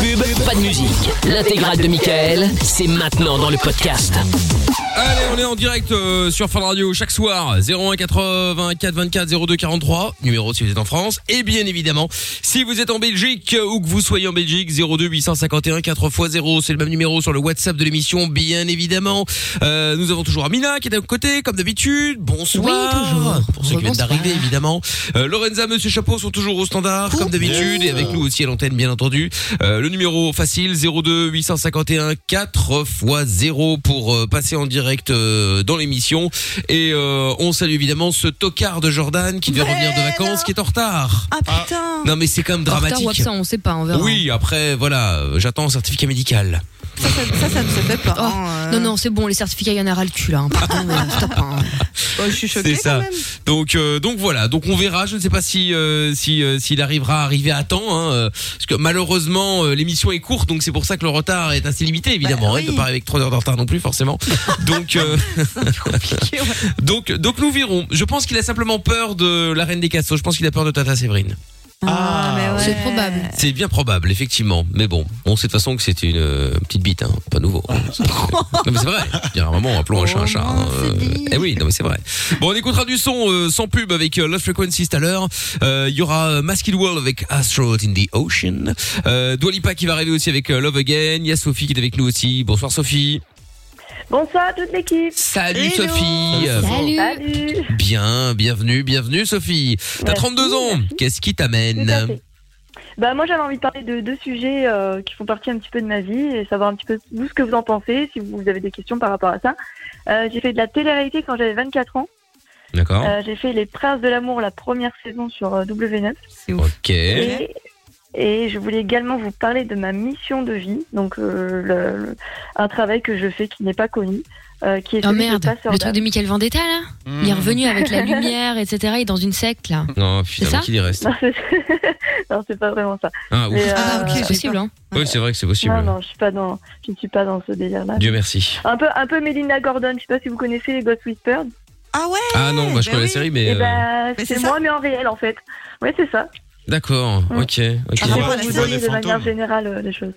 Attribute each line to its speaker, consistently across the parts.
Speaker 1: pub, pas de musique. L'intégrale de Michael, c'est maintenant dans le podcast.
Speaker 2: Allez, on est en direct euh, sur Fun Radio chaque soir 01 84 24 02 43 numéro si vous êtes en France et bien évidemment si vous êtes en Belgique euh, ou que vous soyez en Belgique 02 851 4 x 0 c'est le même numéro sur le WhatsApp de l'émission bien évidemment Euh, nous avons toujours Amina qui est à côté comme d'habitude bonsoir pour ceux qui viennent d'arriver évidemment Euh, Lorenza Monsieur Chapeau sont toujours au standard comme d'habitude et avec nous aussi à l'antenne bien entendu Euh, le numéro facile 02 851 4 x 0 pour euh, passer en direct euh, dans l'émission et euh, on salue évidemment ce tocard de Jordan qui devait revenir de vacances qui est en retard
Speaker 3: Ah putain
Speaker 2: non mais c'est quand même
Speaker 3: En retard ou
Speaker 2: dramatique
Speaker 3: absent, on sait pas, on verra.
Speaker 2: oui après voilà euh, j'attends un certificat médical
Speaker 3: Ça, ça ne se fait pas. Oh. Non, non, c'est bon, les certificats, il y en a ras le cul, là. hein. Pardon, euh, stop. hein.
Speaker 2: Oh, je suis choqué ça. Donc euh, donc voilà, donc on verra, je ne sais pas si euh, si euh, s'il arrivera à arriver à temps hein, euh, parce que malheureusement euh, l'émission est courte donc c'est pour ça que le retard est assez limité évidemment, hein, de pas arriver avec 3 heures de retard non plus forcément. donc euh, Donc donc nous verrons. Je pense qu'il a simplement peur de la reine des castos, je pense qu'il a peur de Tata Séverine.
Speaker 3: Ah, C'est probable.
Speaker 2: C'est bien probable, effectivement. Mais bon, on sait de toute façon que c'était une euh, petite bite, hein, pas nouveau. non mais c'est vrai. Il y a un moment, appelons un chat un chat. hein, euh, eh oui, non mais c'est vrai. Bon, on écoutera du son euh, sans pub avec euh, Lost Frequencies tout à l'heure. Euh, Il y aura euh, Masked World avec Astronaut in the Ocean. Euh, Dua Lipa qui va arriver aussi avec euh, Love Again. Il y a Sophie qui est avec nous aussi. Bonsoir Sophie.
Speaker 4: Bonsoir à toute l'équipe.
Speaker 2: Salut Sophie.
Speaker 4: Salut.
Speaker 2: Bien, bienvenue, bienvenue Sophie. T'as
Speaker 4: Merci,
Speaker 2: 32 ans. Qu'est-ce qui t'amène
Speaker 4: Bah moi j'avais envie de parler de deux sujets euh, qui font partie un petit peu de ma vie et savoir un petit peu vous ce que vous en pensez, si vous avez des questions par rapport à ça. Euh, j'ai fait de la télé-réalité quand j'avais 24 ans.
Speaker 2: D'accord.
Speaker 4: Euh, j'ai fait Les Princes de l'amour la première saison sur euh, W9.
Speaker 2: Ok.
Speaker 4: Et, et je voulais également vous parler de ma mission de vie, donc euh, le- le- un travail que je fais qui n'est pas connu, euh, qui est
Speaker 3: Oh
Speaker 4: celui de
Speaker 3: merde,
Speaker 4: passeur
Speaker 3: le
Speaker 4: d'âme.
Speaker 3: truc de Michael Vendetta, là Il
Speaker 2: Mm. Hmm.
Speaker 3: est revenu avec la lumière, etc. Il est dans une secte, là.
Speaker 2: Non,
Speaker 3: C'est
Speaker 2: putain,
Speaker 3: ça
Speaker 2: mais qu'il y reste.
Speaker 4: Non, c'est- non, c'est pas vraiment ça.
Speaker 2: Ah, ouf.
Speaker 4: Mais, euh,
Speaker 3: c'est possible, hein
Speaker 2: Oui, c'est vrai que c'est possible.
Speaker 4: Non, non, je suis pas dans, je ne suis pas dans ce délire-là.
Speaker 2: Dieu merci.
Speaker 4: Un peu, un peu Melinda Gordon, je sais pas si vous connaissez les Ghost Whisperers.
Speaker 2: Ah non, bah, je
Speaker 5: bah
Speaker 2: connais
Speaker 5: oui.
Speaker 2: la série, mais.
Speaker 4: Eh
Speaker 2: euh, Ah,
Speaker 4: ben,
Speaker 5: mais c'est
Speaker 4: c'est
Speaker 5: ça.
Speaker 4: moi, mais en réel, en fait. Ouais, c'est ça.
Speaker 2: D'accord, ok. ok.
Speaker 5: Ah,
Speaker 4: Après,
Speaker 5: ouais,
Speaker 4: pour
Speaker 5: la
Speaker 4: vous
Speaker 5: série
Speaker 4: donner de
Speaker 6: des
Speaker 4: manière
Speaker 6: fantômes.
Speaker 4: générale euh, les choses.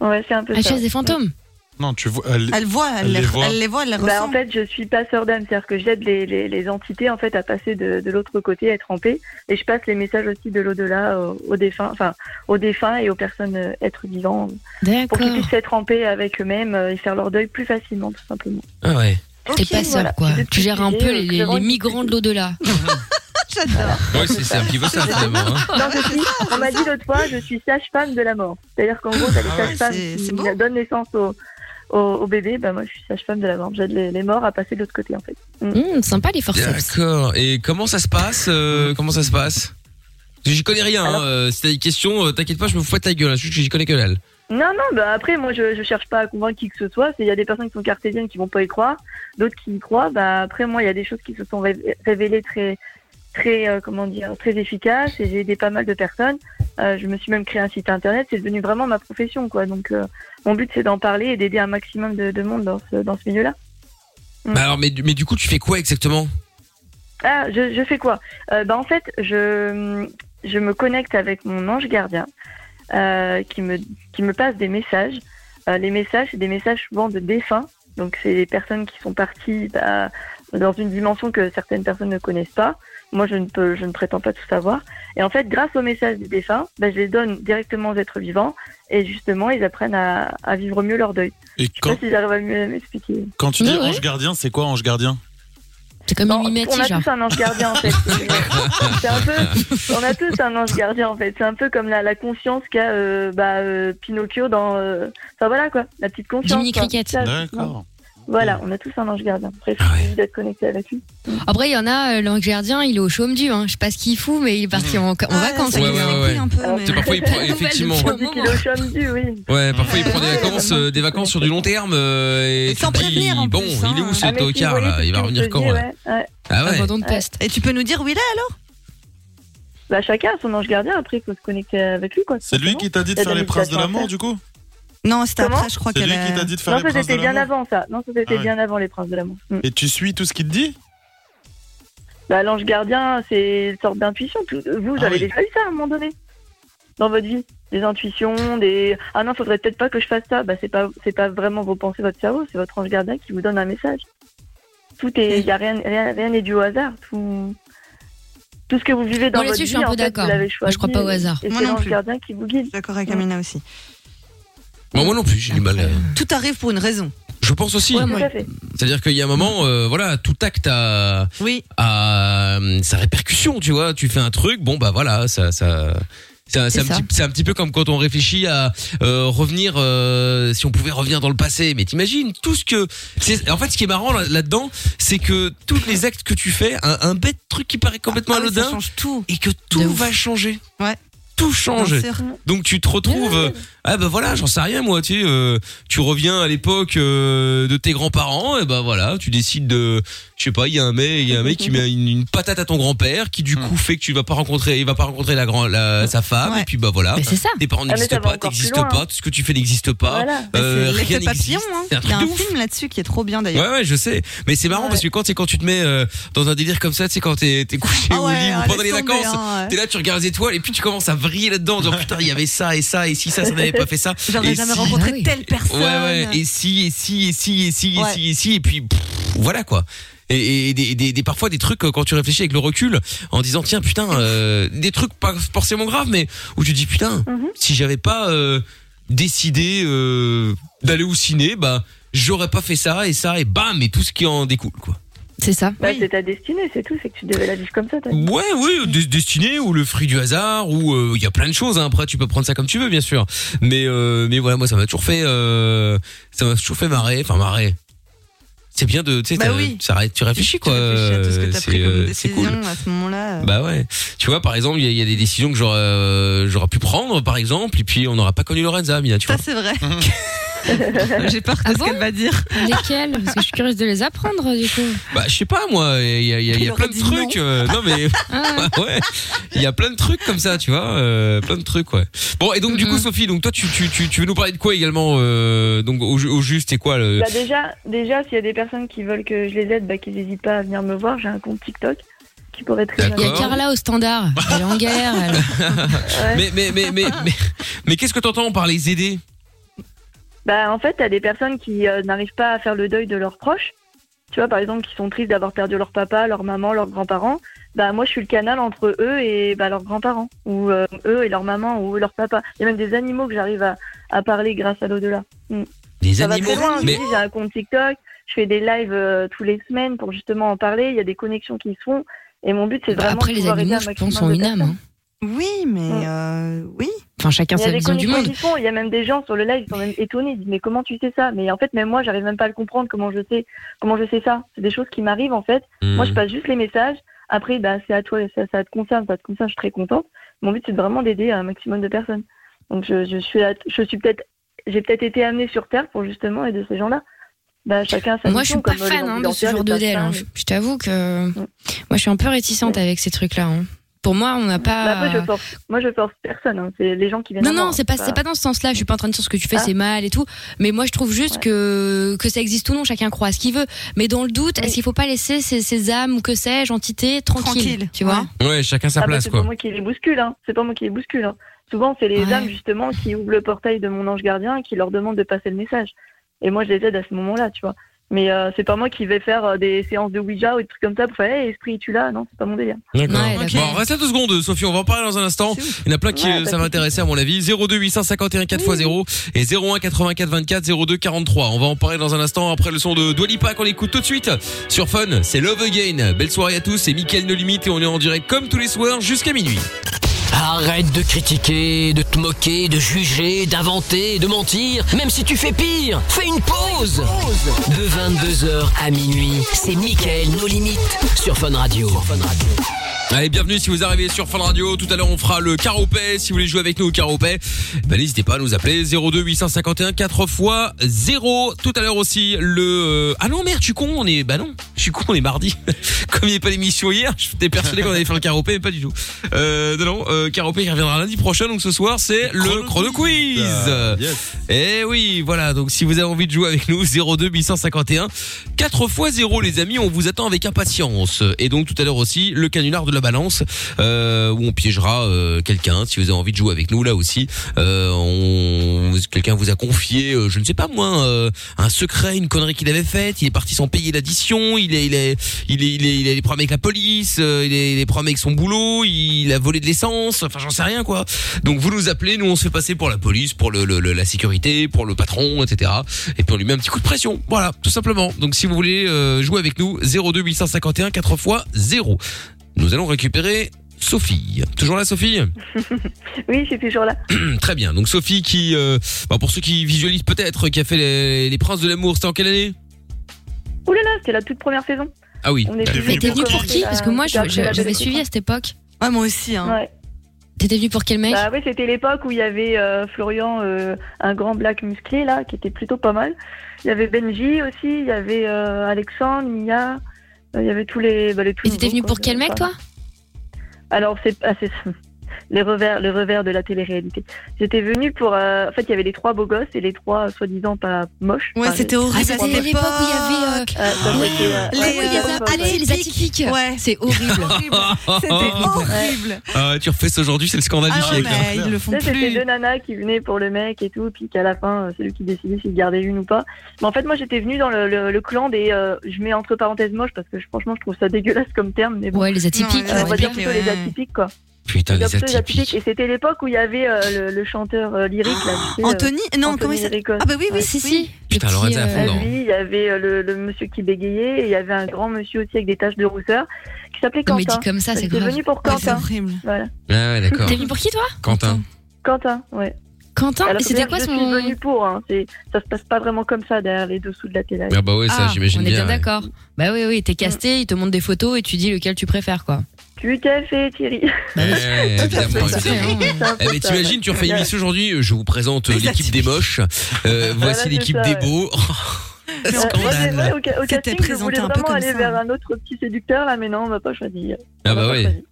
Speaker 4: Ouais, c'est un peu
Speaker 3: Ah,
Speaker 4: ça.
Speaker 3: chasse des fantômes.
Speaker 6: Non, tu vois. elle-
Speaker 5: Elle voit, elle,
Speaker 6: Elle
Speaker 5: les,
Speaker 6: les voit.
Speaker 5: elle les voit, elle les
Speaker 4: Bah,
Speaker 5: ressent.
Speaker 4: en fait, je suis passeur d'âme, c'est-à-dire que j'aide les, les, les entités en fait à passer de, de l'autre côté, à être en paix, et je passe les messages aussi de l'au-delà euh, aux défunts, enfin aux défunts et aux personnes euh, êtres vivants, euh, pour qu'ils
Speaker 3: D'accord.
Speaker 4: puissent être en paix avec eux-mêmes euh, et faire leur deuil plus facilement, tout simplement.
Speaker 2: Ah ouais.
Speaker 3: T'es
Speaker 5: Ok,
Speaker 3: pas seul,
Speaker 4: voilà.
Speaker 3: quoi.
Speaker 4: Je vais
Speaker 3: Tu gères un peu
Speaker 4: préciser,
Speaker 3: les,
Speaker 4: euh, que
Speaker 3: les
Speaker 4: Laurent-
Speaker 3: migrants de l'au-delà.
Speaker 5: J'adore.
Speaker 2: Ouais, c'est c'est un petit peu ça finalement. hein.
Speaker 4: Non, je suis- on m'a dit l'autre fois, je suis sage-femme de la mort. C'est-à-dire qu'en gros, t'as les
Speaker 5: Ah ouais,
Speaker 4: sages-femmes
Speaker 5: c'est-
Speaker 4: qui
Speaker 5: c'est beau.
Speaker 4: donnent naissance au, au, au bébé. Bah, moi, je suis sage-femme de la mort. J'aide les, les morts à passer de l'autre côté, en fait.
Speaker 3: Hum, sympa, les forceps.
Speaker 2: D'accord. Et comment ça se passe euh, Comment ça se passe Parce que J'y connais rien.
Speaker 4: Alors
Speaker 2: Hein. euh, Si t'as des questions, euh, t'inquiète pas, je me fous pas de ta gueule. hein, je- J'y connais que dalle.
Speaker 4: Non, non, bah après, moi, je, je cherche pas à convaincre qui que ce soit. C'est- Il y a des personnes qui sont cartésiennes qui vont pas y croire, d'autres qui y croient. Bah, après, moi, il y a des choses qui se sont révé- révélées très, très, euh, comment dire, très efficaces et j'ai aidé pas mal de personnes. Euh, je me suis même créé un site internet. C'est devenu vraiment ma profession, quoi. Donc, euh, mon but, c'est d'en parler et d'aider un maximum de, de monde dans ce, dans ce milieu-là.
Speaker 2: Bah alors, mais, du- mais du coup, tu fais quoi exactement
Speaker 4: Ah, je, je fais quoi euh, bah, En fait, je, je me connecte avec mon ange gardien euh, qui, me, qui me passe des messages. Euh, les messages, c'est des messages souvent de défunts. Donc, c'est des personnes qui sont parties bah, dans une dimension que certaines personnes ne connaissent pas. Moi, je ne, peux, je ne prétends pas tout savoir. Et en fait, grâce aux messages des défunts, bah, je les donne directement aux êtres vivants. Et justement, ils apprennent à, à vivre mieux leur deuil.
Speaker 6: Et
Speaker 4: Je sais
Speaker 6: quand,
Speaker 4: pas si j'arrive à mieux m'expliquer.
Speaker 6: quand tu dis
Speaker 3: Ouais, ouais.
Speaker 6: ange gardien, c'est quoi ange gardien
Speaker 3: C'est comme
Speaker 4: Non,
Speaker 3: une mimette,
Speaker 4: on a
Speaker 3: genre.
Speaker 4: tous un ange gardien en fait. C'est un peu, on a tous un ange gardien en fait. C'est un peu comme la, la conscience qu'a euh, bah, euh, Pinocchio dans. euh, Enfin voilà quoi, la petite conscience.
Speaker 3: Jiminy
Speaker 4: quoi.
Speaker 3: Cricket.
Speaker 4: Ça,
Speaker 6: D'accord.
Speaker 4: Voilà, on a tous un ange gardien. Après, il
Speaker 2: Ah ouais.
Speaker 4: suffit d'être connecté avec lui.
Speaker 3: Après, il y en a, euh, l'ange gardien, il est au chaume du, hein. Je sais pas ce qu'il fout, mais il est parti en, en vacances.
Speaker 2: Mm. ouais,
Speaker 3: avec
Speaker 2: ouais,
Speaker 3: nous.
Speaker 2: ouais.
Speaker 5: un peu,
Speaker 4: Alors,
Speaker 5: mais-
Speaker 2: C'est parfois il prend
Speaker 3: Nouvelle
Speaker 2: effectivement.
Speaker 3: Pour
Speaker 4: On
Speaker 3: le
Speaker 4: dit qu'il
Speaker 3: moment.
Speaker 4: est au chaume du, oui.
Speaker 2: Ouais, parfois il prend des
Speaker 5: Ouais,
Speaker 2: vacances, euh, des vacances sur du long terme. euh, et
Speaker 5: Et sans
Speaker 2: tu te dis,
Speaker 5: prévenir, en
Speaker 2: bon,
Speaker 5: plus, hein.
Speaker 2: il est où ce
Speaker 4: Ah, mais si vous
Speaker 2: tocard
Speaker 4: voyez
Speaker 2: là
Speaker 4: tout
Speaker 2: Il
Speaker 4: ce
Speaker 2: va
Speaker 4: que
Speaker 2: revenir
Speaker 4: je
Speaker 2: quand
Speaker 4: dis,
Speaker 2: là
Speaker 4: ouais, ouais.
Speaker 2: Ah ouais.
Speaker 3: Abandon de poste.
Speaker 5: Et tu peux nous dire où il est alors
Speaker 4: Bah, chacun a son ange gardien, après il faut se connecter avec lui quoi.
Speaker 6: C'est lui qui t'a dit de
Speaker 4: Il y a
Speaker 6: faire
Speaker 4: des
Speaker 6: les princes de
Speaker 4: méditations à
Speaker 6: la
Speaker 4: faire.
Speaker 6: mort, du coup
Speaker 5: Non, c'était
Speaker 4: Comment
Speaker 5: après, je crois
Speaker 6: C'est
Speaker 5: qu'elle
Speaker 6: lui
Speaker 5: a-
Speaker 6: qui t'a dit de faire
Speaker 4: Non,
Speaker 6: les
Speaker 4: ça
Speaker 6: princes de
Speaker 4: c'était bien
Speaker 6: la mort.
Speaker 4: avant ça. Non, ça c'était
Speaker 6: Ah ouais.
Speaker 4: bien avant les princes de l'amour. Mm.
Speaker 6: Et tu suis tout ce qu'il te dit
Speaker 4: Bah, l'ange gardien, c'est une sorte d'intuition. Tout- Vous, vous
Speaker 6: Ah
Speaker 4: avez
Speaker 6: oui.
Speaker 4: déjà eu ça à un moment donné dans votre vie, des intuitions, des ah non, faudrait peut-être pas que je fasse ça. Bah c'est pas c'est pas vraiment vos pensées, votre cerveau, c'est votre ange gardien qui vous donne un message. Tout est, y a rien rien rien n'est dû au hasard. Tout tout ce que vous vivez dans
Speaker 3: Bon,
Speaker 4: votre
Speaker 3: là-dessus,
Speaker 4: vie,
Speaker 3: je suis un peu
Speaker 4: en fait, vous
Speaker 3: d'accord.
Speaker 4: l'avez
Speaker 3: Moi, je crois
Speaker 4: choisi
Speaker 3: pas au
Speaker 4: et-
Speaker 3: hasard.
Speaker 4: Et
Speaker 5: Moi
Speaker 4: c'est
Speaker 5: non
Speaker 4: l'ange
Speaker 5: plus.
Speaker 4: gardien qui vous guide.
Speaker 5: D'accord avec Amina aussi.
Speaker 2: Moi, moi non plus, j'ai du mal. à-
Speaker 5: Tout arrive pour une raison.
Speaker 2: Je pense aussi.
Speaker 3: Ouais,
Speaker 4: Tout
Speaker 3: moi,
Speaker 4: à fait.
Speaker 2: C'est-à-dire qu'il y a un moment, euh, voilà, tout acte a,
Speaker 5: Oui.
Speaker 2: a euh, sa répercussion, tu vois. Tu fais un truc, bon bah voilà, ça, ça. ça- C'est
Speaker 3: C'est
Speaker 2: un,
Speaker 3: ça.
Speaker 2: petit- c'est un petit peu comme quand on réfléchit à euh, revenir, euh, si on pouvait revenir dans le passé. Mais t'imagines tout ce que, c'est- en fait, ce qui est marrant là- là-dedans, c'est que tous les actes que tu fais, un, un bête truc qui paraît complètement
Speaker 5: Ah oui, ça
Speaker 2: anodin,
Speaker 5: change tout.
Speaker 2: et que tout
Speaker 3: De ouf.
Speaker 2: va changer.
Speaker 5: Ouais.
Speaker 2: Tout change.
Speaker 5: Bien sûr.
Speaker 2: Donc tu te retrouves, euh, ah bah voilà, j'en sais rien moi, tu sais, euh, tu reviens à l'époque euh, de tes grands-parents, et bah voilà, tu décides de, je sais pas, il y a un mec, il y a un mec qui met une, une patate à ton grand-père, qui du coup fait que tu vas pas rencontrer, il va pas rencontrer la grand, la, sa femme,
Speaker 5: Ouais.
Speaker 2: et puis bah voilà,
Speaker 3: Mais c'est ça.
Speaker 2: tes parents
Speaker 4: mais ça
Speaker 2: n'existent
Speaker 4: va
Speaker 2: pas,
Speaker 4: encore plus
Speaker 2: t'existes
Speaker 4: loin,
Speaker 2: pas,
Speaker 4: hein.
Speaker 2: tout ce que tu fais n'existe pas,
Speaker 4: Voilà.
Speaker 5: Bah,
Speaker 2: euh,
Speaker 5: c'est
Speaker 2: rien
Speaker 5: l'effet papillon.
Speaker 2: n'existe,
Speaker 5: hein.
Speaker 2: c'est un
Speaker 5: Il y
Speaker 2: truc
Speaker 5: a
Speaker 2: de
Speaker 5: un
Speaker 2: ouf.
Speaker 5: film là-dessus qui est trop bien d'ailleurs.
Speaker 2: Ouais ouais je sais mais c'est marrant
Speaker 4: Ouais.
Speaker 2: parce que quand c'est quand tu te mets euh, dans un délire comme ça tu sais quand t'es t'es couché
Speaker 5: Ah
Speaker 2: au
Speaker 5: ouais,
Speaker 2: lit
Speaker 5: ah,
Speaker 2: ou pendant les
Speaker 5: laisse tomber,
Speaker 2: vacances
Speaker 5: hein, ouais.
Speaker 2: T'es là, tu regardes les étoiles et puis tu commences à vriller là-dedans en disant putain, il y avait ça et ça et si ça, ça n'avait pas fait ça. Et
Speaker 5: J'aurais jamais
Speaker 2: si-
Speaker 5: rencontré
Speaker 3: Ah oui.
Speaker 5: telle
Speaker 2: Ouais,
Speaker 5: personne.
Speaker 2: ouais, et si, et si, et si, et si, et
Speaker 5: Ouais.
Speaker 2: si, et si, et puis pff, voilà quoi. Et, et des, des- des- parfois des trucs euh, quand tu réfléchis avec le recul en disant tiens putain euh, des trucs pas forcément graves mais où tu te dis putain
Speaker 4: Mhm.
Speaker 2: si j'avais pas euh, décidé euh, d'aller au ciné bah j'aurais pas fait ça et ça et bam et tout ce qui en découle quoi
Speaker 3: C'est ça.
Speaker 4: Bah,
Speaker 5: Oui.
Speaker 4: C'est ta destinée, c'est tout. C'est que tu devais la vivre comme ça. ta vie.
Speaker 2: Ouais, oui, euh, des- destiné ou le fruit du hasard ou euh, il y a plein de choses. hein. Après, tu peux prendre ça comme tu veux, bien sûr. Mais euh, mais voilà, moi ça m'a toujours fait euh, ça m'a toujours fait marrer, enfin marrer. C'est bien de tu sais
Speaker 5: Bah
Speaker 2: t'as-
Speaker 5: oui.
Speaker 2: ça arrête- tu réfléchis quoi.
Speaker 5: Tu réfléchis à tout ce que t'as
Speaker 2: C'est,
Speaker 5: pris comme
Speaker 2: euh, c'est
Speaker 5: décision
Speaker 2: cool.
Speaker 5: à ce moment-là.
Speaker 2: Bah ouais. Tu vois, par exemple, il y, a- il y a des décisions que j'aurais euh, j'aurais pu prendre, par exemple, et puis on n'aura pas connu Lorenza, Mina, tu vois.
Speaker 5: ça c'est vrai. J'ai peur de
Speaker 3: Ah
Speaker 5: ce
Speaker 3: bon
Speaker 5: qu'elle va dire.
Speaker 3: Lesquels Parce que je suis curieuse de les apprendre, du coup.
Speaker 2: Bah, je sais pas, moi, il y a, il y a- il y a plein
Speaker 5: Il aurait
Speaker 2: de
Speaker 5: dit
Speaker 2: trucs. euh, Non, mais ouais, ouais. il y a plein de trucs comme ça, tu vois, euh, plein de trucs, ouais. Bon, et donc du coup,
Speaker 3: Mhm.
Speaker 2: Sophie, donc toi, tu tu tu, tu veux nous parler de quoi également euh, Donc au, ju- au juste, c'est quoi le
Speaker 4: Bah, déjà, déjà s'il y a des personnes qui veulent que je les aide, bah, qu'ils n'hésitent pas à venir me voir. J'ai un compte TikTok qui pourrait être
Speaker 3: Il y a
Speaker 2: D'accord.
Speaker 3: Carla au standard. Elle est en guerre. elle-
Speaker 2: Mais mais mais mais mais, mais qu'est-ce que t'entends par les aider
Speaker 4: Bah, en fait, t'as des personnes qui euh, n'arrivent pas à faire le deuil de leurs proches. Tu vois, par exemple, qui sont tristes d'avoir perdu leur papa, leur maman, leurs grands-parents. Bah, moi, je suis le canal entre eux et bah, leurs grands-parents, ou euh, eux et leur maman, ou leur papa. Il y a même des animaux que j'arrive à, à parler grâce à l'au-delà. Mm.
Speaker 2: Les
Speaker 4: Ça va
Speaker 2: animaux
Speaker 4: très loin. je
Speaker 2: Mais
Speaker 4: dis, J'ai un compte TikTok, je fais des lives euh, tous les semaines pour justement en parler. Il y a des connexions qui se font. Et mon but, c'est
Speaker 3: Bah,
Speaker 4: vraiment
Speaker 3: Après,
Speaker 4: de
Speaker 3: les
Speaker 4: pouvoir aider
Speaker 3: animaux,
Speaker 4: un
Speaker 3: je
Speaker 4: maximum
Speaker 3: pense, ont
Speaker 4: de
Speaker 3: une âme.
Speaker 4: personnes.
Speaker 3: hein.
Speaker 5: Oui, mais euh, oui.
Speaker 3: Enfin, chacun
Speaker 4: Il y a
Speaker 3: sa
Speaker 4: des
Speaker 3: vision du
Speaker 4: connexions
Speaker 3: monde.
Speaker 4: qui se font, il y a même des gens sur le live qui sont même étonnés, ils disent mais comment tu sais ça Mais en fait même moi j'arrive même pas à le comprendre comment je sais comment je sais ça. C'est des choses qui m'arrivent en fait. Moi je
Speaker 3: Mm.
Speaker 2: Hmm.
Speaker 4: passe juste les messages. Après bah c'est à toi, ça, ça te concerne, ça te concerne, je suis très contente. Mon but c'est vraiment d'aider un maximum de personnes. Donc je, je suis là, je suis peut-être j'ai peut-être été amenée sur terre pour justement aider ces gens-là. Bah chacun a sa
Speaker 3: Moi, je suis
Speaker 4: mission,
Speaker 3: pas
Speaker 4: comme, euh, les
Speaker 3: fan hein, de ce
Speaker 4: ambulanciers,
Speaker 3: genre
Speaker 4: les
Speaker 3: de deal.
Speaker 4: pasteurs,
Speaker 3: hein.
Speaker 4: les-
Speaker 3: Je t'avoue que moi, je suis un peu réticente avec ces trucs-là. hein. Pour moi, on n'a
Speaker 4: Bah, après, je
Speaker 3: pas.
Speaker 4: force, moi je force personne, hein. c'est les gens qui viennent.
Speaker 3: Non,
Speaker 4: à moi,
Speaker 3: non,
Speaker 4: hein.
Speaker 3: c'est pas, c'est pas dans ce sens-là. Je suis pas en train de dire ce que tu fais,
Speaker 4: Ah.
Speaker 3: c'est mal et tout. Mais moi, je trouve juste
Speaker 4: Ouais.
Speaker 3: que, que ça existe ou non, chacun croit à ce qu'il veut. Mais dans le doute,
Speaker 4: Oui.
Speaker 3: est-ce qu'il faut pas laisser ces, ces âmes ou que sais-je, entités tranquilles
Speaker 5: Tranquilles,
Speaker 3: Tu vois
Speaker 5: ouais.
Speaker 2: ouais, chacun sa
Speaker 4: Ah bah,
Speaker 2: place
Speaker 4: c'est
Speaker 2: quoi.
Speaker 4: pas moi qui les bouscule, hein. C'est pas moi qui les bouscule. hein. Souvent, c'est les
Speaker 3: Ouais.
Speaker 4: âmes justement qui ouvrent le portail de mon ange gardien et qui leur demandent de passer le message. Et moi, je les aide à ce moment-là, tu vois. Mais euh, c'est pas moi qui vais faire euh, des séances de Ouija ou des trucs comme ça pour faire hey, esprit, tu là Non, c'est pas mon délire.
Speaker 2: D'accord.
Speaker 3: Ouais, d'accord.
Speaker 2: Bon, reste à deux secondes, Sophie, on va en parler dans un instant.
Speaker 5: C'est ouf.
Speaker 2: Il y en a plein qui
Speaker 4: Ouais,
Speaker 2: euh,
Speaker 4: pas de
Speaker 2: ça va
Speaker 4: souci.
Speaker 2: intéresser à mon avis. 02 851 4x0 et 01 84 24 02 43. On va en parler dans un instant après le son de Dwalipa qu'on écoute tout de suite sur Fun. C'est Love Again. Belle soirée à tous. C'est Mickaël No Limite et on est en direct comme tous les soirs jusqu'à minuit.
Speaker 1: Arrête de critiquer, de te moquer, de juger, d'inventer, de mentir. Même si tu fais pire, fais une pause. De 22h à minuit, c'est Mickaël, nos limites, sur Fun Radio.
Speaker 2: Allez, bienvenue si vous arrivez sur Fun Radio. Tout à l'heure, on fera le caropet. Si vous voulez jouer avec nous au caropet, ben, n'hésitez pas à nous appeler 02 851 4 x 0. Tout à l'heure aussi, le... euh, Ah non, merde, je suis con, on est... Bah non, je suis con, on est mardi. Comme il n'y avait pas d'émission hier, j'étais persuadé qu'on allait faire le caropet, mais pas du tout. Euh, non, non, euh, caropet qui reviendra lundi prochain. Donc ce soir, c'est le chrono quiz.
Speaker 6: Ah, yes.
Speaker 2: Et Eh oui, voilà. Donc si vous avez envie de jouer avec nous, 02 851 4 x 0 les amis, on vous attend avec impatience. Et donc tout à l'heure aussi, le canular de la la balance euh, où on piégera euh, quelqu'un. Si vous avez envie de jouer avec nous là aussi, euh, on, quelqu'un vous a confié, euh, je ne sais pas moi, euh, un secret, une connerie qu'il avait faite. Il est parti sans payer l'addition. Il est, il est, il est, il est, il a des problèmes avec la police. euh, il est, il est problèmes avec son boulot. Il a volé de l'essence. Enfin, j'en sais rien quoi. Donc vous nous appelez, nous on se fait passer pour la police, pour le, le- le- la sécurité, pour le patron, etc. Et puis on lui met un petit coup de pression. Voilà, tout simplement. Donc si vous voulez euh, jouer avec nous, 02 851 4 x 0. Nous allons récupérer Sophie. Toujours là, Sophie
Speaker 4: Oui, je suis toujours là.
Speaker 2: Très bien. Donc Sophie qui, euh, bah, pour ceux qui visualisent peut-être, qui a fait les, les Princes de l'amour, c'était en quelle année
Speaker 4: Ouh là là, c'était la toute première saison.
Speaker 2: Ah oui.
Speaker 4: On est venu
Speaker 3: Mais t'es venu pour qui
Speaker 4: euh,
Speaker 3: Parce que moi, je- je- j'avais suivi à cette époque.
Speaker 5: Ouais, moi aussi. hein.
Speaker 3: T'étais venu pour quel mec
Speaker 4: Bah oui, c'était l'époque où il y avait euh, Florian, euh, un grand black musclé là, qui était plutôt pas mal. Il y avait Benji aussi, il y avait euh, Alexandre, Mia, euh, il y avait tous les. Bah, les
Speaker 3: Et t'étais venu pour quel mec, toi
Speaker 4: Alors c'est ah, c'est- les revers, le revers de la télé-réalité. J'étais venue pour. euh, en fait, il y avait les trois beaux gosses et les trois euh, soi-disant pas moches.
Speaker 5: Ouais,
Speaker 4: Enfin,
Speaker 5: c'était
Speaker 4: les-
Speaker 5: horrible.
Speaker 4: les trois moches.
Speaker 3: l'époque où il y avait, euh,
Speaker 4: Euh, ça,
Speaker 3: Ouais.
Speaker 4: c'était, euh,
Speaker 5: Les-
Speaker 4: ouais,
Speaker 3: oui, les
Speaker 4: ouais,
Speaker 3: ah,
Speaker 4: ouais.
Speaker 3: les atypiques.
Speaker 5: Ouais.
Speaker 3: C'est horrible.
Speaker 5: C'était horrible.
Speaker 2: Ah, tu refais ça aujourd'hui, c'est le scandale
Speaker 5: Ah
Speaker 2: du
Speaker 5: ouais,
Speaker 2: siècle.
Speaker 5: mais ils le font
Speaker 4: Ça, c'était
Speaker 5: plus.
Speaker 4: deux nanas qui venaient pour le mec et tout, puis qu'à la fin, euh, c'est lui qui décidait s'il gardait une ou pas. Mais en fait, moi, j'étais venue dans le, le- le clan des. euh, je mets entre parenthèses moche parce que je- franchement, je trouve ça dégueulasse comme terme, mais bon.
Speaker 3: Ouais, les atypiques.
Speaker 5: Non,
Speaker 4: Euh, on va
Speaker 5: les
Speaker 4: dire
Speaker 5: atypiques,
Speaker 4: plutôt les
Speaker 5: ouais.
Speaker 4: atypiques, quoi.
Speaker 2: Putain,
Speaker 4: Les
Speaker 2: les
Speaker 4: atypiques,
Speaker 2: atypiques.
Speaker 4: Et c'était l'époque où il y avait euh, le, le chanteur euh, lyrique, là. tu sais, euh,
Speaker 5: Anthony Non, comment
Speaker 4: Anthony
Speaker 5: il s'appelle
Speaker 4: Rico.
Speaker 5: Ah, bah oui, oui.
Speaker 3: si,
Speaker 5: oui.
Speaker 3: si.
Speaker 2: Putain,
Speaker 3: Le
Speaker 2: alors,
Speaker 3: petit,
Speaker 2: elle était à
Speaker 4: Ah
Speaker 2: fond,
Speaker 3: euh,
Speaker 2: Non.
Speaker 4: oui, il y avait euh, le, le monsieur qui bégayait et il y avait un grand monsieur aussi avec des taches de rousseur qui s'appelait
Speaker 3: Non, mais
Speaker 4: Quentin.
Speaker 3: dit comme ça, c'est
Speaker 4: J'étais
Speaker 3: grave.
Speaker 4: venue pour
Speaker 5: Ouais, c'est
Speaker 4: Quentin.
Speaker 5: horrible.
Speaker 4: Voilà.
Speaker 2: Ah ouais, d'accord.
Speaker 3: T'es venu pour qui, toi
Speaker 2: Quentin.
Speaker 4: Quentin, ouais.
Speaker 3: Quentin
Speaker 4: Alors,
Speaker 3: Et c'était
Speaker 4: d'ailleurs,
Speaker 3: quoi
Speaker 4: je suis venue
Speaker 3: son.
Speaker 4: pour. Hein. c'est- Ça se passe pas vraiment comme ça derrière les dessous de la télé.
Speaker 2: Ah bah ouais, ça,
Speaker 3: Ah,
Speaker 2: j'imagine
Speaker 3: On est
Speaker 2: bien.
Speaker 3: bien
Speaker 2: ouais.
Speaker 3: d'accord. Bah oui, oui, t'es casté, il te montre des photos et tu dis lequel tu préfères, quoi.
Speaker 2: Ah,
Speaker 4: Tu t'es fait, Thierry. Euh,
Speaker 2: Ouais, Eh, évidemment,
Speaker 3: Ça
Speaker 2: évidemment.
Speaker 3: fait, hein.
Speaker 4: C'est un peu
Speaker 2: Eh mais
Speaker 4: ça,
Speaker 2: t'imagines,
Speaker 4: ouais.
Speaker 2: tu refais une émission aujourd'hui, euh, je vous présente euh, l'équipe des moches, Euh,
Speaker 4: Voilà,
Speaker 2: voici
Speaker 4: c'est
Speaker 2: l'équipe
Speaker 4: ça,
Speaker 2: des
Speaker 4: ouais.
Speaker 2: beaux. Ah
Speaker 5: Mais en
Speaker 4: Ouais,
Speaker 5: plus,
Speaker 4: moi, c'est vrai, au, ca- au
Speaker 5: C'était
Speaker 4: casting, je
Speaker 5: présenté
Speaker 4: voulais
Speaker 5: un peu
Speaker 4: vraiment
Speaker 5: comme
Speaker 4: aller
Speaker 5: ça.
Speaker 4: vers un autre petit séducteur, là, mais non, on m'a pas choisi.
Speaker 2: Ah
Speaker 4: On m'a
Speaker 2: bah
Speaker 4: pas
Speaker 2: ouais.
Speaker 4: choisi.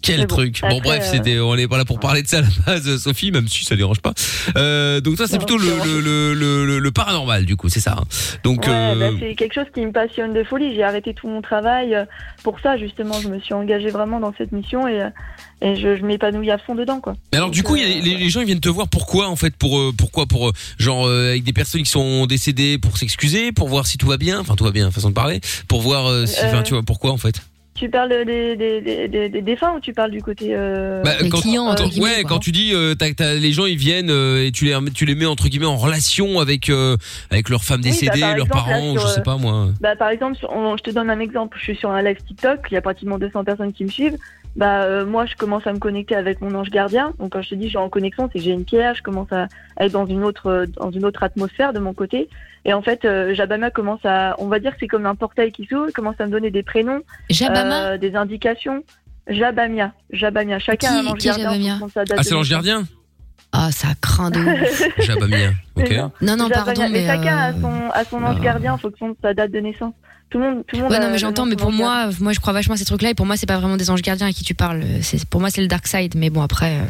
Speaker 2: Quel
Speaker 4: Mais bon,
Speaker 2: truc. Bon
Speaker 4: après,
Speaker 2: bref,
Speaker 4: euh,
Speaker 2: c'était on n'est pas là pour parler de ça à la base euh, Sophie, même si ça dérange pas. Euh, donc toi c'est
Speaker 4: Non,
Speaker 2: plutôt le,
Speaker 4: c'est
Speaker 2: le, le, le, le- le paranormal du coup, c'est ça. hein. Donc
Speaker 4: Ouais,
Speaker 2: euh,
Speaker 4: bah, c'est quelque chose qui me passionne de folie. J'ai arrêté tout mon travail euh, pour ça, justement. Je me suis engagée vraiment dans cette mission et, euh, et je, je m'épanouis à fond dedans, quoi.
Speaker 2: mais alors du coup, il y a- les, les gens ils viennent te voir pourquoi en fait pour euh, pourquoi pour euh, genre euh, avec des personnes qui sont décédées pour s'excuser, pour voir si tout va bien, enfin tout va bien façon de parler, pour voir euh, si enfin
Speaker 4: Euh,
Speaker 2: tu vois pourquoi en fait.
Speaker 4: Tu parles des, des, des, des, des défunts ou tu parles du côté. euh,
Speaker 2: Bah,
Speaker 3: les
Speaker 2: quand,
Speaker 3: clients, entre
Speaker 2: quand-
Speaker 3: guillemets,
Speaker 2: ouais,
Speaker 3: quoi.
Speaker 4: hein.
Speaker 2: quand tu dis euh, t'as- t'as- les gens ils viennent euh, et tu les rem- tu les mets entre guillemets en relation avec euh, avec leurs femmes
Speaker 4: Oui, bah,
Speaker 2: décédées,
Speaker 4: par
Speaker 2: leurs
Speaker 4: exemple, là,
Speaker 2: parents, ou
Speaker 4: sur,
Speaker 2: je sais
Speaker 4: euh,
Speaker 2: pas moi.
Speaker 4: Bah, par exemple, sur- on- je te donne un exemple. Je suis sur un live TikTok, il y a pratiquement 200 personnes qui me suivent. Bah, euh, moi, je commence à me connecter avec mon ange gardien. Donc, quand je te dis je suis en connexion, c'est que j'ai une pierre, je commence à à être dans une autre, euh, dans une autre atmosphère de mon côté. Et en fait, euh, Jabama commence à, on va dire que c'est comme un portail qui s'ouvre, il commence à me donner des prénoms,
Speaker 3: Jabama
Speaker 4: euh, des indications. Jabamia, Jabamia. Chacun
Speaker 3: Qui-
Speaker 4: a un ange
Speaker 3: qui est Jabamia
Speaker 4: gardien. en fonction de sa date
Speaker 2: Ah
Speaker 4: de
Speaker 2: c'est l'ange
Speaker 4: naissance.
Speaker 2: gardien
Speaker 3: Ah, ça craint de ouf.
Speaker 2: Jabamia. hein. Ok.
Speaker 4: C'est ça.
Speaker 3: Non, non,
Speaker 4: Jabamia.
Speaker 3: pardon, mais.
Speaker 4: mais chacun
Speaker 3: euh,
Speaker 4: a son, a son ange
Speaker 2: euh,
Speaker 4: gardien en fonction de sa date de naissance. Tout le monde, tout le monde.
Speaker 3: Ouais,
Speaker 4: a
Speaker 3: non, mais
Speaker 4: le
Speaker 3: j'entends,
Speaker 4: nom de
Speaker 3: mais
Speaker 4: son
Speaker 3: pour
Speaker 4: ange gardien.
Speaker 3: moi, moi je crois vachement à ces trucs-là, et pour moi, c'est pas vraiment des anges gardiens à qui tu parles. C'est- Pour moi, c'est le dark side, mais bon, après, euh,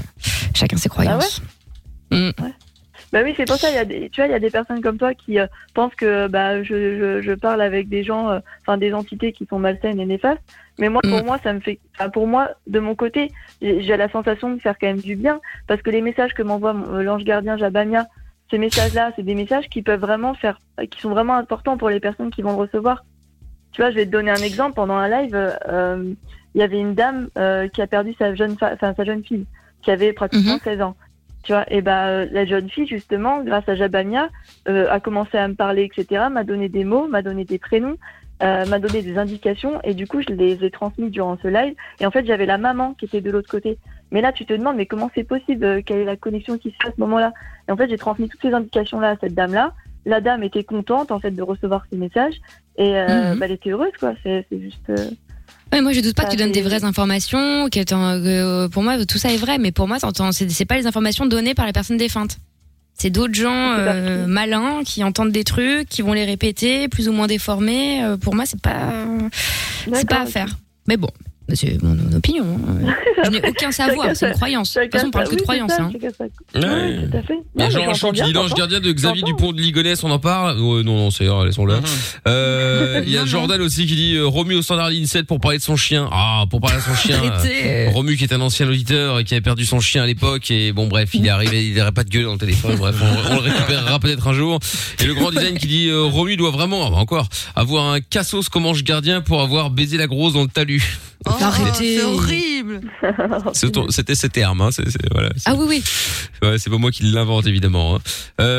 Speaker 3: chacun
Speaker 7: Ah
Speaker 3: ses croyances.
Speaker 7: Mm.
Speaker 4: Bah oui, c'est pour ça. Il y a des, tu vois, il y a des personnes comme toi qui euh, pensent que bah je, je, je parle avec des gens, euh, enfin des entités qui sont malsaines et néfastes. Mais moi, pour moi, ça me fait, enfin, pour moi, de mon côté, j'ai j'ai la sensation de faire quand même du bien parce que les messages que m'envoie mon- euh, l'ange gardien Jabamia, ces messages-là, c'est des messages qui peuvent vraiment faire, qui sont vraiment importants pour les personnes qui vont le recevoir. Tu vois, je vais te donner un exemple. Pendant un live, euh, euh, il y avait une dame euh, qui a perdu sa jeune, fa- enfin sa jeune fille, qui avait pratiquement 16 ans. Tu vois, et bah, euh, la jeune fille, justement, grâce à Jabamia, euh, a commencé à me parler, etc., m'a donné des mots, m'a donné des prénoms, euh, m'a donné des indications, et du coup, je les ai transmises durant ce live. Et en fait, j'avais la maman qui était de l'autre côté. Mais là, tu te demandes, mais comment c'est possible euh, Quelle est la connexion qui se fait à ce moment-là Et en fait, j'ai transmis toutes ces indications-là à cette dame-là. La dame était contente, en fait, de recevoir ces messages, et euh,
Speaker 3: Mhm.
Speaker 4: bah, elle était heureuse, quoi. C'est c'est juste... euh,
Speaker 3: Ouais, moi, je doute pas que tu
Speaker 4: Bah,
Speaker 3: donnes des
Speaker 4: c'est-
Speaker 3: vraies informations. Que t'en- que, pour moi, tout ça est vrai, mais pour moi, t'entends- c'est c'est pas les informations données par la personne défunte. C'est d'autres gens
Speaker 4: Tout à
Speaker 3: euh,
Speaker 4: fait.
Speaker 3: malins qui entendent des trucs, qui vont les répéter, plus ou moins déformés. Euh, Pour moi, c'est pas, c'est pas
Speaker 4: d'accord.
Speaker 3: à faire. Mais bon, Bah, C'est mon, mon opinion. hein. Je n'ai aucun savoir, c'est une croyance. De toute façon, on parle que de croyance. hein.
Speaker 2: Ouais.
Speaker 4: tout à fait.
Speaker 2: Il y a
Speaker 4: Non,
Speaker 2: Jean
Speaker 4: mais
Speaker 2: Lachon qui
Speaker 4: j'entends
Speaker 2: dit
Speaker 4: bien,
Speaker 2: l'ange
Speaker 4: j'entends.
Speaker 2: gardien de Xavier
Speaker 4: J'entends. Ah,
Speaker 2: Dupont de Ligonnès, on en parle Ouais, Non, non, c'est euh, laissons-le. Euh, Il y a
Speaker 5: Non, non.
Speaker 2: Jordan aussi qui dit euh, Romu au standard ligne 7 pour parler de son chien. Ah, pour parler de son chien. Euh,
Speaker 3: Arrêtez.
Speaker 2: Romu qui est un ancien auditeur et qui avait perdu son chien à l'époque et bon bref il est arrivé il n'aurait pas de gueule dans le téléphone bref on, on le récupérera peut-être un jour et le grand design qui dit euh, Romu doit vraiment ah bah encore avoir un cassos comme ange gardien pour avoir baisé la grosse dans le talus
Speaker 5: Oh,
Speaker 3: Arrêtez.
Speaker 5: C'est horrible.
Speaker 2: C'est ton- c'était ce terme hein, c'est- c'est- voilà,
Speaker 3: Ah oui, oui.
Speaker 2: Ouais, c'est pas moi qui l'invente évidemment. hein.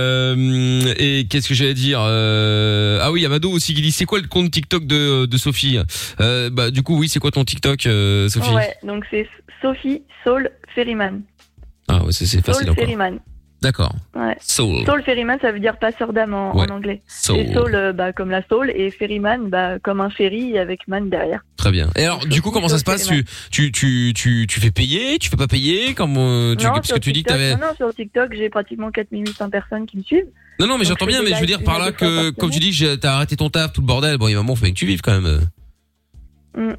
Speaker 2: Euh, et qu'est-ce que j'allais dire Euh, Ah oui, Amado aussi qui dit c'est quoi le compte TikTok de, de Sophie euh, Bah du coup oui, c'est quoi ton TikTok, euh, Sophie
Speaker 4: Ouais, donc c'est Sophie Saul Ferryman.
Speaker 2: Ah ouais, c'est- c'est facile
Speaker 4: Saul
Speaker 2: encore.
Speaker 4: Ferryman.
Speaker 2: D'accord.
Speaker 4: Ouais.
Speaker 2: Soul.
Speaker 4: Saul Ferryman, ça veut dire passeur d'âme en, en
Speaker 2: Ouais.
Speaker 4: anglais. Et
Speaker 2: Soul.
Speaker 4: Saul, euh, bah, comme la Saul, et Ferryman, bah, comme un ferry avec man derrière.
Speaker 2: Très bien. Et alors du coup comment ça se passe tu, tu tu tu tu fais payer Tu fais pas payer Comme euh, tu,
Speaker 4: Non,
Speaker 2: parce
Speaker 4: sur
Speaker 2: que tu dis que
Speaker 4: TikTok-
Speaker 2: t'avais.
Speaker 4: Non, non, sur TikTok, j'ai pratiquement 4800 personnes qui me suivent.
Speaker 2: Non non mais
Speaker 4: Donc,
Speaker 2: j'entends
Speaker 4: je
Speaker 2: bien,
Speaker 4: fais
Speaker 2: mais
Speaker 4: des
Speaker 2: je veux
Speaker 4: lives
Speaker 2: dire par
Speaker 4: une
Speaker 2: là
Speaker 4: à deux fois
Speaker 2: que
Speaker 4: par
Speaker 2: comme tu dis j'ai- t'as arrêté ton taf tout le bordel. Bon il y a un moment faut bien que tu vives quand même. euh.
Speaker 4: Mm.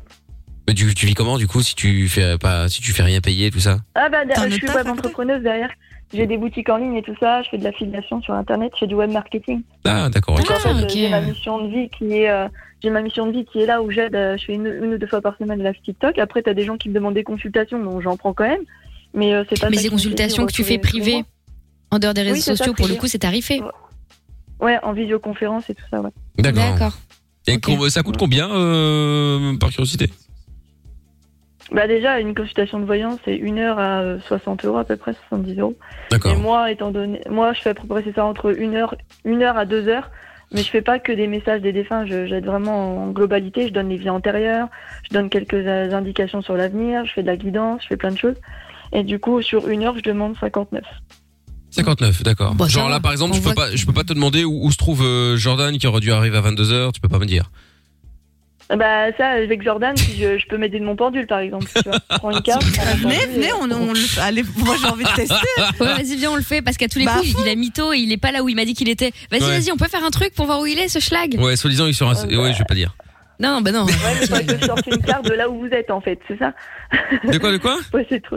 Speaker 2: Mais tu, tu vis comment du coup si tu fais pas si tu fais rien payer tout ça
Speaker 4: Ah bah,
Speaker 5: T'as
Speaker 4: je
Speaker 5: le
Speaker 4: suis
Speaker 5: taf à
Speaker 4: web
Speaker 5: côté
Speaker 4: entrepreneuse derrière. J'ai des boutiques en ligne et tout ça. Je fais de l'affiliation sur Internet. Je fais du web marketing.
Speaker 2: Ah d'accord. ok.
Speaker 4: Donc, en fait,
Speaker 3: Ah,
Speaker 4: euh,
Speaker 3: ok.
Speaker 4: j'ai ma mission de vie qui est, euh, j'ai ma mission de vie qui est là où j'aide. euh, je fais une, une ou deux fois par semaine de la TikTok. Après, t'as des gens qui me demandent des consultations, donc j'en prends quand même. Mais euh, c'est pas.
Speaker 3: Mais
Speaker 4: ça
Speaker 3: ces
Speaker 4: qui me fait
Speaker 3: consultations
Speaker 4: vivre
Speaker 3: que tu
Speaker 4: tous
Speaker 3: fais
Speaker 4: les- tous les
Speaker 3: privées,
Speaker 4: mois.
Speaker 3: en dehors des
Speaker 4: Oui,
Speaker 3: réseaux
Speaker 4: c'est ça,
Speaker 3: sociaux, pour le
Speaker 4: privé.
Speaker 3: coup, c'est tarifé.
Speaker 4: Ouais, en visioconférence et tout ça. Ouais.
Speaker 2: D'accord.
Speaker 3: D'accord.
Speaker 2: Et
Speaker 3: Ok.
Speaker 2: com- ça coûte combien euh, par curiosité
Speaker 4: Bah déjà, une consultation de voyance, c'est une heure à euh, 60 euros à peu près, 70 euros. Et
Speaker 2: D'accord.
Speaker 4: moi, étant donné, moi, je fais à peu près c'est ça entre une heure, une heure à deux heures. Mais je fais pas que des messages des défunts. Je- J'aide vraiment en globalité. Je donne les vies antérieures. Je donne quelques euh, indications sur l'avenir. Je fais de la guidance. Je fais plein de choses. Et du coup, sur une heure, je demande 59.
Speaker 2: 59, d'accord.
Speaker 3: Bon, ça
Speaker 2: Genre
Speaker 3: va.
Speaker 2: là par exemple,
Speaker 3: On
Speaker 2: je peux
Speaker 3: voit
Speaker 2: pas je peux pas te demander où, où se trouve euh, Jordan qui aurait dû arriver à 22h, tu peux pas me dire.
Speaker 4: Ah Bah ça, avec Jordan, si je, je peux m'aider de mon pendule, par exemple. Tu vois, je prends une carte. je prends
Speaker 5: Ah,
Speaker 4: mon
Speaker 5: Venez,
Speaker 4: pendule et-
Speaker 5: venez, on, on le- Allez, moi j'ai envie de tester.
Speaker 3: Ouais, vas-y, viens, on le fait, parce qu'à tous les
Speaker 5: Bah,
Speaker 3: coups, il a mytho et il est pas là où il m'a dit qu'il était. Vas-y,
Speaker 2: Ouais.
Speaker 3: vas-y, on peut faire un truc pour voir où il est, ce schlag
Speaker 2: Ouais, soi-disant il sera
Speaker 4: Euh,
Speaker 2: ouais, je vais pas dire.
Speaker 3: Non, bah non.
Speaker 4: Ouais, mais faudrait que je sorte une carte de là où vous êtes, en fait. C'est ça.
Speaker 2: De quoi de quoi
Speaker 4: Ouais, c'est trop.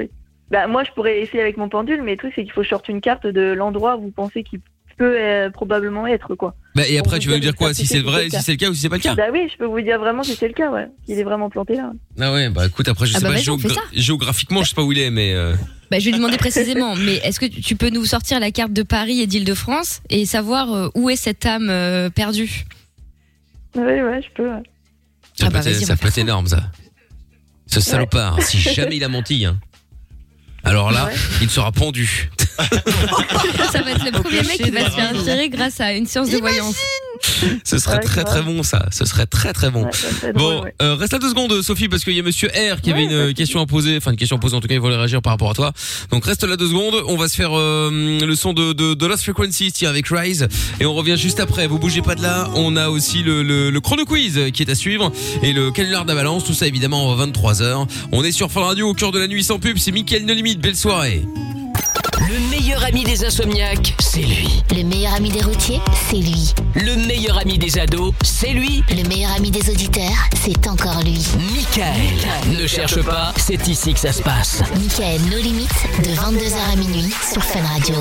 Speaker 4: Bah, moi, je pourrais essayer avec mon pendule, mais le truc, c'est qu'il faut que je sorte une carte de l'endroit où vous pensez qu'il peut euh, probablement être, quoi.
Speaker 2: Bah, et après
Speaker 4: On
Speaker 2: tu vas
Speaker 4: peut
Speaker 2: me dire
Speaker 4: dire
Speaker 2: quoi
Speaker 4: ça,
Speaker 2: si
Speaker 4: c'est
Speaker 2: c'est
Speaker 4: le
Speaker 2: vrai,
Speaker 4: cas.
Speaker 2: si c'est le cas ou si c'est pas le cas
Speaker 4: Bah oui, je peux vous dire vraiment si c'est le cas, ouais. Il est vraiment planté là.
Speaker 2: Ah ouais, bah écoute après je
Speaker 3: Ah
Speaker 2: sais
Speaker 3: bah,
Speaker 2: pas
Speaker 3: vas-y, on fait
Speaker 2: géogra-
Speaker 3: ça.
Speaker 2: géographiquement, je sais pas où il est mais euh,
Speaker 3: Bah, je vais lui demander précisément, mais est-ce que tu peux nous sortir la carte de Paris et d'Île-de-France et savoir euh, où est cette âme euh, perdue
Speaker 4: Ouais, ouais, je peux. ouais.
Speaker 2: ça
Speaker 3: Ah
Speaker 2: peut
Speaker 3: bah,
Speaker 2: être
Speaker 3: vas-y, on
Speaker 2: ça
Speaker 3: va
Speaker 2: peut être énorme ça. Ce salopard, si jamais il a menti hein. Alors là,
Speaker 4: Ouais.
Speaker 2: il sera pendu.
Speaker 3: Ça va être le premier mec qui va se faire inspirer grâce à une séance de voyance.
Speaker 2: Ce serait
Speaker 4: Ouais,
Speaker 2: très très
Speaker 4: grave.
Speaker 2: bon ça, ce serait très très bon.
Speaker 4: Ouais, ça, c'est
Speaker 2: Bon,
Speaker 4: drôle, ouais.
Speaker 2: euh, reste là deux secondes, Sophie, parce qu'il y a Monsieur R qui avait
Speaker 4: Ouais, bah,
Speaker 2: une
Speaker 4: pas de
Speaker 2: euh, question à poser, enfin une question à poser. En tout cas, il voulait réagir par rapport à toi. Donc reste là deux secondes. On va se faire euh, le son de, de, de Lost Frequencies tiens, avec Rise, et on revient juste après. Vous bougez pas de là. On a aussi le, le, le chrono quiz qui est à suivre et le canular d'Avalance. Tout ça évidemment à 23 h On est sur Fun Radio au cœur de la nuit sans pub. C'est Mickaël No Limite. Belle soirée.
Speaker 1: Le meilleur ami des insomniaques, c'est lui.
Speaker 8: Le meilleur ami des routiers, c'est lui.
Speaker 1: Le meilleur ami des ados, c'est lui.
Speaker 8: Le meilleur ami des auditeurs, c'est encore lui.
Speaker 1: Michael. Ne cherche pas, c'est ici que ça se passe.
Speaker 8: Michael, nos limites, de 22h à minuit sur Fun Radio.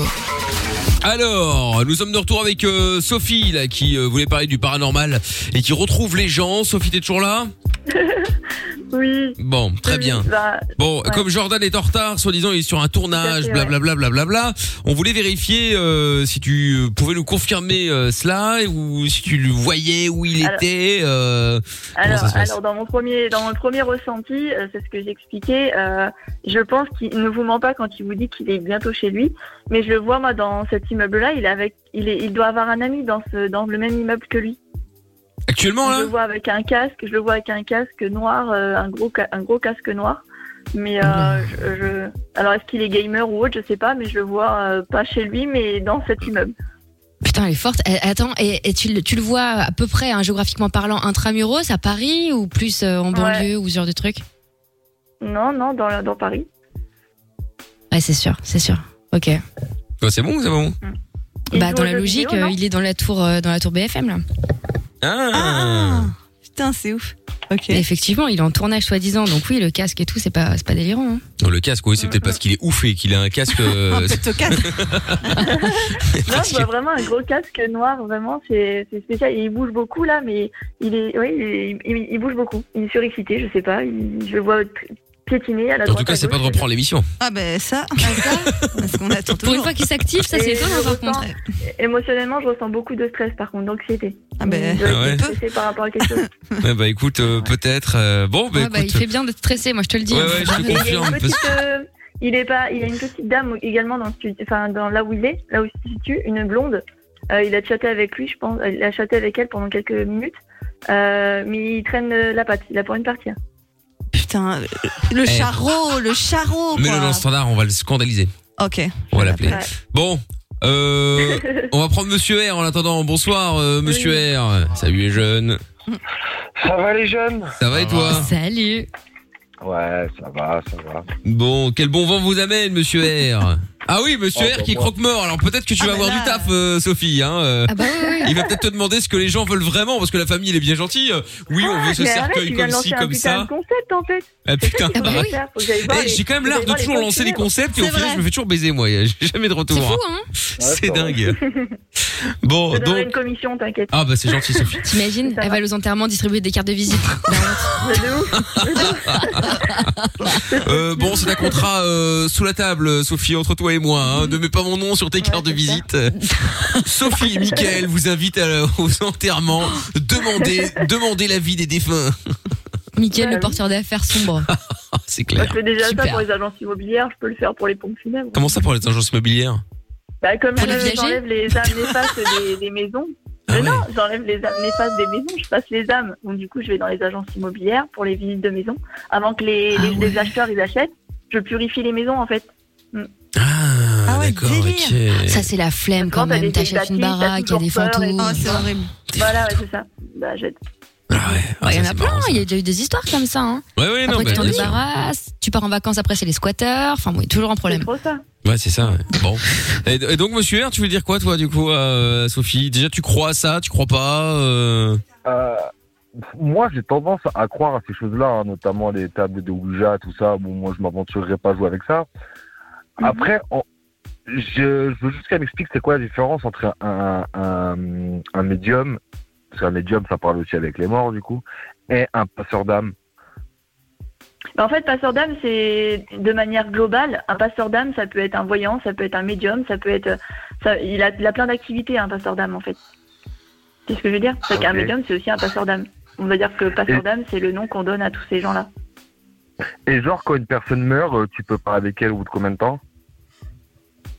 Speaker 2: Alors, nous sommes de retour avec euh, Sophie là qui euh, voulait parler du paranormal et qui retrouve les gens. Sophie, t'es toujours là
Speaker 4: Oui.
Speaker 2: Bon, très
Speaker 4: oui,
Speaker 2: bien.
Speaker 4: bah,
Speaker 2: Bon,
Speaker 4: Ouais.
Speaker 2: comme Jordan est en retard, soi-disant il est sur un tournage,
Speaker 4: Tout à fait,
Speaker 2: blablabla, blablabla, on voulait vérifier euh, si tu euh, pouvais nous confirmer euh, cela ou si tu le voyais où il
Speaker 4: Alors-
Speaker 2: était. euh, ça se
Speaker 4: alors,
Speaker 2: passe
Speaker 4: alors dans mon premier, dans mon premier ressenti, euh, c'est ce que j'expliquais. euh, je pense qu'il ne vous ment pas quand il vous dit qu'il est bientôt chez lui, mais je le vois moi dans cet immeuble-là. Il est avec, il est, il doit avoir un ami dans ce, dans le même immeuble que lui.
Speaker 2: Actuellement
Speaker 4: Je
Speaker 2: là
Speaker 4: le vois avec un casque, je le vois avec un casque noir, euh, un gros, ca- un gros casque noir. Mais euh, je, je- alors est-ce qu'il est gamer ou autre, je sais pas, mais je le vois euh, pas chez lui, mais dans cet immeuble.
Speaker 3: Putain, elle est forte. Eh, attends, et, et tu, le- tu le vois à peu près, hein, géographiquement parlant, intramuros à Paris ou plus euh, en banlieue ou ce genre de truc
Speaker 4: Non, non, dans, la- dans Paris.
Speaker 7: Eh,
Speaker 3: Ouais, c'est sûr, c'est sûr. Ok.
Speaker 2: Quoi, C'est bon ou c'est pas bon
Speaker 4: Il
Speaker 3: bah,
Speaker 4: joue
Speaker 3: dans
Speaker 4: aux
Speaker 3: la
Speaker 4: jeux
Speaker 3: logique,
Speaker 4: vidéo,
Speaker 3: euh,
Speaker 4: non
Speaker 3: il est dans la tour, euh, dans la tour BFM là.
Speaker 2: ah,
Speaker 5: Ah, putain, c'est ouf. Ok.
Speaker 3: Et Effectivement, il est en tournage soi-disant, donc oui, le casque et tout, c'est pas, c'est pas délirant. hein.
Speaker 2: Non, le casque, oui, c'est peut-être parce qu'il est oufé, qu'il a un casque. euh,
Speaker 5: Peut-être au cadre.
Speaker 4: Non, je vois vraiment un gros casque noir, vraiment, c'est c'est spécial. Et il bouge beaucoup là, mais il est, oui, il, il- il bouge beaucoup. Il est surexcité, je sais pas. il- je le vois tr- piétiner à la
Speaker 2: en
Speaker 4: droite.
Speaker 2: tout cas,
Speaker 4: à
Speaker 2: c'est pas de
Speaker 4: gauche.
Speaker 2: reprendre l'émission.
Speaker 5: Ah ben ça, ah, ça, parce qu'on attend
Speaker 3: Pour une
Speaker 5: toujours.
Speaker 3: fois qu'il s'active, ça c'est
Speaker 4: Et
Speaker 3: étonnant
Speaker 4: je
Speaker 3: par
Speaker 4: ressens-
Speaker 3: contre.
Speaker 4: Émotionnellement, je ressens beaucoup de stress par contre, d'anxiété.
Speaker 5: Ah ben,
Speaker 4: Je-
Speaker 2: Ah ouais.
Speaker 4: je sais par rapport à quelque chose.
Speaker 2: Ouais, bah écoute, euh, peut-être. euh, bon, bah
Speaker 3: Ouais, bah, il
Speaker 2: écoute.
Speaker 3: fait bien d'être stressé, moi je te le dis. hein.
Speaker 2: Ouais, ouais, je te
Speaker 4: Et il, y a
Speaker 2: confirme.
Speaker 4: une
Speaker 2: parce-
Speaker 4: petite, euh, il est pas, il y a une petite dame également dans, le studio- enfin, dans là où il est, là où il se situe, une blonde. Euh, il a chatté avec lui, je pense. Il a chatté avec elle pendant quelques minutes. Euh, mais il traîne euh, la patte. Il a pour une partie.
Speaker 5: putain, le
Speaker 2: Eh.
Speaker 5: charreau, le charreau.
Speaker 2: Mais le
Speaker 5: quoi.
Speaker 2: lance standard, on va le scandaliser.
Speaker 5: Ok.
Speaker 2: On va
Speaker 5: Je
Speaker 2: l'appeler.
Speaker 4: l'appelle.
Speaker 2: Bon, euh, on va prendre Monsieur R en attendant. Bonsoir, euh, Monsieur R. Salut les jeunes.
Speaker 9: Ça va les jeunes
Speaker 2: Ça va et toi
Speaker 3: Salut.
Speaker 9: Ouais, ça va, ça va.
Speaker 2: Bon, quel bon vent vous amène, Monsieur R Ah oui, Monsieur
Speaker 9: Oh,
Speaker 2: R qui
Speaker 9: bah, moi.
Speaker 2: croque mort. Alors peut-être que tu
Speaker 5: Ah,
Speaker 2: vas
Speaker 5: bah
Speaker 2: avoir
Speaker 5: là,
Speaker 2: du taf, euh, Sophie. Hein, euh.
Speaker 3: Ah bah oui, oui.
Speaker 2: Il va peut-être te demander ce que les gens veulent vraiment, parce que la famille, elle est bien gentille. Euh, Oui, on veut ce
Speaker 4: Ah, Mais arrête,
Speaker 2: cercueil
Speaker 4: il vient
Speaker 2: comme
Speaker 4: de lancer
Speaker 2: ci,
Speaker 4: un
Speaker 2: comme
Speaker 4: putain
Speaker 2: ça.
Speaker 4: de concept en fait.
Speaker 2: Ah putain.
Speaker 3: Ah bah oui.
Speaker 4: Faut que j'aille voir
Speaker 2: Eh,
Speaker 4: les-
Speaker 2: J'ai quand même
Speaker 4: faut que
Speaker 2: l'art
Speaker 4: j'aille
Speaker 2: de
Speaker 4: voir
Speaker 2: toujours
Speaker 4: les
Speaker 2: lancer des
Speaker 4: costumes.
Speaker 2: concepts et au
Speaker 5: C'est
Speaker 2: final
Speaker 5: vrai.
Speaker 2: je me fais toujours baiser moi, j'ai jamais de
Speaker 3: C'est
Speaker 2: retour.
Speaker 3: fou,
Speaker 2: hein.
Speaker 3: hein
Speaker 2: C'est
Speaker 9: Ouais, ça va.
Speaker 2: dingue. Bon,
Speaker 4: Je te donnerai
Speaker 2: donc
Speaker 4: une commission, t'inquiète.
Speaker 2: ah bah c'est gentil Sophie.
Speaker 3: T'imagines
Speaker 4: Ça
Speaker 3: Elle
Speaker 4: va.
Speaker 3: va aux enterrements distribuer des cartes de visite.
Speaker 4: Mais de ouf.
Speaker 2: Euh, bon, c'est un contrat euh, sous la table, Sophie, entre toi et moi. hein. Ne mets pas mon nom sur tes cartes de
Speaker 4: c'est ça.
Speaker 2: visite. Sophie et Michael vous invitent à- aux enterrements. Demandez, demandez l'avis des défunts.
Speaker 3: Mickaël,
Speaker 4: Ouais,
Speaker 3: le
Speaker 4: oui.
Speaker 3: porteur d'affaires sombre.
Speaker 2: Ah, c'est
Speaker 4: Moi, je
Speaker 2: clair.
Speaker 4: fais déjà
Speaker 3: Super.
Speaker 4: ça pour les agences immobilières. Je peux le faire pour les pompes funèbres.
Speaker 2: Comment ça pour les agences immobilières
Speaker 4: Bah, comme
Speaker 3: Pour les
Speaker 4: je-
Speaker 3: viagers
Speaker 4: j'enlève les âmes néfastes des, des maisons.
Speaker 2: Ah
Speaker 4: Mais
Speaker 2: ouais.
Speaker 4: non, j'enlève les âmes néfastes des maisons, je passe les âmes. Donc du coup, je vais dans les agences immobilières pour les visites de maisons. Avant que les, les, les acheteurs ils achètent, je purifie les maisons en fait.
Speaker 2: Ah,
Speaker 5: Ah ouais,
Speaker 2: d'accord,
Speaker 5: délire.
Speaker 2: ok.
Speaker 3: Ça, c'est la flemme quand
Speaker 4: Quand t'as
Speaker 3: même.
Speaker 4: des
Speaker 3: T'achètes une
Speaker 4: télépathies, t'as
Speaker 3: baraque, il y a des Ah,
Speaker 4: toujours peur et
Speaker 3: fantômes.
Speaker 4: tout.
Speaker 5: Oh, c'est horrible.
Speaker 4: Voilà, ouais, c'est ça. Bah, jette.
Speaker 2: Ah ouais. Ah,
Speaker 3: Bah, Il y
Speaker 2: ça,
Speaker 3: en a
Speaker 2: c'est marrant,
Speaker 3: plein,
Speaker 2: ça.
Speaker 3: il y a déjà eu des histoires comme ça. Hein.
Speaker 2: Ouais, ouais, non,
Speaker 3: après,
Speaker 2: bah,
Speaker 3: tu t'en
Speaker 2: bien sûr.
Speaker 3: débarrasses, tu pars en vacances, après, c'est les squatteurs. Enfin, bon, il y a toujours un
Speaker 4: C'est
Speaker 3: problème.
Speaker 4: trop ça.
Speaker 2: Ouais, c'est ça. ouais. Bon. Et, et donc, monsieur R, tu veux dire quoi, toi, du coup, à, euh, Sophie Déjà, tu crois à ça Tu crois pas euh,
Speaker 9: Euh, moi, j'ai tendance à croire à ces choses-là, hein, notamment les tables de Ouija, tout ça. Bon, moi, je m'aventurerai pas à jouer avec ça. Après, en- je, je veux juste qu'elle m'explique c'est quoi la différence entre un, un, un médium, parce qu'un médium, ça parle aussi avec les morts, du coup, et un passeur d'âme.
Speaker 4: Bah, en fait, passeur d'âme, c'est de manière globale. Un passeur d'âme, ça peut être un voyant, ça peut être un médium, ça peut être. Ça, il, a, il a plein d'activités, un passeur d'âme en fait. C'est ce que je veux dire. C'est qu'un
Speaker 9: Ok.
Speaker 4: médium, c'est aussi un passeur d'âme. On va dire que passeur
Speaker 9: Et-
Speaker 4: d'âme, c'est le nom qu'on donne à tous ces gens-là.
Speaker 9: Et genre, quand une personne meurt, euh, tu peux parler avec elle au bout de combien de temps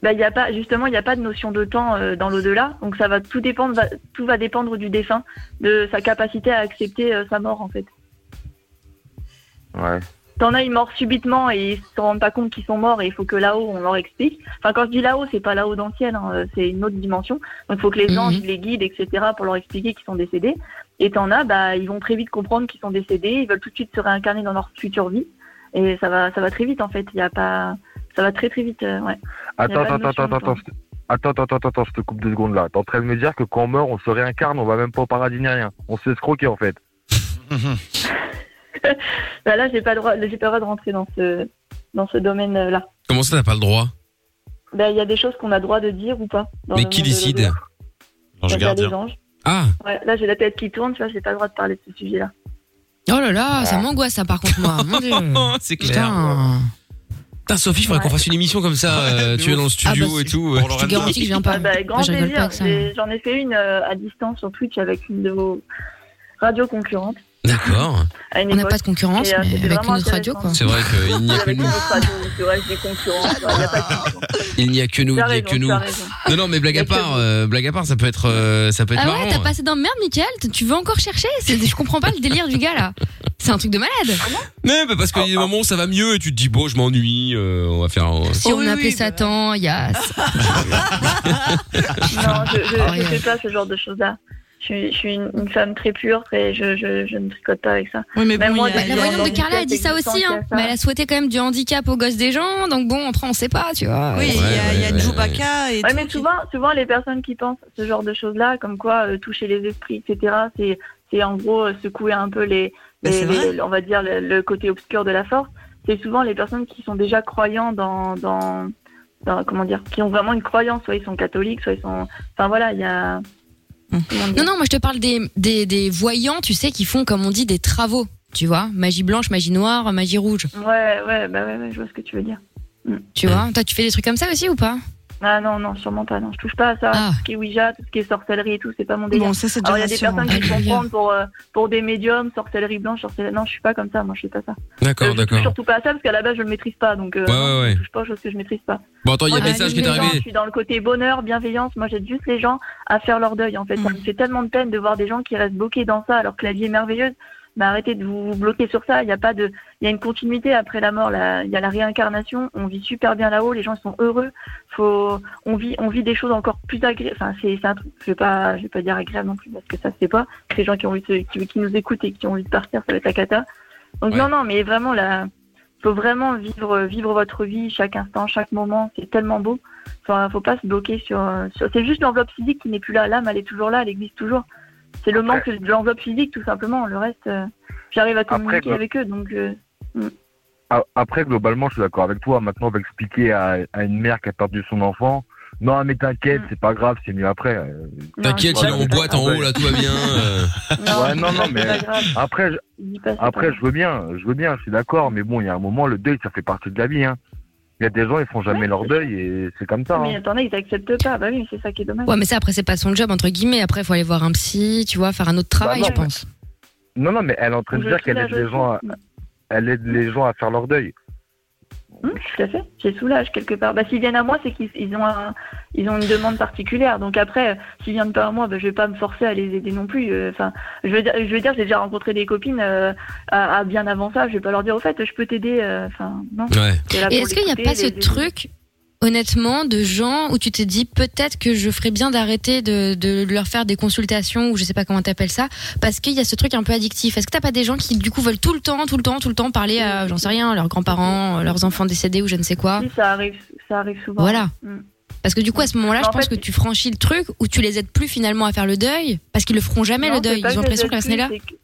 Speaker 4: Bah, il y a pas, justement, il n'y a pas de notion de temps euh, dans l'au-delà. Donc, ça va tout dépendre, va- tout va dépendre du défunt, de sa capacité à accepter euh, sa mort, en fait.
Speaker 9: Ouais.
Speaker 4: T'en as, ils meurent subitement et ils se rendent pas compte qu'ils sont morts et il faut que là-haut, on leur explique. Enfin, quand je dis là-haut, c'est pas là-haut dans le ciel, hein, euh, c'est une autre dimension. Donc, il faut que les
Speaker 3: Mhm.
Speaker 4: anges les guident, etc., pour leur expliquer qu'ils sont décédés. Et t'en as, bah, ils vont très vite comprendre qu'ils sont décédés, ils veulent tout de suite se réincarner dans leur future vie. Et ça va, ça va très vite, en fait. Il y a pas, ça va très, très vite, euh, ouais.
Speaker 9: Attends,
Speaker 4: Y a pas
Speaker 9: attends,
Speaker 4: de
Speaker 9: attends,
Speaker 4: notion de
Speaker 9: attends,
Speaker 4: temps.
Speaker 9: je te- attends, attends, attends, attends, je te coupe deux secondes là. T'es en train de me dire que quand on meurt, on se réincarne, on va même pas au paradis ni rien. On se fait escroquer en fait.
Speaker 4: Mm. Bah, là, j'ai pas le droit, j'ai pas le droit de rentrer dans ce, dans ce domaine-là.
Speaker 2: Comment ça, t'as pas le droit
Speaker 4: Ben, il y a des choses qu'on a droit de dire ou pas. dans
Speaker 2: Mais
Speaker 4: le
Speaker 2: qui
Speaker 4: monde de l'audio.
Speaker 2: décide
Speaker 6: L'ange
Speaker 4: Ça, c'est à
Speaker 6: gardien.
Speaker 4: des anges.
Speaker 2: Ah,
Speaker 4: Ouais, là, j'ai la tête qui tourne, tu vois, j'ai pas le droit de parler de ce sujet-là.
Speaker 3: Oh là là, ça m'angoisse, ça, par contre, moi. Mon Dieu.
Speaker 2: oh, c'est clair.
Speaker 3: Mmh. Putain.
Speaker 2: Putain, Sophie, faudrait qu'on fasse une émission comme ça.
Speaker 6: Ouais,
Speaker 2: euh,
Speaker 6: de
Speaker 2: tu es
Speaker 6: ouf.
Speaker 2: dans le studio
Speaker 3: Ah bah,
Speaker 2: et
Speaker 3: c'est-
Speaker 2: tout.
Speaker 6: Pour
Speaker 2: euh.
Speaker 6: le
Speaker 3: Je te garantis que je viens pas.
Speaker 4: Ah, bah, grand
Speaker 3: Moi, je rigole pas
Speaker 4: plaisir.
Speaker 3: avec ça.
Speaker 4: J'ai- J'en ai fait une euh, à distance sur Twitch avec une de vos radios concurrentes.
Speaker 2: D'accord.
Speaker 4: À une
Speaker 3: On n'a
Speaker 4: époque.
Speaker 3: pas de concurrence,
Speaker 4: Et, euh,
Speaker 3: mais
Speaker 4: c'était
Speaker 3: avec une
Speaker 4: vraiment
Speaker 3: autre radio,
Speaker 4: intéressant.
Speaker 3: quoi.
Speaker 2: C'est vrai qu'il n'y a que
Speaker 4: Avec une
Speaker 2: nous.
Speaker 4: autre radio, donc le reste des concurrents. Il n'y a pas de
Speaker 2: Il n'y a que nous. Il
Speaker 4: T'as
Speaker 2: n'y a
Speaker 4: raison,
Speaker 2: que nous.
Speaker 4: t'as raison.
Speaker 2: Non, non, mais blague à
Speaker 4: Il y a que
Speaker 2: part,
Speaker 4: nous.
Speaker 2: euh, blague à part, ça peut être, euh, ça peut être
Speaker 3: Ah ouais, t'as
Speaker 2: marrant.
Speaker 3: passé dans merde, Mickaël Tu- Tu veux encore chercher C'est- Je comprends pas le délire du gars, là. C'est un truc de malade.
Speaker 4: Ah
Speaker 2: Mais bah, parce qu'il y a des moments où ça va mieux et tu te dis bon, je m'ennuie. euh, on va faire. un-
Speaker 3: Si
Speaker 5: Oh
Speaker 3: on
Speaker 5: oui,
Speaker 3: appelait
Speaker 5: oui, bah.
Speaker 3: Satan, il y a.
Speaker 4: Non, je, je,
Speaker 3: Ah,
Speaker 4: je
Speaker 3: ouais.
Speaker 4: fais pas ce genre de choses-là. Je suis, je suis une, une femme très pure, très, je, je, je ne tricote pas avec ça.
Speaker 5: Oui, mais
Speaker 4: Même
Speaker 5: bon,
Speaker 4: moi,
Speaker 5: il y
Speaker 3: Bah,
Speaker 5: a-
Speaker 4: des-
Speaker 3: la
Speaker 5: il y a-
Speaker 3: voyante de
Speaker 4: dans
Speaker 3: Carla a
Speaker 4: une
Speaker 3: dit ça
Speaker 4: tête
Speaker 3: aussi, hein.
Speaker 4: existante, il y a ça.
Speaker 3: Mais elle a souhaité quand même du handicap aux gosses des gens, donc bon, après on sait pas, tu vois. euh,
Speaker 5: Oui, il y a, il y a
Speaker 2: Ouais, ouais,
Speaker 5: Chewbacca et
Speaker 4: Ouais,
Speaker 5: tout
Speaker 4: mais
Speaker 5: qui-
Speaker 4: souvent, souvent les personnes qui pensent ce genre de choses-là, comme quoi euh, toucher les esprits, etc., c'est, c'est en gros euh, secouer un peu les,
Speaker 5: Bah,
Speaker 4: Et
Speaker 5: c'est
Speaker 4: le-
Speaker 5: vrai.
Speaker 4: le- on va dire le, le côté obscur de la force, c'est souvent les personnes qui sont déjà croyants dans, dans, dans- comment dire, qui ont vraiment une croyance, soit ils sont catholiques, soit ils sont, enfin voilà, il y a.
Speaker 5: Mm.
Speaker 4: comment dire
Speaker 3: Hum. Non, non, moi je te parle des, des, des voyants, tu sais, qui font, comme on dit, des travaux. Tu vois, magie blanche, magie noire, magie rouge.
Speaker 4: Ouais, ouais, bah ouais, ouais, je vois ce que tu veux dire. Mm.
Speaker 3: Tu vois, toi tu fais des trucs comme ça aussi ou pas
Speaker 4: Ah non, non, sûrement pas, non, je touche pas à ça.
Speaker 3: Ah.
Speaker 4: Tout ce qui est Ouija, tout ce qui est sorcellerie et tout, c'est pas mon délire.
Speaker 5: Bon, ça, c'est déjà
Speaker 4: Alors il y a des
Speaker 5: rassurant.
Speaker 4: personnes qui se font
Speaker 3: Alléluia.
Speaker 4: prendre pour, euh, pour des médiums, sorcellerie blanche, sorcellerie. Non, je suis pas comme ça, moi je fais pas ça. Euh,
Speaker 2: D'accord,
Speaker 4: je touche
Speaker 2: d'accord.
Speaker 4: surtout pas à ça parce qu'à la base je le maîtrise pas, donc euh,
Speaker 2: Ouais, ouais, ouais.
Speaker 4: je touche pas aux choses que je maîtrise pas.
Speaker 2: Bon, attends, il y a un
Speaker 3: Ah,
Speaker 2: message qui est
Speaker 3: les
Speaker 4: Non, Je
Speaker 2: arrivé.
Speaker 4: suis dans le côté bonheur, bienveillance. Moi, j'aide juste les gens à faire leur deuil. En fait, ça
Speaker 5: Mm.
Speaker 4: me fait tellement de peine de voir des gens qui restent bloqués dans ça alors que la vie est merveilleuse. Mais arrêtez de vous vous bloquer sur ça. Il y a pas de, il y a une continuité après la mort. là. Il y a la réincarnation. On vit super bien là-haut. Les gens ils sont heureux. Faut, on vit, on vit des choses encore plus agréables. Enfin, c'est, c'est un truc. Je vais pas, je vais pas dire agréable non plus parce que ça c'est pas. Les gens qui ont envie de, se- qui, qui nous écoutent et qui ont envie de partir, ça va être la cata. Donc
Speaker 2: Ouais.
Speaker 4: non, non, mais vraiment là, faut vraiment vivre, vivre votre vie chaque instant, chaque moment. C'est tellement beau. Enfin, faut pas se bloquer sur. euh, sur- C'est juste l'enveloppe physique qui n'est plus là. L'âme, elle est toujours là, elle existe toujours. C'est le manque de l'enveloppe physique, tout simplement. Le reste, euh, j'arrive à communiquer
Speaker 9: quoi.
Speaker 4: avec eux, donc. euh,
Speaker 9: A- Après, globalement, je suis d'accord avec toi. Maintenant, on va expliquer à, à une mère qui a perdu son enfant. Non, mais t'inquiète,
Speaker 4: Mm.
Speaker 9: c'est pas grave, c'est mieux après. Euh,
Speaker 4: non,
Speaker 2: T'inquiète,
Speaker 4: c'est
Speaker 2: il est
Speaker 4: pas-
Speaker 2: en boîte en haut, là, tout va bien. euh.
Speaker 9: Ouais, non, non,
Speaker 4: c'est
Speaker 9: mais-
Speaker 4: pas grave,
Speaker 9: Après, je,
Speaker 4: dis pas, c'est pas
Speaker 9: après,
Speaker 4: grave.
Speaker 9: je veux bien, je veux bien, je suis d'accord. Mais bon, il y a un moment, le deuil, ça fait partie de la vie. hein. Il y a des gens, ils font jamais
Speaker 4: Ouais,
Speaker 9: leur
Speaker 4: c'est
Speaker 9: deuil et c'est comme ça.
Speaker 4: Mais
Speaker 9: hein.
Speaker 4: attendez, ils t'acceptent pas. Bah oui, mais c'est ça qui est dommage.
Speaker 3: Ouais, mais ça après c'est pas son job, entre guillemets. Après, faut aller voir un psy, tu vois, faire un autre travail,
Speaker 9: non,
Speaker 3: je
Speaker 9: mais-
Speaker 3: pense.
Speaker 9: Non, non, mais elle est en train de
Speaker 4: Je
Speaker 9: dire
Speaker 4: suis
Speaker 9: qu'elle
Speaker 4: là,
Speaker 9: aide
Speaker 4: je
Speaker 9: les
Speaker 4: suis.
Speaker 9: gens, à, elle aide les gens à faire leur deuil.
Speaker 4: Hum, tout à fait. J'ai soulage quelque part. Bah, s'ils viennent à moi, c'est qu'ils ils ont, un- ils ont une demande particulière. Donc après, euh, s'ils viennent pas à moi, bah, je vais pas me forcer à les aider non plus. Euh, Enfin, je veux dire, je veux dire, j'ai déjà rencontré des copines euh, à, à bien avant ça. Je vais pas leur dire au fait, je peux t'aider. euh, Enfin, non.
Speaker 2: Ouais.
Speaker 4: T'es là
Speaker 3: Et
Speaker 4: pour
Speaker 3: est-ce qu'il n'y a
Speaker 4: l'écouter,
Speaker 3: pas ce
Speaker 4: les aider.
Speaker 3: truc, honnêtement, de gens où tu t'es dit peut-être que je ferais bien d'arrêter de, de leur faire des consultations ou je sais pas comment t'appelles ça, parce qu'il y a ce truc un peu addictif. Est-ce que t'as pas des gens qui du coup veulent tout le temps, tout le temps, tout le temps parler à, j'en sais rien, leurs grands-parents, euh, leurs enfants décédés ou je ne sais quoi
Speaker 4: Si, ça arrive, ça arrive
Speaker 3: hein
Speaker 4: souvent.
Speaker 3: Voilà.
Speaker 4: Mm.
Speaker 3: Parce que du coup, à ce moment-là,
Speaker 4: En
Speaker 3: je pense
Speaker 4: fait,
Speaker 3: que tu franchis le truc où tu les aides plus finalement à faire le deuil parce qu'ils le feront jamais
Speaker 4: Non,
Speaker 3: le deuil.
Speaker 4: c'est
Speaker 3: Ils
Speaker 4: pas
Speaker 3: ont
Speaker 4: que
Speaker 3: l'impression
Speaker 4: je
Speaker 3: qu'à ce
Speaker 4: suis,
Speaker 3: là
Speaker 4: c'est que-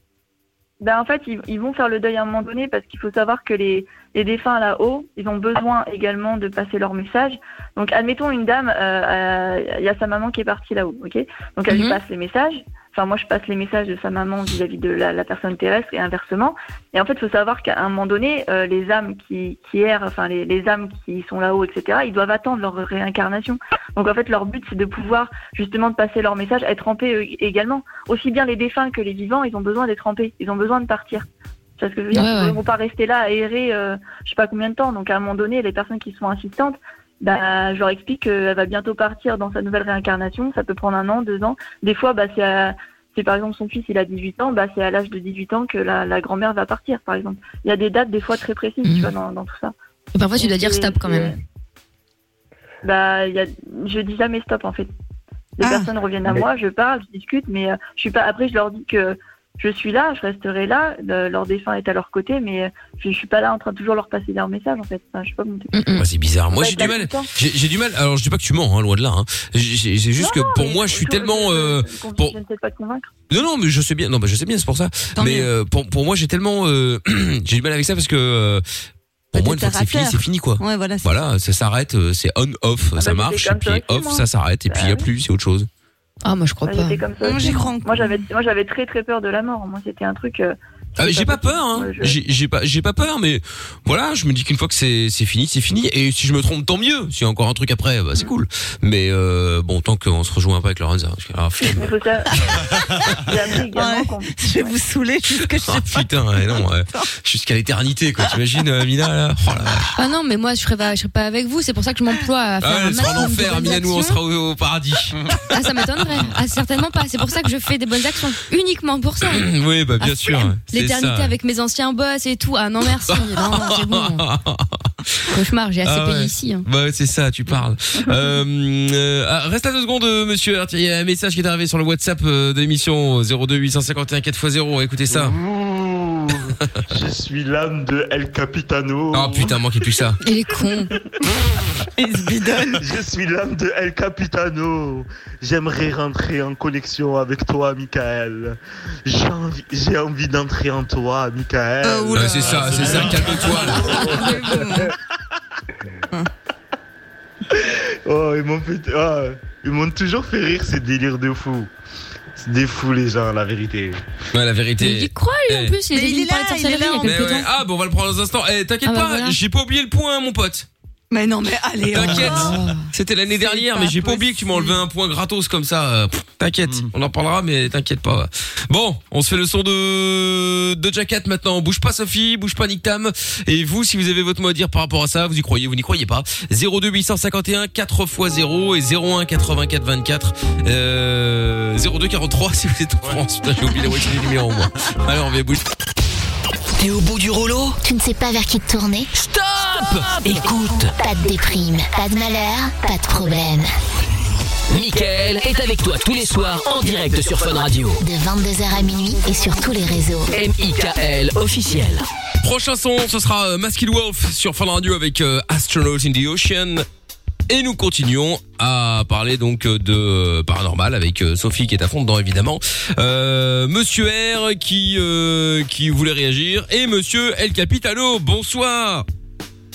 Speaker 4: Ben, en fait, ils, ils vont faire le deuil à un moment donné parce qu'il faut savoir que les, les défunts là-haut, ils ont besoin également de passer leur message. Donc, admettons une dame, euh, euh, il y a sa maman qui est partie là-haut, ok Donc, elle lui
Speaker 3: Mhm.
Speaker 4: passe les messages. Enfin, moi, je passe les messages de sa maman vis-à-vis de la, la personne terrestre et inversement. Et en fait, il faut savoir qu'à un moment donné, euh, les âmes qui, qui errent, enfin, les, les âmes qui sont là-haut, etc., ils doivent attendre leur réincarnation. Donc, en fait, leur but, c'est de pouvoir justement de passer leur message, être en paix eux, également aussi bien les défunts que les vivants, ils ont besoin d'être rampés, ils ont besoin de partir. Tu vois ce que je veux dire
Speaker 3: Ouais, ouais.
Speaker 4: Ils vont pas rester là à errer, euh, je sais pas combien de temps. Donc à un moment donné, les personnes qui sont assistantes, bah, je leur explique qu'elle va bientôt partir dans sa nouvelle réincarnation. Ça peut prendre un an, deux ans. Des fois, bah, c'est à- c'est par exemple son fils, il a 18 ans, bah, c'est à l'âge de 18 ans que la, la grand-mère va partir, par exemple. Il y a des dates des fois très précises,
Speaker 3: Mhm.
Speaker 4: tu vois, dans, dans tout ça.
Speaker 3: Parfois, tu dois dire
Speaker 4: Et-
Speaker 3: stop quand même.
Speaker 4: et- Bah, il y a... je dis jamais stop en fait. Les
Speaker 5: Ah.
Speaker 4: personnes reviennent à
Speaker 9: Mais-
Speaker 4: moi, je parle, je discute, mais euh, je suis pas. Après, je leur dis que je suis là, je resterai là. le- Leur défunt est à leur côté, mais euh, je, je suis pas là en train de toujours leur passer leur message en fait. Enfin, je sais pas comment t'expliquer.
Speaker 3: Mm, mm.
Speaker 2: Ouais, Bah, c'est bizarre. Moi,
Speaker 4: Ouais,
Speaker 2: j'ai du
Speaker 4: t'as
Speaker 2: mal.
Speaker 4: tout le temps.
Speaker 2: J'ai j'ai du mal. Alors, je dis pas que tu mens, hein, loin de là. hein. J'ai- j'ai- C'est juste que pour
Speaker 4: Mais
Speaker 2: moi, je suis tellement.
Speaker 4: je-
Speaker 2: euh,
Speaker 4: je- je-
Speaker 2: bon.
Speaker 4: Je ne sais pas te convaincre.
Speaker 2: Non, non, mais je sais bien. Non, bah, je sais bien, c'est pour ça.
Speaker 3: Tant
Speaker 2: mais
Speaker 3: mieux.
Speaker 2: euh, pour, pour moi, j'ai tellement. euh, j'ai du mal avec ça parce que. euh, pour
Speaker 5: Peut-être
Speaker 2: moi, une fois que c'est fini,
Speaker 5: thérapeur.
Speaker 2: c'est fini, quoi.
Speaker 5: Ouais, voilà. c'est-
Speaker 2: Voilà, ça s'arrête, euh, c'est on-off,
Speaker 4: Ah
Speaker 2: ça
Speaker 4: bah,
Speaker 2: marche,
Speaker 4: j'étais
Speaker 2: et
Speaker 4: comme
Speaker 2: puis
Speaker 4: toi aussi,
Speaker 2: off,
Speaker 4: moi.
Speaker 2: ça s'arrête, et puis il n'y a
Speaker 4: Bah,
Speaker 2: plus, c'est autre chose.
Speaker 3: Ah, moi, je crois
Speaker 4: Moi,
Speaker 3: pas.
Speaker 4: j'étais comme ça.
Speaker 5: Non,
Speaker 4: aussi.
Speaker 5: j'y crois
Speaker 4: Moi,
Speaker 5: encore.
Speaker 4: j'avais, moi, j'avais très très peur de la mort. Moi, c'était un truc. euh,
Speaker 2: Ah, mais j'ai pas
Speaker 4: possible.
Speaker 2: peur, hein.
Speaker 4: Ouais, je-
Speaker 2: J'ai j'ai pas, j'ai pas peur, mais voilà, je me dis qu'une fois que c'est c'est fini, c'est fini. Et si je me trompe, tant mieux. S'il y a encore un truc après, bah, c'est cool. Mais euh, bon, tant qu'on se rejoint pas avec Lorenza. parce que- Ah, flemme.
Speaker 4: Mais faut ça. J'ai appris également
Speaker 5: Ouais.
Speaker 4: qu'on-
Speaker 5: Je vais vous saouler jusque je
Speaker 2: Ah,
Speaker 5: sais pas.
Speaker 2: putain, ouais, non, ouais. jusqu'à l'éternité, quoi. T'imagines, euh, Mina là oh, la vache.
Speaker 3: Ah non, mais moi, je serais pas, je serais pas avec vous. C'est pour ça que je m'emploie à faire
Speaker 2: Ah,
Speaker 3: un
Speaker 2: elle sera en
Speaker 3: maximum de
Speaker 2: enfer.
Speaker 3: bonnes
Speaker 2: Mina, nous, on
Speaker 3: actions.
Speaker 2: sera au, au paradis.
Speaker 3: Ah, ça m'étonnerait. Ah, certainement pas. C'est pour ça que je fais des bonnes actions. Uniquement pour ça.
Speaker 2: oui, bah bien
Speaker 3: Ah,
Speaker 2: sûr. c'est
Speaker 3: L'éternité
Speaker 2: ça.
Speaker 3: avec mes anciens boss et tout. Ah non, merci. Non, non, c'est bon. Cauchemar, j'ai assez
Speaker 2: Ah ouais.
Speaker 3: payé ici. hein.
Speaker 2: Bah ouais, c'est ça, tu parles. euh, euh, ah, reste à deux secondes, euh, monsieur. Herth. Il y a un message qui est arrivé sur le WhatsApp euh, de l'émission euh, 02851 4x0. Écoutez ça.
Speaker 10: Je suis l'âme de El Capitano.
Speaker 2: Oh putain, manquez plus ça.
Speaker 3: Il est con.
Speaker 5: Il se bidonne.
Speaker 10: Je suis l'âme de El Capitano. J'aimerais rentrer en connexion avec toi, Michael. J'ai envie, j'ai envie d'entrer en toi, Michael.
Speaker 3: Oh,
Speaker 5: Ah, oula.
Speaker 2: Ouais, Bah, c'est ça, c'est ça, calme-toi là.
Speaker 5: Mais bon.
Speaker 10: Oh, ils m'ont fait- ah, ils m'ont toujours fait rire ces délires de fous. C'est des fous les gens, la vérité.
Speaker 2: Ouais, la
Speaker 3: Mais il
Speaker 2: vérité.
Speaker 3: y croit, lui,
Speaker 2: Eh.
Speaker 3: en plus. Il
Speaker 5: Mais
Speaker 3: est
Speaker 5: il est
Speaker 3: venu parler de
Speaker 5: là,
Speaker 3: sorcellerie
Speaker 5: il est là,
Speaker 3: il y a
Speaker 2: Mais
Speaker 3: quelques
Speaker 2: ouais.
Speaker 3: temps.
Speaker 2: Ah bon, on va le prendre dans un instant. Eh, t'inquiète
Speaker 3: Ah, bah,
Speaker 2: pas,
Speaker 3: voilà.
Speaker 2: j'ai pas oublié le point, hein, mon pote.
Speaker 5: Mais non, mais allez.
Speaker 2: T'inquiète.
Speaker 5: encore.
Speaker 2: C'était l'année
Speaker 5: C'est
Speaker 2: dernière,
Speaker 5: pas
Speaker 2: mais j'ai pas oublié que tu m'as enlevé un point gratos comme ça. euh, pff, T'inquiète,
Speaker 5: Mm.
Speaker 2: on en parlera, mais t'inquiète pas. Bon, on se fait le son de de Jacket maintenant. Bouge pas Sophie, bouge pas Nick Tam. Et vous, si vous avez votre mot à dire par rapport à ça, vous y croyez, vous n'y croyez pas. 02 851 4 x 0 et 01 84 24 euh, 02 43 si vous êtes en France. Putain, j'ai oublié la moitié du numéro moi. Alors on va bouger.
Speaker 1: T'es au bout du rouleau
Speaker 8: Tu ne sais pas vers qui te tourner
Speaker 1: Stop Écoute,
Speaker 8: Pas de déprime, pas de malheur, pas de problème.
Speaker 1: Mickaël est avec toi tous les soirs en direct sur Fun Radio.
Speaker 8: De 22h à minuit et sur tous les réseaux.
Speaker 1: M.I.K.L. officiel.
Speaker 2: Prochain son, ce sera euh, Masked Wolf sur Fun Radio avec euh, Astronaut in the Ocean. Et nous continuons à parler donc euh, de euh, paranormal avec euh, Sophie qui est à fond dedans évidemment. Euh, Monsieur R qui euh, qui voulait réagir et Monsieur El Capitano. Bonsoir.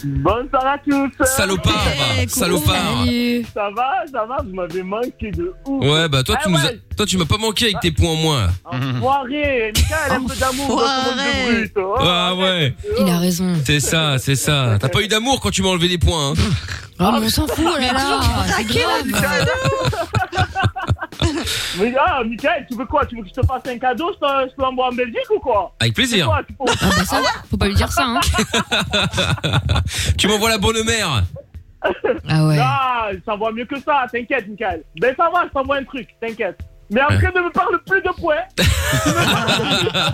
Speaker 10: Bonsoir à tous.
Speaker 2: Salopard,
Speaker 5: Hey, coucou.
Speaker 2: Ah, salopard.
Speaker 3: Eh, Salut.
Speaker 10: Ça va, ça va, vous m'avez manqué de ouf.
Speaker 2: Ouais bah toi tu
Speaker 10: Ah
Speaker 2: nous as-
Speaker 10: ouais. Ah,
Speaker 2: toi tu m'as pas manqué avec tes points en moins.
Speaker 10: Enfoiré, Michael, un peu d'amour dans ce monde de
Speaker 5: Enfoiré.
Speaker 10: brut. Oh,
Speaker 2: Ah ouais.
Speaker 3: Il a raison.
Speaker 2: C'est ça, c'est ça. T'as pas eu d'amour quand tu m'as enlevé des points. hein.
Speaker 3: Oh, mais on s'en fout, oh là là. c'est grave.
Speaker 10: Mais ah, Michael, tu veux quoi Tu veux que je te fasse un cadeau Je te- je te l'envoie en Belgique ou quoi
Speaker 2: Avec
Speaker 10: C'est
Speaker 2: plaisir.
Speaker 10: quoi tu peux-
Speaker 3: Ah, bah ça, faut pas lui dire ça, hein.
Speaker 2: Tu m'envoies la bonne mère.
Speaker 3: Ah ouais.
Speaker 10: Ah, ça va mieux que ça, t'inquiète, Michael. Ben ça va, je t'envoie un truc, t'inquiète. Mais après, ne me parle plus de points.
Speaker 3: Ah.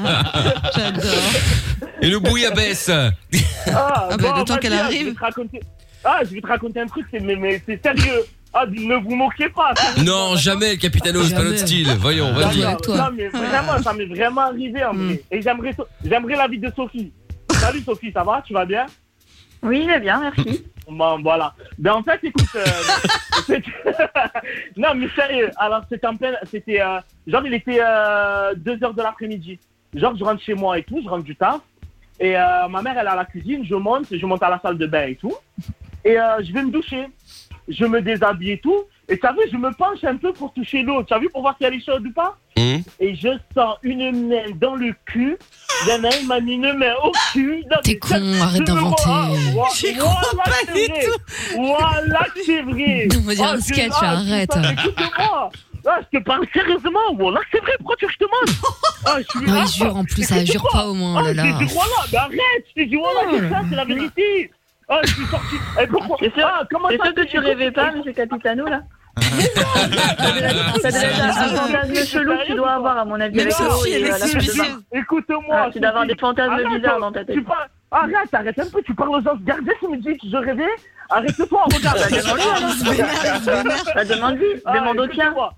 Speaker 5: J'adore.
Speaker 2: Et le bouillabaisse.
Speaker 10: Ah,
Speaker 3: bah,
Speaker 5: Ah ben, le temps
Speaker 10: vas-y,
Speaker 5: qu'elle
Speaker 10: ah,
Speaker 5: arrive.
Speaker 10: Je vais te raconter... Ah, je vais te raconter un truc, c'est- mais, mais c'est sérieux. Ah, ne vous moquez pas. c'est-
Speaker 2: Non, jamais, le Capitano, c'est pas
Speaker 5: Jamais.
Speaker 2: notre style. Voyons,
Speaker 10: Non,
Speaker 2: vas-y.
Speaker 5: Jamais.
Speaker 10: non,
Speaker 5: toi. Ah.
Speaker 10: non, mais vraiment, ça m'est vraiment arrivé en vrai. Et j'aimerais, so- j'aimerais la vie de Sophie. Salut Sophie, ça va Tu vas bien
Speaker 4: Oui, je vais bien, merci.
Speaker 10: Bon, voilà. Ben, en fait, écoute, euh, c'était- non, mais sérieux. Alors, c'était en plein, c'était, euh, genre, il était 2 heures de l'après-midi. Genre, je rentre chez moi et tout, je rentre du taf. Et euh, ma mère, elle est à la cuisine, je monte, je monte à la salle de bain et tout. Et euh, je vais me doucher. Je me déshabille et tout. Et tu as vu, je me penche un peu pour toucher l'eau. Tu as vu pour voir si elle est chaude ou pas
Speaker 2: Hum.
Speaker 10: Et je sens une main dans le cul. Il y en a une, m'a mis une main au cul. Non,
Speaker 3: T'es
Speaker 10: mais
Speaker 3: con, arrête d'inventer.
Speaker 5: J'y crois pas du
Speaker 10: tout. Voilà, c'est vrai.
Speaker 3: Non, mais c'est un
Speaker 10: je-
Speaker 3: sketch,
Speaker 10: ah,
Speaker 3: arrête.
Speaker 10: putain, mais Écoute-moi. Ah, je te parle sérieusement. Voilà, c'est vrai. Pourquoi tu veux que je te montre ah, je suis-
Speaker 3: Non,
Speaker 10: ah,
Speaker 3: il jure en plus, ça jure pas au moins,
Speaker 10: ah,
Speaker 3: oh là là.
Speaker 10: Je t'ai dit voilà, mais arrête, je t'ai dit voilà, c'est ça, c'est la vérité. Ah, je suis sorti. Eh, pourquoi
Speaker 4: C'est sûr-
Speaker 10: ah, comment
Speaker 4: C'est
Speaker 10: ça
Speaker 4: sûr que tu rêvais pas, monsieur Capitano, là T'as déjà t'as déjà un fantasme chelou que tu dois avoir, à mon avis.
Speaker 5: Mais
Speaker 4: avec
Speaker 10: non,
Speaker 4: Chloé,
Speaker 5: Sophie, elle
Speaker 4: euh,
Speaker 5: est
Speaker 4: la fête de Marc.
Speaker 5: suspicieuse.
Speaker 10: Écoute-moi.
Speaker 4: Ah, Tu dois avoir des
Speaker 10: Sophie.
Speaker 4: fantasmes
Speaker 10: Arrête,
Speaker 4: bizarres dans ta tête.
Speaker 10: tu parles- Arrête, arrête un peu, tu parles aux gens gardés, tu me dis que je rêvais. Arrête-toi, regarde.
Speaker 4: Bah, demande-lui,
Speaker 5: Il
Speaker 4: alors.
Speaker 5: se vénère, il se vénère.
Speaker 4: Bah, demande-lui,
Speaker 10: Ah,
Speaker 4: demande au tien.
Speaker 10: écoute-moi.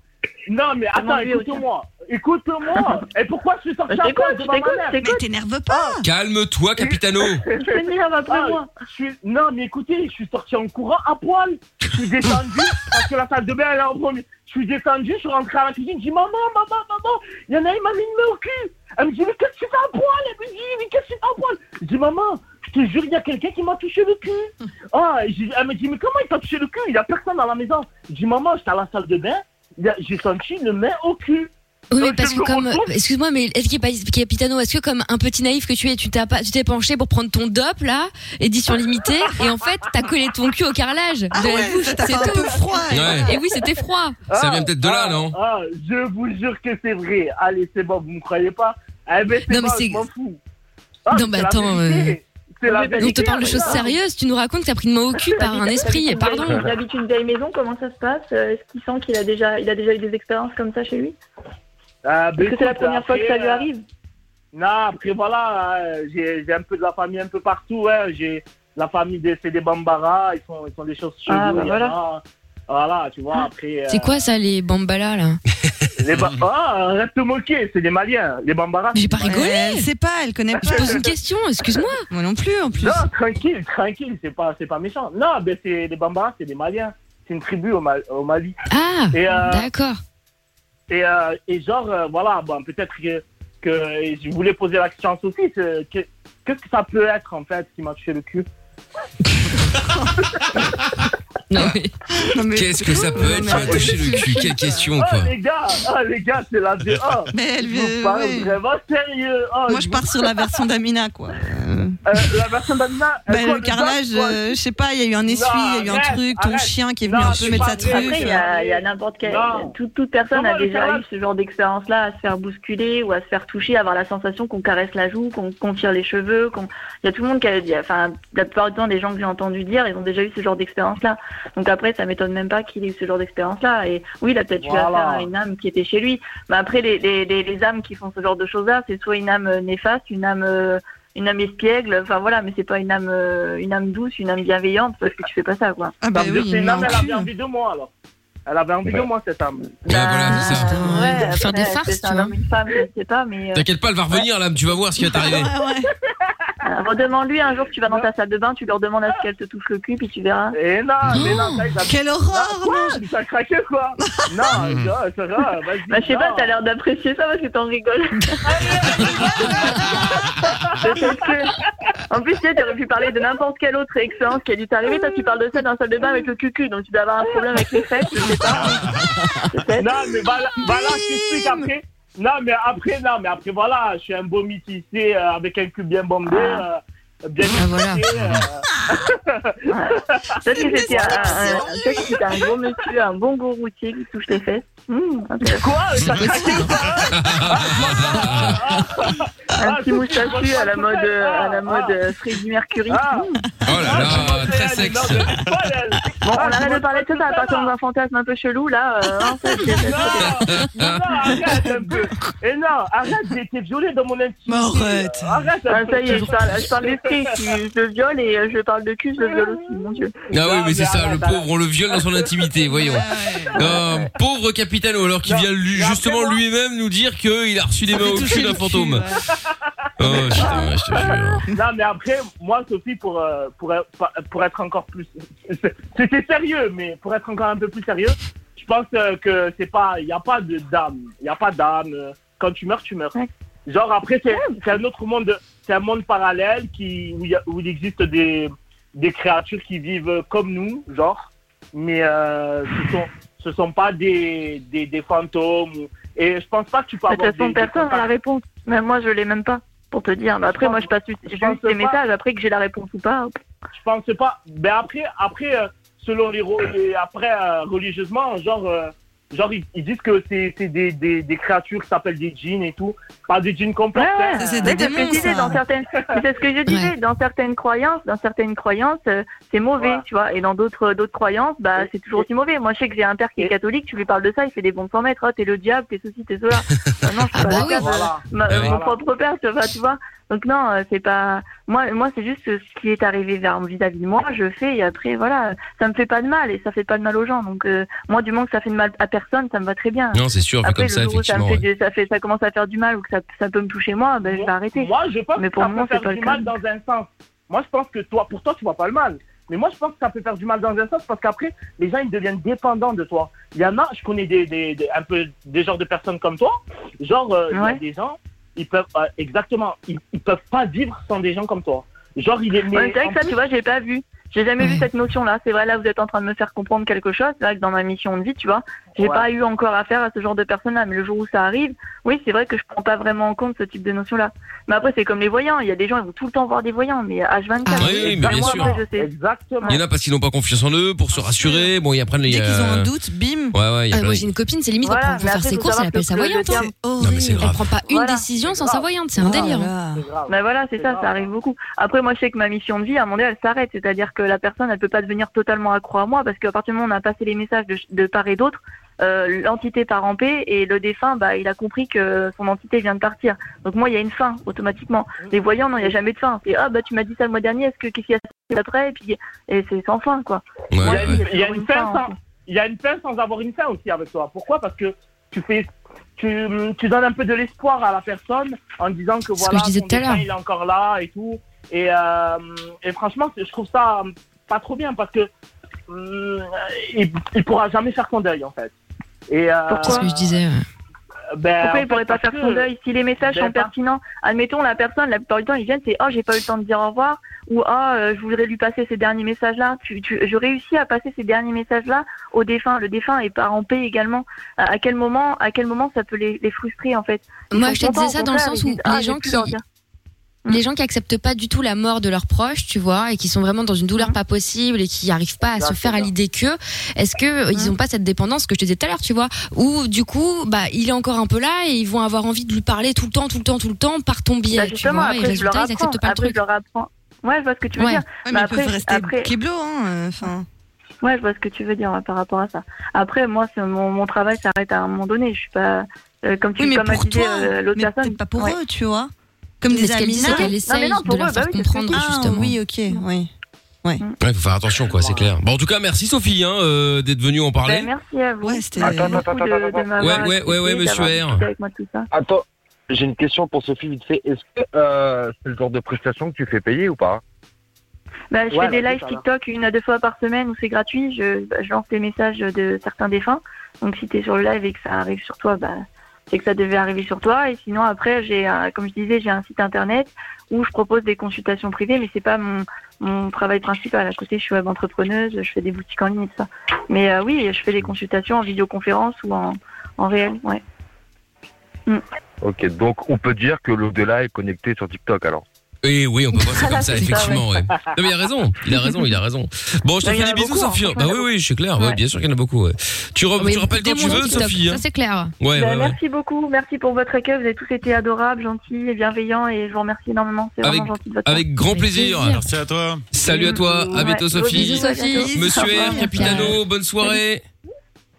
Speaker 10: Non, mais attends,
Speaker 4: Demande-lui au
Speaker 10: écoute-moi. Écoute-moi. Et pourquoi je suis Ah, sorti
Speaker 4: Je
Speaker 10: à
Speaker 4: t'écoute,
Speaker 10: poil
Speaker 4: je
Speaker 10: devant ma
Speaker 4: t'écoute,
Speaker 10: mère
Speaker 4: je
Speaker 5: Mais
Speaker 4: t'écoute.
Speaker 5: t'énerve pas.
Speaker 2: Calme-toi, Capitano.
Speaker 4: Tu fais mieux après
Speaker 10: Ah,
Speaker 4: moi.
Speaker 10: je suis... Non, mais écoutez, je suis sorti en courant à poil. Je suis descendu parce que la salle de bain, elle est en premier. Je suis descendu, je suis rentré à la cuisine, je dis maman, maman, maman, il y en a une m'a mis une main au cul. Elle me dit mais qu'est-ce que tu fais à poil Elle me dit mais qu'est-ce que tu fais à poil Je dis maman, je te jure, il y a quelqu'un qui m'a touché le cul. Ah, et je- elle me dit mais comment il t'a touché le cul Il y a personne dans la maison. Je dis maman, j'étais à la salle de bain, il y a- j'ai senti une main au cul.
Speaker 3: Oui,
Speaker 10: Donc,
Speaker 3: mais parce
Speaker 10: je
Speaker 3: que
Speaker 10: me
Speaker 3: comme,
Speaker 10: retourne.
Speaker 3: excuse-moi, mais est-ce qu'il est Capitano, est-ce que comme un petit naïf que tu es, tu t'as pas, tu t'es penché pour prendre ton dop là, édition limitée, et en fait t'as collé ton cul au carrelage de
Speaker 5: Ah
Speaker 3: la
Speaker 5: ouais,
Speaker 3: bouche,
Speaker 5: ça t'a fait
Speaker 3: c'est
Speaker 5: un
Speaker 3: tout.
Speaker 5: peu froid. elle.
Speaker 2: Ouais.
Speaker 3: Et oui, c'était froid.
Speaker 2: Ça
Speaker 10: Ah,
Speaker 2: vient peut-être de là,
Speaker 10: ah,
Speaker 2: non
Speaker 10: ah, Je vous jure que c'est vrai. Allez, c'est bon, vous me croyez pas Eh ben, c'est
Speaker 3: Non, mais
Speaker 10: bon,
Speaker 3: c'est-
Speaker 10: je m'en fous.
Speaker 3: Non, mais attends, euh,
Speaker 10: C'est la
Speaker 4: on
Speaker 10: vérité.
Speaker 3: On te parle de choses
Speaker 10: Ah,
Speaker 3: sérieuses, tu nous racontes que t'as pris une main au cul par un
Speaker 4: T'habites-
Speaker 3: esprit, et
Speaker 4: t'habites
Speaker 3: pardon.
Speaker 4: une vieille- T'habites une vieille maison, comment ça se passe Euh, Est-ce qu'il sent qu'il a déjà, il a déjà eu des expériences comme ça chez lui
Speaker 10: Ah, ben,
Speaker 4: Est-ce que c'est la
Speaker 10: écoute,
Speaker 4: première fois que ça
Speaker 10: après,
Speaker 4: lui arrive
Speaker 10: euh, Non, après, voilà, euh, j'ai j'ai un peu de la famille un peu partout. hein. J'ai la famille, des- c'est des Bambara, ils font, ils font des choses chez
Speaker 4: Ah, bah, voilà.
Speaker 10: Voilà, tu vois, après... euh,
Speaker 3: C'est quoi ça les bambalas là
Speaker 10: Les ba- ah, arrête de te moquer, c'est des Maliens, les Bambara.
Speaker 3: J'ai pas rigolé.
Speaker 5: Elle sait pas, elle connaît
Speaker 3: Je
Speaker 5: pas.
Speaker 3: pose une question, excuse-moi.
Speaker 5: Moi non plus, en plus.
Speaker 10: Non, tranquille, tranquille, c'est pas, c'est pas méchant. Non, ben c'est les Bambara, c'est des Maliens. C'est une tribu au, Mal- au Mali.
Speaker 3: Ah,
Speaker 10: Et, euh,
Speaker 3: d'accord.
Speaker 10: et, euh, et genre, euh, voilà, bon, peut-être que, que je voulais poser la question à Sophie. c'est que- Qu'est-ce que ça peut être, en fait, qui m'a touché le cul
Speaker 3: Non, mais-
Speaker 5: Non, mais-
Speaker 2: Qu'est-ce que ça peut être Tu vas toucher le cul. Quelle question,
Speaker 10: Ah,
Speaker 2: quoi
Speaker 10: les gars, ah, les gars, c'est la d Ah,
Speaker 5: Mais elle
Speaker 10: je vous
Speaker 5: veut-
Speaker 10: parle
Speaker 5: ouais.
Speaker 10: vraiment sérieux. Ah,
Speaker 5: Moi, je pars sur la version d'Amina, quoi. Euh,
Speaker 10: Euh, la version d'Anna, elle colle
Speaker 5: bah, le
Speaker 10: dedans,
Speaker 5: carrelage,
Speaker 10: quoi.
Speaker 5: euh, je sais pas, il y a eu un essuie, il y a eu un
Speaker 10: arrête,
Speaker 5: truc, ton
Speaker 10: arrête.
Speaker 5: chien qui est venu
Speaker 10: Non,
Speaker 5: un
Speaker 10: c'est
Speaker 5: peu mettre
Speaker 10: pas
Speaker 5: sa
Speaker 10: vrai.
Speaker 5: truffe.
Speaker 4: Après, il y a, il y a n'importe quelle.
Speaker 10: Non.
Speaker 4: Toute, toute personne
Speaker 10: Comment
Speaker 4: a
Speaker 10: le
Speaker 4: déjà
Speaker 10: carrelage
Speaker 4: eu ce genre d'expérience-là, à se faire bousculer ou à se faire toucher, à avoir la sensation qu'on caresse la joue, qu'on qu'on tire les cheveux. qu'on- Il y a tout le monde qui a dit. Enfin, la plupart du temps, des gens que j'ai entendu dire, ils ont déjà eu ce genre d'expérience-là. Donc après, ça m'étonne même pas qu'il ait eu ce genre d'expérience-là. Et oui, il a peut-être eu
Speaker 10: Voilà.
Speaker 4: affaire à une âme qui était chez lui. Mais après, les, les, les, les âmes qui font ce genre de choses-là, c'est soit une âme euh, néfaste, une âme. euh, une âme espiègle, enfin voilà, mais c'est pas une âme, euh, une âme douce, une âme bienveillante, parce que tu fais pas ça, quoi.
Speaker 5: Ah bah
Speaker 10: Ça veut dire
Speaker 5: oui,
Speaker 10: que
Speaker 5: il
Speaker 10: une
Speaker 5: m'a
Speaker 10: âme, elle avait
Speaker 5: enculé.
Speaker 10: envie de moi, alors. Elle avait envie de moi, cette âme.
Speaker 2: Bah, voilà, c'est ça.
Speaker 5: putain,
Speaker 4: Ouais,
Speaker 3: faire
Speaker 4: après,
Speaker 3: des farces,
Speaker 4: est-ce que c'est
Speaker 3: tu
Speaker 4: un
Speaker 3: vois.
Speaker 4: homme, une femme, je ne sais pas, mais euh,
Speaker 2: T'inquiète pas, elle va revenir, là. Tu vas voir ce qui va t'arriver.
Speaker 5: Ouais, ouais.
Speaker 4: euh, redemande-lui un jour, tu vas dans ta salle de bain, tu leur demandes à ce qu'elle te touche le cul, puis tu verras.
Speaker 10: Et non,
Speaker 2: Oh,
Speaker 10: mais non, ça, ils avaient-
Speaker 5: Quelle horreur
Speaker 10: Ah, quoi Ça a craqué, quoi Non,
Speaker 2: Mm.
Speaker 10: non, c'est vrai, vas-y.
Speaker 4: Bah, je sais pas,
Speaker 10: non.
Speaker 4: t'as l'air d'apprécier ça parce que t'en rigoles. Peut-être que- en plus, tu sais, t'aurais pu parler de n'importe quelle autre expérience qui a dû t'arriver. Toi, tu parles de ça dans la salle de bain avec le cul-cul, donc tu dois avoir un problème avec les fesses, je sais pas. Peut-être.
Speaker 10: Non, mais voilà, voilà, je t'explique après. Non, mais après, non, mais après, voilà, je suis un beau métissé euh, avec un cul bien bombé. euh, bien
Speaker 5: Ah, voilà.
Speaker 10: métissé, euh,
Speaker 4: Peut-être que c'était un, un- un- peut-être que c'était un gros monsieur, un bon gros routier qui touche tes fesses. Hum, intéressant.
Speaker 10: Quoi Ça a craqué, quoi
Speaker 4: un petit moustachu à la mode, euh, à la mode
Speaker 10: Ah,
Speaker 4: euh, Freddie Mercury.
Speaker 10: ah,
Speaker 2: Oh là là, très sexe.
Speaker 4: Bon, on arrête de parler de ça, ça va partir dans un fantasme un peu chelou, là. euh, hein, ça, c'est-
Speaker 10: Non, non,
Speaker 2: Ah.
Speaker 10: arrête un peu. Et non, arrête, j'ai été violée dans mon intimité.
Speaker 5: Mais arrête.
Speaker 10: Arrête un
Speaker 4: Ah,
Speaker 10: peu.
Speaker 4: ça y est, je parle, je parle d'esprit, je je le viole et euh, je parle de cul, je le viole aussi, mon dieu.
Speaker 2: Ah oui,
Speaker 10: Non,
Speaker 2: mais c'est
Speaker 10: mais
Speaker 2: ça, le
Speaker 10: arrête, arrête.
Speaker 2: pauvre, on le viole dans son intimité, voyons. Euh, pauvre Capitano, alors qu'il
Speaker 10: Non,
Speaker 2: vient lui,
Speaker 10: mais
Speaker 2: justement
Speaker 10: après moi-
Speaker 2: lui-même nous dire qu'il a reçu des
Speaker 5: Ça
Speaker 2: mains
Speaker 5: fait
Speaker 2: au
Speaker 5: toucher
Speaker 2: cul
Speaker 5: le
Speaker 2: d'un fantôme.
Speaker 5: ouais.
Speaker 2: Oh putain, je te jure.
Speaker 10: Ah. Non, mais après, moi, Sophie, pour, euh, pour, pour être encore plus. C'était sérieux, mais pour être encore un peu plus sérieux, je pense euh, que c'est pas. Il n'y a pas de dame. Il n'y a pas d'âme. euh, Quand tu meurs, tu meurs. Genre, après, c'est c'est un autre monde. C'est un monde parallèle qui, où, il y a- où il existe des, des créatures qui vivent comme nous, genre. Mais euh, ce sont, ce sont pas des, des, des fantômes. ou- Et je pense pas que tu peux
Speaker 4: De toute
Speaker 10: avoir des,
Speaker 4: façon,
Speaker 10: des
Speaker 4: personne n'a
Speaker 10: contacts.
Speaker 4: la réponse. Même moi, je l'ai même pas, pour te dire. Mais après, moi, je passe je
Speaker 10: pense
Speaker 4: juste des
Speaker 10: pas.
Speaker 4: messages, après que j'ai la réponse ou pas.
Speaker 10: Je pense pas. Mais Ben, après, après euh, selon les, ro- les- après euh, religieusement, genre, euh, genre ils, ils disent que c'est c'est des, des, des créatures qui s'appellent des djinns et tout. Pas des djinns complets.
Speaker 4: Ouais,
Speaker 5: Ça, c'est des
Speaker 4: Mais c'est ce que
Speaker 5: démons,
Speaker 4: je disais,
Speaker 5: ça.
Speaker 4: dans certaines, mais c'est ce que je disais, dans certaines croyances, dans certaines croyances, euh, c'est mauvais,
Speaker 10: Ouais.
Speaker 4: tu vois. Et dans d'autres, d'autres croyances, bah,
Speaker 10: Et-
Speaker 4: c'est toujours aussi mauvais. Moi, je sais que j'ai un père qui est
Speaker 10: et-
Speaker 4: catholique, tu lui parles de ça, il fait des bons de 100 mètres, oh, t'es le diable, t'es ceci, t'es cela. Ah non, je suis
Speaker 3: Ah bah
Speaker 4: pas la
Speaker 3: oui.
Speaker 4: table.
Speaker 10: Voilà.
Speaker 4: Ma-
Speaker 2: Ah oui.
Speaker 4: mon
Speaker 10: Voilà.
Speaker 4: propre père, tu vois, tu vois. Donc non, euh, c'est pas. Moi, moi, c'est juste euh, ce qui est arrivé vers vis-à-vis de moi, je fais et après, voilà, ça me fait pas de mal et ça fait pas de mal aux gens. Donc euh, moi, du moment que ça fait de mal à personne, ça me va très bien.
Speaker 2: Non, c'est sûr, fait
Speaker 4: Après,
Speaker 2: comme
Speaker 4: le
Speaker 2: ça,
Speaker 4: jour où ça, me
Speaker 2: effectivement.
Speaker 4: fait,
Speaker 2: ouais.
Speaker 4: du- ça fait, ça commence à faire du mal ou que ça, ça peut me toucher moi, ben je vais arrêter.
Speaker 10: Moi, je pense
Speaker 4: Mais
Speaker 10: que
Speaker 4: pour
Speaker 10: ça
Speaker 4: le
Speaker 10: peut
Speaker 4: moment, c'est
Speaker 10: faire
Speaker 4: pas
Speaker 10: du
Speaker 4: le
Speaker 10: mal dans un sens. Moi, je pense que toi, pour toi, tu vois pas le mal. Mais moi, je pense que ça peut faire du mal dans un sens parce qu'après, les gens, ils deviennent dépendants de toi. Il y en a, je connais des, des, des- un peu des genres de personnes comme toi. Genre, euh, il y
Speaker 4: Ouais.
Speaker 10: a des gens, ils peuvent, euh, exactement, ils, ils peuvent pas vivre sans des gens comme toi. Genre, il est. mais
Speaker 4: Ouais, c'est vrai
Speaker 10: en
Speaker 4: que ça,
Speaker 10: plus-
Speaker 4: tu vois, j'ai pas vu. J'ai jamais
Speaker 5: Ouais.
Speaker 4: vu cette notion-là. C'est vrai, là, vous êtes en train de me faire comprendre quelque chose. C'est vrai que dans ma mission de vie, tu vois, j'ai
Speaker 10: Ouais.
Speaker 4: pas eu encore affaire à ce genre de personnes-là. Mais le jour où ça arrive, oui, c'est vrai que je prends pas vraiment en compte ce type de notion-là. Mais après, c'est comme les voyants. Il y a des gens, ils vont tout le temps voir des voyants, mais H24.
Speaker 5: Ah
Speaker 2: oui, oui, mais bien
Speaker 4: moi,
Speaker 2: sûr.
Speaker 4: après, je sais.
Speaker 10: Exactement.
Speaker 2: Il y en a parce qu'ils n'ont pas confiance en eux, pour se rassurer. Bon, ils apprennent les.
Speaker 5: Ah, Dès qu'ils ont
Speaker 2: euh,
Speaker 5: un doute, bim.
Speaker 2: Ouais, ouais, il y a
Speaker 3: Ah,
Speaker 2: plein
Speaker 3: moi
Speaker 2: de-
Speaker 3: j'ai une copine, c'est limite
Speaker 4: Voilà,
Speaker 3: elle prend-
Speaker 4: mais
Speaker 3: pour faire
Speaker 4: après,
Speaker 3: ses
Speaker 4: faut
Speaker 3: courses, elle
Speaker 4: savoir
Speaker 3: appelle
Speaker 4: que
Speaker 3: sa
Speaker 4: le- le
Speaker 3: voyante.
Speaker 4: terme-
Speaker 5: horrible.
Speaker 2: mais c'est
Speaker 3: Elle
Speaker 2: grave.
Speaker 3: prend pas une
Speaker 4: Voilà.
Speaker 3: décision sans
Speaker 4: C'est
Speaker 3: sa
Speaker 4: grave. Oh
Speaker 3: voyante, c'est un délire.
Speaker 5: Voilà.
Speaker 10: C'est grave.
Speaker 4: Ben voilà, c'est
Speaker 10: C'est
Speaker 4: ça,
Speaker 10: grave.
Speaker 4: ça arrive beaucoup. Après, moi, je sais que ma mission de vie, à mon avis, elle s'arrête. C'est-à-dire que la personne, elle peut pas devenir totalement accro à moi parce qu'à partir du moment où on a passé les messages de, de part et d'autre, euh, l'entité part en paix et le défunt, bah, il a compris que son entité vient de partir. Donc moi, il y a une fin automatiquement. Les voyants, non, il y a jamais de fin. C'est ah bah tu m'as dit ça le mois dernier, est-ce que qu'est-ce qu'il y a passé après Et puis et c'est sans fin quoi.
Speaker 2: Ouais,
Speaker 10: Il y a
Speaker 2: ouais.
Speaker 10: une- il y a une
Speaker 4: toujours une fin,
Speaker 10: fin
Speaker 4: en
Speaker 10: sans- il y a une fin sans avoir une fin aussi avec toi. Pourquoi Parce que tu fais, tu, tu donnes un peu de l'espoir à la personne en disant que
Speaker 3: ce que
Speaker 10: voilà,
Speaker 3: je disais
Speaker 10: ton
Speaker 3: tout à
Speaker 10: destin,
Speaker 3: l'heure.
Speaker 10: il est encore là et tout. Et, euh, et franchement, je trouve ça euh, pas trop bien parce que euh, il, il pourra jamais faire son deuil en fait. Et, euh,
Speaker 3: C'est ce que je disais. ouais.
Speaker 10: ben,
Speaker 4: Pourquoi
Speaker 10: en
Speaker 4: il pourrait
Speaker 10: fait,
Speaker 4: pas
Speaker 10: parce
Speaker 4: faire son
Speaker 10: que-
Speaker 4: deuil Si les messages
Speaker 10: Ben,
Speaker 4: sont
Speaker 10: par-
Speaker 4: pertinents, admettons la personne, la plupart du temps ils viennent c'est oh j'ai pas eu le temps de dire au revoir ou ah euh, je voudrais lui passer ces derniers messages là. Tu, tu- je réussis à passer ces derniers messages là au défunt. Le défunt est pas en paix également. À, à quel moment, à quel moment ça peut les, les frustrer en fait Ils
Speaker 3: Moi,
Speaker 4: sont
Speaker 3: je te
Speaker 4: contents,
Speaker 3: disais ça
Speaker 4: au
Speaker 3: dans le
Speaker 4: contraire,
Speaker 3: sens
Speaker 4: ils
Speaker 3: où
Speaker 4: disent, Ah,
Speaker 3: les
Speaker 4: j'ai Hmm.
Speaker 3: gens
Speaker 4: pu
Speaker 3: qui-
Speaker 4: leur dire.
Speaker 3: les gens qui acceptent pas du tout la mort de leurs proches, tu vois, et qui sont vraiment dans une douleur
Speaker 4: Hmm.
Speaker 3: pas possible et qui arrivent pas à
Speaker 10: Ça,
Speaker 3: se
Speaker 10: c'est
Speaker 3: faire à
Speaker 10: ça.
Speaker 3: l'idée que, est-ce que euh, ils
Speaker 4: Hmm.
Speaker 3: ont pas cette dépendance que je te disais tout à l'heure, tu vois, où du coup, bah, il est encore un peu là et ils vont avoir envie de lui parler tout le temps, tout le temps, tout le temps par ton biais,
Speaker 4: Bah,
Speaker 3: tu
Speaker 4: justement,
Speaker 3: vois, et
Speaker 4: après je leur
Speaker 3: résultat, ils
Speaker 4: apprends.
Speaker 3: acceptent pas
Speaker 4: Après
Speaker 3: le
Speaker 4: je
Speaker 3: truc.
Speaker 4: leur apprends. Ouais, je vois ce que tu veux
Speaker 3: Ouais.
Speaker 4: dire.
Speaker 5: Ouais,
Speaker 4: Mais
Speaker 5: mais ils peuvent
Speaker 4: après-
Speaker 5: rester
Speaker 4: après-
Speaker 5: keblo, hein. Enfin,
Speaker 4: Ouais, je vois ce que tu veux dire hein, par rapport à ça. Après, moi, c'est mon, mon travail s'arrête à un moment donné. Je suis pas euh, comme tu
Speaker 5: oui, mais
Speaker 4: comme a
Speaker 5: pour
Speaker 4: dit,
Speaker 5: toi,
Speaker 4: euh, l'autre
Speaker 5: mais
Speaker 4: personne.
Speaker 5: peut-être pas pour
Speaker 4: Ouais.
Speaker 5: eux, tu vois. Comme
Speaker 3: Mais
Speaker 5: des
Speaker 3: ce qu'elle dit, c'est
Speaker 5: aminas.
Speaker 3: qu'elle
Speaker 4: Non,
Speaker 3: essaye
Speaker 4: mais non,
Speaker 3: de
Speaker 4: pour
Speaker 3: leur
Speaker 4: eux, bah
Speaker 3: faire
Speaker 4: oui, c'est ce que
Speaker 3: comprendre,
Speaker 4: je
Speaker 5: Ah,
Speaker 3: justement.
Speaker 5: oui, ok, oui.
Speaker 2: Ouais, faut faire attention, quoi, c'est clair. Bon, en tout cas, merci Sophie, hein, euh, d'être venue en
Speaker 4: Ben,
Speaker 2: parler.
Speaker 4: merci à vous.
Speaker 5: Ouais, c'était.
Speaker 9: Attends,
Speaker 4: Merci
Speaker 9: attends,
Speaker 4: beaucoup
Speaker 9: attends,
Speaker 4: de-
Speaker 9: attends,
Speaker 4: de m'avoir
Speaker 2: Ouais, ouais, ouais, ouais,
Speaker 4: écouté,
Speaker 2: monsieur
Speaker 4: d'avoir
Speaker 2: R.
Speaker 4: discuté avec moi de tout ça.
Speaker 9: Attends, j'ai une question pour Sophie vite fait. Est-ce que euh, c'est le genre de prestation que tu fais payer ou pas
Speaker 4: Bah, je
Speaker 10: Ouais,
Speaker 4: fais des
Speaker 10: bah,
Speaker 4: lives
Speaker 10: c'est ça, là.
Speaker 4: TikTok une à deux fois par semaine où c'est gratuit. Je, bah, je lance les messages de certains défunts. Donc si t'es sur le live et que ça arrive sur toi, bah, c'est que ça devait arriver sur toi. Et sinon après, j'ai, un- comme je disais, j'ai un site internet où je propose des consultations privées, mais c'est pas mon, mon travail principal. À côté, je suis web entrepreneuse, je fais des boutiques en ligne et tout ça. Mais euh, oui, je fais des consultations en vidéoconférence ou en, en réel. Ouais.
Speaker 9: Ok, donc on peut dire que l'au-delà est connecté sur TikTok alors.
Speaker 2: Et oui, on peut
Speaker 9: Ah,
Speaker 2: voir ça comme ça,
Speaker 4: c'est ça,
Speaker 2: effectivement, ouais. Non, mais il a raison, il a raison, il a raison. Bon, je te
Speaker 4: Ouais, il
Speaker 2: fais
Speaker 4: y en
Speaker 2: des
Speaker 4: a
Speaker 2: bisous,
Speaker 4: beaucoup, hein,
Speaker 2: Sophie. Bah
Speaker 4: franchement, Ah, il y
Speaker 2: oui,
Speaker 4: en a
Speaker 2: oui, je suis clair, ouais,
Speaker 3: Ouais.
Speaker 2: bien sûr qu'il y en a beaucoup, ouais. Tu, re- Oh,
Speaker 3: Mais
Speaker 2: tu rappelles quand tu
Speaker 3: démons-en
Speaker 2: veux,
Speaker 3: TikTok,
Speaker 2: Sophie, hein.
Speaker 3: Ça, c'est clair.
Speaker 2: Ouais,
Speaker 4: Bah,
Speaker 2: ouais, ouais.
Speaker 4: Merci beaucoup, merci pour votre accueil. Vous avez tous été adorables, gentils et bienveillants et je vous remercie énormément. C'est vraiment
Speaker 2: Avec-
Speaker 4: gentil de votre part.
Speaker 2: Avec grand
Speaker 3: Avec
Speaker 2: plaisir.
Speaker 3: plaisir.
Speaker 6: Merci à toi.
Speaker 2: Salut à toi, à
Speaker 4: Ouais,
Speaker 2: bientôt,
Speaker 4: gros
Speaker 2: Sophie.
Speaker 3: Bisous,
Speaker 4: bisous, à
Speaker 3: Sophie.
Speaker 4: bientôt.
Speaker 2: Monsieur
Speaker 5: Au
Speaker 2: R,
Speaker 5: revoir.
Speaker 2: Capitano, bonne soirée.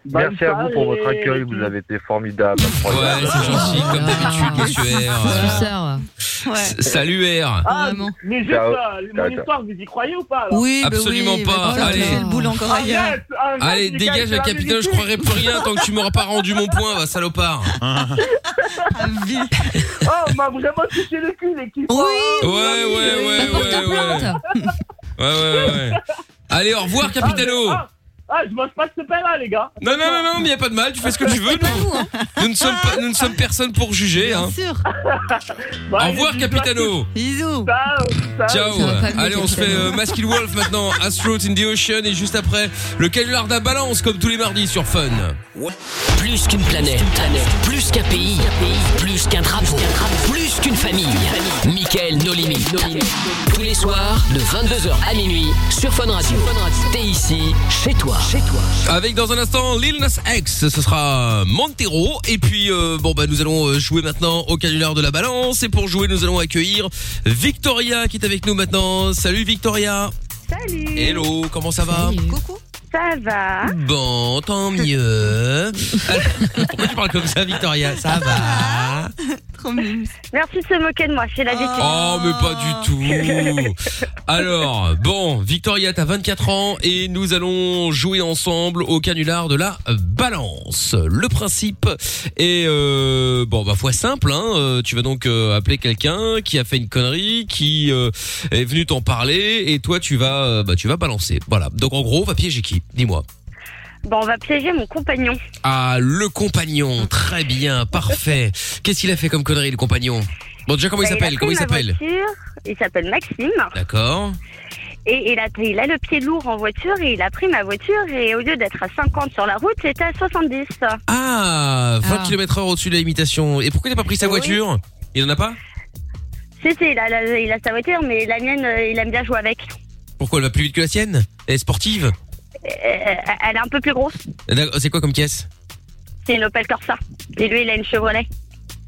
Speaker 10: Bonne
Speaker 9: Merci à vous pour
Speaker 10: soirée.
Speaker 9: votre accueil, vous avez été formidable.
Speaker 2: Ouais, c'est gentil, comme d'habitude,
Speaker 3: Ah.
Speaker 2: monsieur R.
Speaker 3: Suceur.
Speaker 5: Ouais.
Speaker 2: S- Salut R.
Speaker 10: Ah,
Speaker 5: Vraiment.
Speaker 10: mais juste,
Speaker 9: Ciao.
Speaker 10: euh, mon
Speaker 9: Ciao, ciao.
Speaker 10: histoire, vous y croyez ou pas là
Speaker 5: Oui, bah oui,
Speaker 2: Absolument
Speaker 5: bah,
Speaker 2: pas,
Speaker 5: tu vois, tu
Speaker 2: allez.
Speaker 5: fais le boulot encore ailleurs.
Speaker 10: Arrête, arrête,
Speaker 2: Allez,
Speaker 10: Mickaël,
Speaker 2: dégage,
Speaker 10: c'est la
Speaker 2: Capitano, je
Speaker 10: vérité.
Speaker 2: croirai plus rien tant que tu m'auras pas rendu mon point, va, salopard.
Speaker 5: Ah, vie.
Speaker 10: Oh, on m'a vraiment touché le cul, Oh, l'équipe.
Speaker 5: Oui.
Speaker 2: Ouais, ouais,
Speaker 5: oui.
Speaker 2: ouais,
Speaker 3: Bah, porte
Speaker 2: ouais, ouais.
Speaker 3: plainte.
Speaker 2: Ouais, ouais, ouais. Allez, au revoir,
Speaker 10: Ah,
Speaker 2: Capitano.
Speaker 10: mais- Ah, ah, je mange pas de ce pain là, les gars.
Speaker 2: Non, non, non, non, mais y a pas de mal, tu fais ce que tu veux, nous.
Speaker 3: hein.
Speaker 2: Nous ne sommes pas, nous ne sommes personne pour juger,
Speaker 5: Bien
Speaker 2: hein.
Speaker 5: sûr.
Speaker 10: Bah,
Speaker 2: Au
Speaker 10: allez,
Speaker 2: revoir,
Speaker 10: bisous à
Speaker 2: Capitano.
Speaker 5: Bisous.
Speaker 10: tous. Ciao, ciao.
Speaker 2: Ciao.
Speaker 3: Ça va pas mieux,
Speaker 2: Allez, on se fait
Speaker 3: Capitano.
Speaker 2: euh, Masked Wolf maintenant, Astronaut in the Ocean, et juste après, le canular de la balance, comme tous les mardis sur Fun.
Speaker 1: Plus qu'une planète, plus qu'un pays, plus qu'un drapeau, plus qu'une famille. Mickaël nos limites. Tous les soirs de 22h à minuit sur Fun Radio. T'es ici, chez toi. Chez toi.
Speaker 2: Avec dans un instant Lil Nas X, ce sera Montero et puis euh, bon bah nous allons euh, jouer maintenant au canular de la balance et pour jouer nous allons accueillir Victoria qui est avec nous maintenant. Salut Victoria.
Speaker 11: Salut
Speaker 2: Hello, comment ça va
Speaker 5: Coucou.
Speaker 11: Ça va
Speaker 2: Bon, tant mieux. Pourquoi tu parles comme ça Victoria Ça va
Speaker 5: Trop mime.
Speaker 11: Merci de se moquer de moi, c'est la vérité.
Speaker 2: Oh mais pas du tout. Alors, bon, Victoria t'as 24 ans et nous allons jouer ensemble au canular de la balance. Le principe est euh, bon bah foi simple hein, Euh, tu vas donc euh, appeler quelqu'un qui a fait une connerie, qui euh, est venu t'en parler et toi tu vas euh, bah tu vas balancer. Voilà. Donc en gros, on va piéger qui Dis-moi.
Speaker 11: Bon, on va piéger mon compagnon.
Speaker 2: Ah, le compagnon, très bien, parfait. Qu'est-ce qu'il a fait comme connerie le compagnon Bon déjà comment il
Speaker 11: Bah, a
Speaker 2: s'appelle
Speaker 11: pris
Speaker 2: Comment il
Speaker 11: ma
Speaker 2: s'appelle
Speaker 11: voiture, Il s'appelle Maxime.
Speaker 2: D'accord.
Speaker 11: Et il a, il a le pied lourd en voiture et il a pris ma voiture et au lieu d'être à 50 sur la route, c'était à 70.
Speaker 2: Ah, 20
Speaker 5: Ah.
Speaker 2: km/h au-dessus de la limitation. Et pourquoi il n'a pas pris sa
Speaker 11: Oui.
Speaker 2: voiture Il en a pas
Speaker 11: Si, si, il a, la- il a sa voiture, mais la mienne, euh, il aime bien jouer avec.
Speaker 2: Pourquoi elle va plus vite que la sienne Elle est sportive
Speaker 11: Euh, elle est un peu plus grosse.
Speaker 2: D'accord, C'est quoi comme caisse
Speaker 11: C'est une Opel Corsa. Et lui, il a une Chevrolet.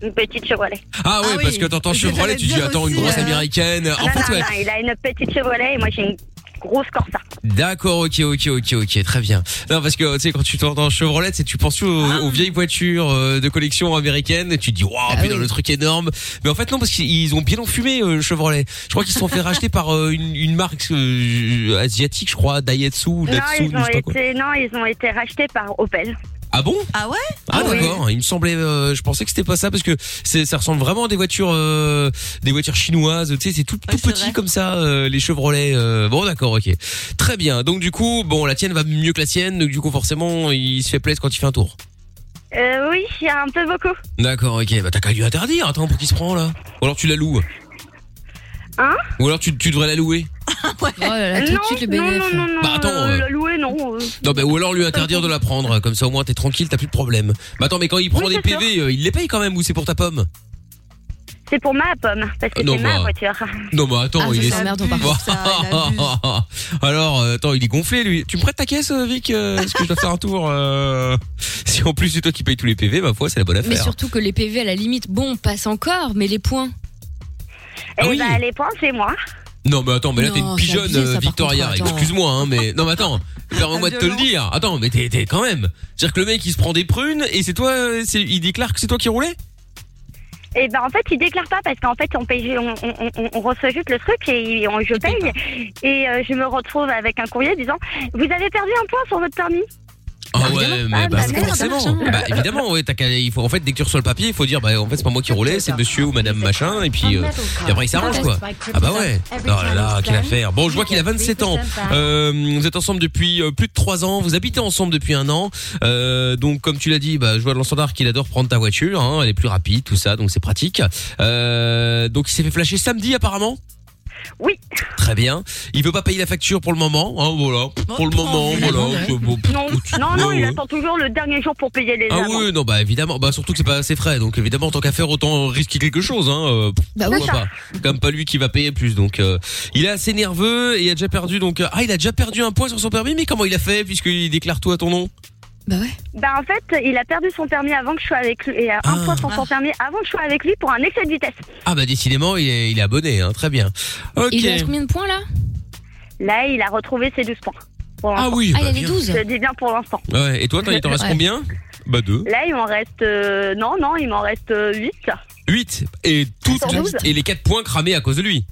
Speaker 11: Une petite Chevrolet.
Speaker 2: ah ouais,
Speaker 5: Ah oui.
Speaker 2: parce que t'entends
Speaker 5: Je
Speaker 2: Chevrolet,
Speaker 5: vais
Speaker 2: tu dis
Speaker 5: dire
Speaker 2: attends une
Speaker 5: aussi,
Speaker 2: grosse
Speaker 5: euh,
Speaker 2: américaine. En
Speaker 11: non,
Speaker 2: fait,
Speaker 11: non,
Speaker 2: ouais.
Speaker 11: non, il a une petite Chevrolet et moi, j'ai une grosse Corsa.
Speaker 2: D'accord, ok, ok, ok, ok, très bien. Non, parce que tu sais quand tu t'entends Chevrolet, c'est tu penses aux,
Speaker 5: Ah.
Speaker 2: aux vieilles voitures euh, de collection américaine, et tu te dis waouh, putain
Speaker 5: Bah oui.
Speaker 2: le truc énorme. Mais en fait non, parce qu'ils ont bien enfumé euh, Chevrolet. Je crois qu'ils se sont fait racheter par euh, une, une marque euh, asiatique, je crois, Daihatsu,
Speaker 11: Non
Speaker 2: Datsun,
Speaker 11: ils,
Speaker 2: je
Speaker 11: ont
Speaker 2: sais pas quoi.
Speaker 11: été, non, ils ont été rachetés par Opel.
Speaker 2: Ah bon
Speaker 5: Ah ouais
Speaker 2: Ah, d'accord. Il me semblait, euh, je pensais que c'était pas ça parce que c'est, ça ressemble vraiment à des voitures, euh, des voitures chinoises. Tu sais, c'est tout, tout petit comme ça, euh, les Chevrolet. euh, bon, d'accord, ok. Très bien. Donc du coup, bon, la tienne va mieux que la sienne. Donc du coup, forcément, il se fait plaisir quand il fait un tour.
Speaker 11: Euh, oui, il y a un peu beaucoup.
Speaker 2: D'accord, ok. Bah t'as qu'à lui interdire. Attends, pour qui se prend là Ou alors tu la loues.
Speaker 11: Hein
Speaker 2: Ou alors tu, tu devrais la louer.
Speaker 11: Oh non, non, non, non, non,
Speaker 2: Bah, attends,
Speaker 11: euh,
Speaker 2: euh,
Speaker 11: la louer, non. euh.
Speaker 2: Non, bah, ou alors lui interdire de la prendre. Comme ça, au moins, t'es tranquille, t'as plus de problème. Bah attends, mais quand il prend
Speaker 11: Oui,
Speaker 2: des
Speaker 11: c'est sûr.
Speaker 2: PV, euh, il les paye quand même ou c'est pour ta pomme
Speaker 11: C'est pour ma pomme, parce que
Speaker 2: Non,
Speaker 11: c'est ma
Speaker 2: bah.
Speaker 11: voiture.
Speaker 2: Non mais attends,
Speaker 11: Ah,
Speaker 2: il
Speaker 11: ça,
Speaker 2: est.
Speaker 11: ça abuse, ça,
Speaker 2: Alors euh, attends, il est gonflé lui. Tu me prêtes ta caisse, euh, Vic euh, Est-ce que je dois faire un tour euh, Si en plus c'est toi qui paye tous les PV, ma foi, c'est la bonne affaire.
Speaker 3: Mais surtout que les PV, à la limite, bon, passe encore, mais les points.
Speaker 4: Eh
Speaker 2: Ah oui.
Speaker 4: ben,
Speaker 11: les points, c'est moi.
Speaker 2: Non mais attends, mais là t'es
Speaker 11: Non,
Speaker 2: une
Speaker 11: c'est
Speaker 2: pigeonne,
Speaker 11: abusé, ça,
Speaker 2: euh,
Speaker 11: par
Speaker 2: Victoria.
Speaker 11: contre, attends.
Speaker 2: Excuse-moi, hein, mais non mais attends, permets-moi de
Speaker 11: La
Speaker 2: te le
Speaker 11: violence.
Speaker 2: dire. Attends, mais t'es t'es quand même. C'est-à-dire que le mec il se prend des prunes et c'est toi, euh, c'est- il déclare que c'est toi qui roulais
Speaker 11: Et ben en fait, ils déclarent pas parce qu'en fait, on paye, on, on, on- on reçoit juste le truc et il- on- je paye. Et euh, je me retrouve avec un courrier disant Vous avez perdu un point sur votre permis.
Speaker 2: Ah ouais, mais bah,
Speaker 11: bah, merde,
Speaker 2: forcément.
Speaker 11: machin.
Speaker 2: Bah évidemment, ouais, t'as qu'à- il faut en fait dès que tu reçois le papier, il faut dire bah en fait c'est pas moi qui roulais, c'est monsieur ou madame machin et puis euh, et après il s'arrange quoi. Ah bah ouais. Oh là là, quelle affaire. Bon, je vois qu'il a 27 ans. Euh, vous êtes ensemble depuis euh, plus de 3 ans, vous habitez ensemble depuis un an. Euh, donc comme tu l'as dit, bah je vois dans le standard qu'il adore prendre ta voiture, hein, elle est plus rapide, tout ça, donc c'est pratique. Euh, donc il s'est fait flasher samedi apparemment.
Speaker 11: Oui.
Speaker 2: Très bien. Il veut pas payer la facture pour le moment, hein, voilà. Pour le moment, voilà. c'est bon.
Speaker 11: Non, non, non,
Speaker 2: ouais,
Speaker 11: il
Speaker 2: ouais.
Speaker 11: attend toujours le dernier jour pour payer les
Speaker 2: Oh. Ah
Speaker 11: amendes.
Speaker 2: oui, non, bah évidemment, bah surtout que c'est pas assez frais, donc évidemment en tant qu'à faire autant risquer quelque chose, hein. euh, pff,
Speaker 11: Bah oui.
Speaker 2: pourquoi pas. C'est Quand même pas lui qui va payer plus, donc euh, il est assez nerveux et il a déjà perdu donc euh, ah il a déjà perdu un point sur son permis, mais comment il a fait puisqu'il déclare tout à ton nom
Speaker 3: Bah ouais. Ah.
Speaker 11: Bah en fait, il a perdu son permis avant que je sois avec lui et à un point sur son permis avant que je sois avec lui pour un excès de vitesse.
Speaker 2: Ah bah décidément il est, il est abonné, hein, très bien. Ok.
Speaker 11: Il a
Speaker 3: combien de points là
Speaker 11: Là, il a retrouvé ses 12 points. pour
Speaker 2: Ah
Speaker 11: l'instant.
Speaker 2: oui, Ah, il bah, avait bien. 12.
Speaker 11: Je dis bien pour l'instant.
Speaker 2: Ouais. Et toi, t'en- il t'en reste
Speaker 11: Ouais.
Speaker 2: combien Bah deux.
Speaker 11: Là, il m'en reste euh, non non, il m'en reste euh, 8.
Speaker 2: 8 et toutes
Speaker 11: Attends, douze.
Speaker 2: et les 4 points cramés à cause de lui.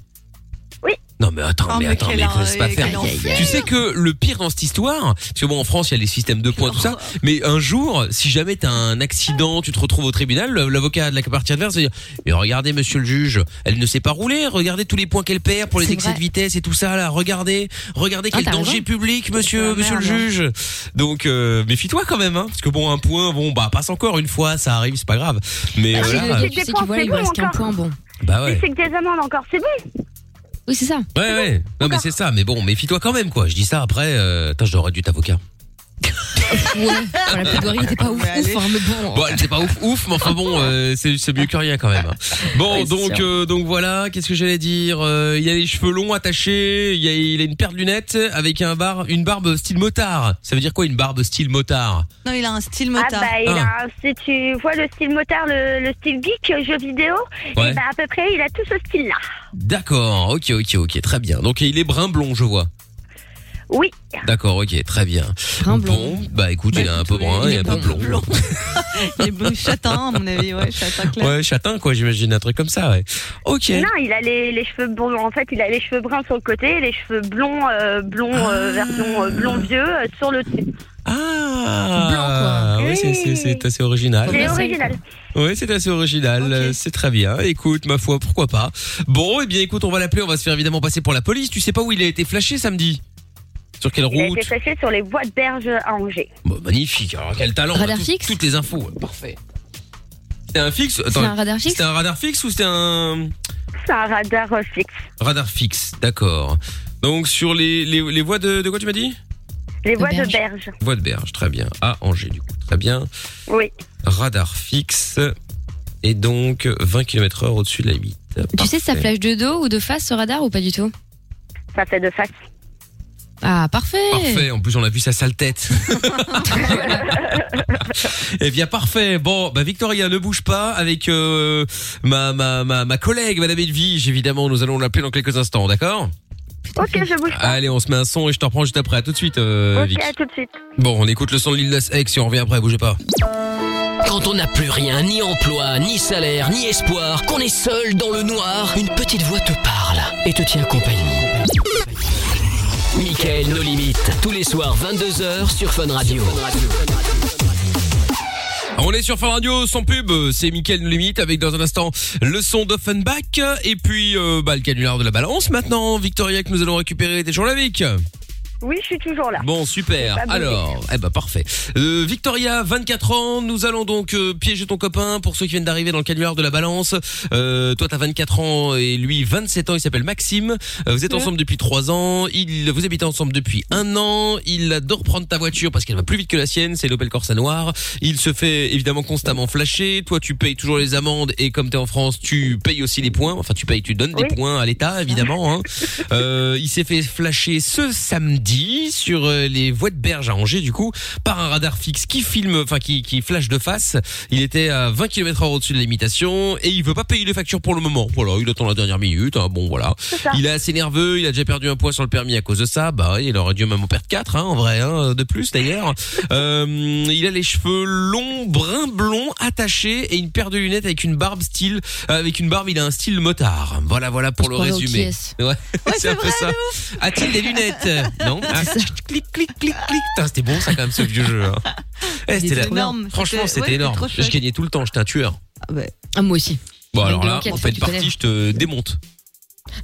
Speaker 11: Oui.
Speaker 2: Non mais attends,
Speaker 11: Oh,
Speaker 2: mais
Speaker 11: mais
Speaker 2: attends,
Speaker 11: quel
Speaker 2: mais
Speaker 11: en-
Speaker 2: c'est pas
Speaker 11: quel
Speaker 2: faire.
Speaker 11: enfer.
Speaker 2: Tu sais que le pire dans cette histoire, parce que bon en France il y a les systèmes de points tout ça, mais un jour si jamais t'as un accident, tu te retrouves au tribunal, le- l'avocat de la partie adverse va dire mais regardez monsieur le juge, elle ne sait pas rouler, regardez tous les points qu'elle perd pour les excès de vitesse et tout ça là, regardez, regardez
Speaker 1: Ah,
Speaker 2: quel
Speaker 1: t'as
Speaker 2: danger
Speaker 1: raison.
Speaker 2: public monsieur
Speaker 1: Ah,
Speaker 2: monsieur le
Speaker 1: merde.
Speaker 2: juge. Donc euh, méfie-toi quand même hein, parce que bon un point bon bah passe encore une fois, ça arrive, c'est pas grave. Mais
Speaker 3: Ah,
Speaker 2: euh,
Speaker 3: si,
Speaker 2: là,
Speaker 3: je-
Speaker 2: euh,
Speaker 3: tu sais
Speaker 11: points,
Speaker 3: qu'il voilà,
Speaker 11: c'est
Speaker 3: il me reste
Speaker 11: bon,
Speaker 3: qu'un
Speaker 11: encore.
Speaker 3: point, bon.
Speaker 2: bah ouais.
Speaker 11: C'est que des amendes encore, c'est bon.
Speaker 3: Oui, c'est ça.
Speaker 2: Ouais, ouais. Non, mais c'est ça. Mais bon, méfie-toi quand même, quoi. Je dis ça après. Euh... Attends, j'aurais dû t'avocat.
Speaker 3: Ouais, enfin, la plaidoirie n'était pas ouf, ouf, hein, mais bon.
Speaker 2: Bon, c'est pas ouf, ouf, mais enfin bon, euh, c'est c'est mieux que rien quand même. Bon,
Speaker 1: Oui, c'est
Speaker 2: donc,
Speaker 1: sûr.
Speaker 2: euh, donc voilà. Qu'est-ce que j'allais dire Euh, Il a les cheveux longs attachés. Il y a, il a une paire de lunettes avec un bar, une barbe style motard. Ça veut dire quoi une barbe style motard
Speaker 11: Non, il a un style motard. Ah bah, il
Speaker 2: Ah.
Speaker 11: a un- si tu vois le style motard, le, le style geek euh, jeu vidéo,
Speaker 2: Ouais.
Speaker 11: et bah à peu près, il a tout ce style là.
Speaker 2: D'accord. Ok, ok, ok. Très bien. Donc il est brun blond, je vois.
Speaker 11: Oui.
Speaker 2: D'accord. Ok. Très bien.
Speaker 3: Brun blond.
Speaker 2: Bon, bah écoute, il est un peu brun et un peu blond.
Speaker 5: Il est bleu châtain, à mon avis, ouais, châtain clair.
Speaker 2: Ouais, châtain, quoi. J'imagine un truc comme ça. Ouais. Ok.
Speaker 11: Non, il a les, les cheveux blonds. En fait, il a les cheveux bruns sur le côté, et les cheveux blonds, euh, blonds euh, version euh, blond vieux euh, sur le dessus.
Speaker 2: Ah, oui, c'est- c'est- Ah, c'est assez original.
Speaker 11: C'est original.
Speaker 2: Oui, c'est assez original. euh, C'est très bien. Écoute, ma foi, pourquoi pas. Bon, eh bien, écoute, on va l'appeler. On va se faire évidemment passer pour la police. Tu sais pas où il a été flashé samedi Sur quelle
Speaker 11: Il a été
Speaker 2: route
Speaker 11: flashé sur les voies de berge à Angers.
Speaker 2: Bah, Magnifique. Alors, quel talent.
Speaker 11: Radar
Speaker 2: Tout-
Speaker 11: fixe
Speaker 2: Toutes les infos. ouais, Parfait. C'était un fixe Attends,
Speaker 11: un radar fixe
Speaker 2: C'était un radar fixe ou c'était un
Speaker 11: C'est un radar euh, fixe.
Speaker 2: radar fixe D'accord. Donc, sur les, les, les voies de, de quoi tu m'as dit
Speaker 11: Les voies de berge.
Speaker 2: Voie de berge, très bien. À Angers, du coup. Très bien.
Speaker 11: Oui.
Speaker 2: radar fixe et donc 20 km/h au-dessus de la limite.
Speaker 3: Tu sais, ça flash de dos ou de face ce radar ou pas du tout
Speaker 11: Ça fait de face.
Speaker 3: Ah, parfait.
Speaker 2: Parfait, en plus on a vu sa sale tête. Eh bien parfait. Bon, bah Victoria ne bouge pas avec euh, ma, ma, ma, ma collègue Madame Edwige évidemment, nous allons l'appeler dans quelques instants, d'accord
Speaker 11: Ok, je bouge.
Speaker 2: Allez, on se met un son et je te reprends juste après. À tout de suite euh,
Speaker 11: ok,
Speaker 2: Vic.
Speaker 11: à tout de suite.
Speaker 2: Bon, on écoute le son de Lil Nas X et on revient après, bougez pas.
Speaker 1: Quand on n'a plus rien, ni emploi, ni salaire, ni espoir, qu'on est seul dans le noir, une petite voix te parle et te tient compagnie. Michael, nos limites, tous les soirs 22h sur Fun Radio.
Speaker 2: On est sur Fin Radio sans pub, c'est Mickaël No Limite avec dans un instant le son d'Offenbach et puis euh, bah, le canular de la balance maintenant, Victoria que nous allons récupérer, t'es toujours là Vic
Speaker 11: Oui, je suis toujours là.
Speaker 2: Bon super,
Speaker 11: Pas bougé.
Speaker 2: alors, eh ben parfait. Euh, Victoria, 24 ans, nous allons donc euh, piéger ton copain pour ceux qui viennent d'arriver dans le canular de la balance. Euh, toi t'as 24 ans et lui 27 ans, il s'appelle Maxime, Euh, vous êtes
Speaker 12: Ouais.
Speaker 2: ensemble depuis 3 ans, il, vous habitez ensemble depuis un an, il adore prendre ta voiture parce qu'elle va plus vite que la sienne, c'est l'Opel Corsa noir, il se fait évidemment constamment flasher, toi tu payes toujours les amendes et comme t'es en France, tu payes aussi les points, enfin tu payes, tu donnes des points à l'État évidemment. hein. Euh, il s'est fait flasher ce samedi sur euh, les voies de berge à Angers du coup par un radar fixe qui filme, enfin qui, qui flash de face, il était à 20 km heure au-dessus de la limitation et il veut pas payer les factures pour le moment, voilà, il attend la dernière minute, hein, bon voilà.
Speaker 12: ça.
Speaker 2: Il est assez nerveux, il a déjà perdu un poids sur le permis à cause de ça. Bah, oui, il aurait dû même en perdre 4, en vrai, hein, de plus d'ailleurs. Euh, il a les cheveux longs, brun blond, attachés et une paire de lunettes avec une barbe style, euh, avec une barbe, il a un style motard. Voilà, voilà pour le
Speaker 12: croirais au
Speaker 2: résumé.
Speaker 12: Kies.
Speaker 2: Ouais, c'est un peu ça. A-t-il des lunettes Non. Ah, clic, clic, clic, clic. Putain, c'était bon ça quand même ce vieux jeu. hein. Eh,
Speaker 5: Il
Speaker 2: c'était
Speaker 5: était
Speaker 2: la-
Speaker 5: énorme,
Speaker 2: Franchement,
Speaker 5: c'était-
Speaker 2: c'était
Speaker 5: ouais, c'était
Speaker 2: énorme.
Speaker 5: trop
Speaker 2: Je
Speaker 5: chouette.
Speaker 2: gagnais tout le temps, j'étais un tueur.
Speaker 3: Ah, bah, moi aussi.
Speaker 2: Bon alors là,
Speaker 3: T'inquiète,
Speaker 2: on
Speaker 3: ça,
Speaker 2: fait
Speaker 3: tu
Speaker 2: une
Speaker 3: connais.
Speaker 2: partie, je te démonte.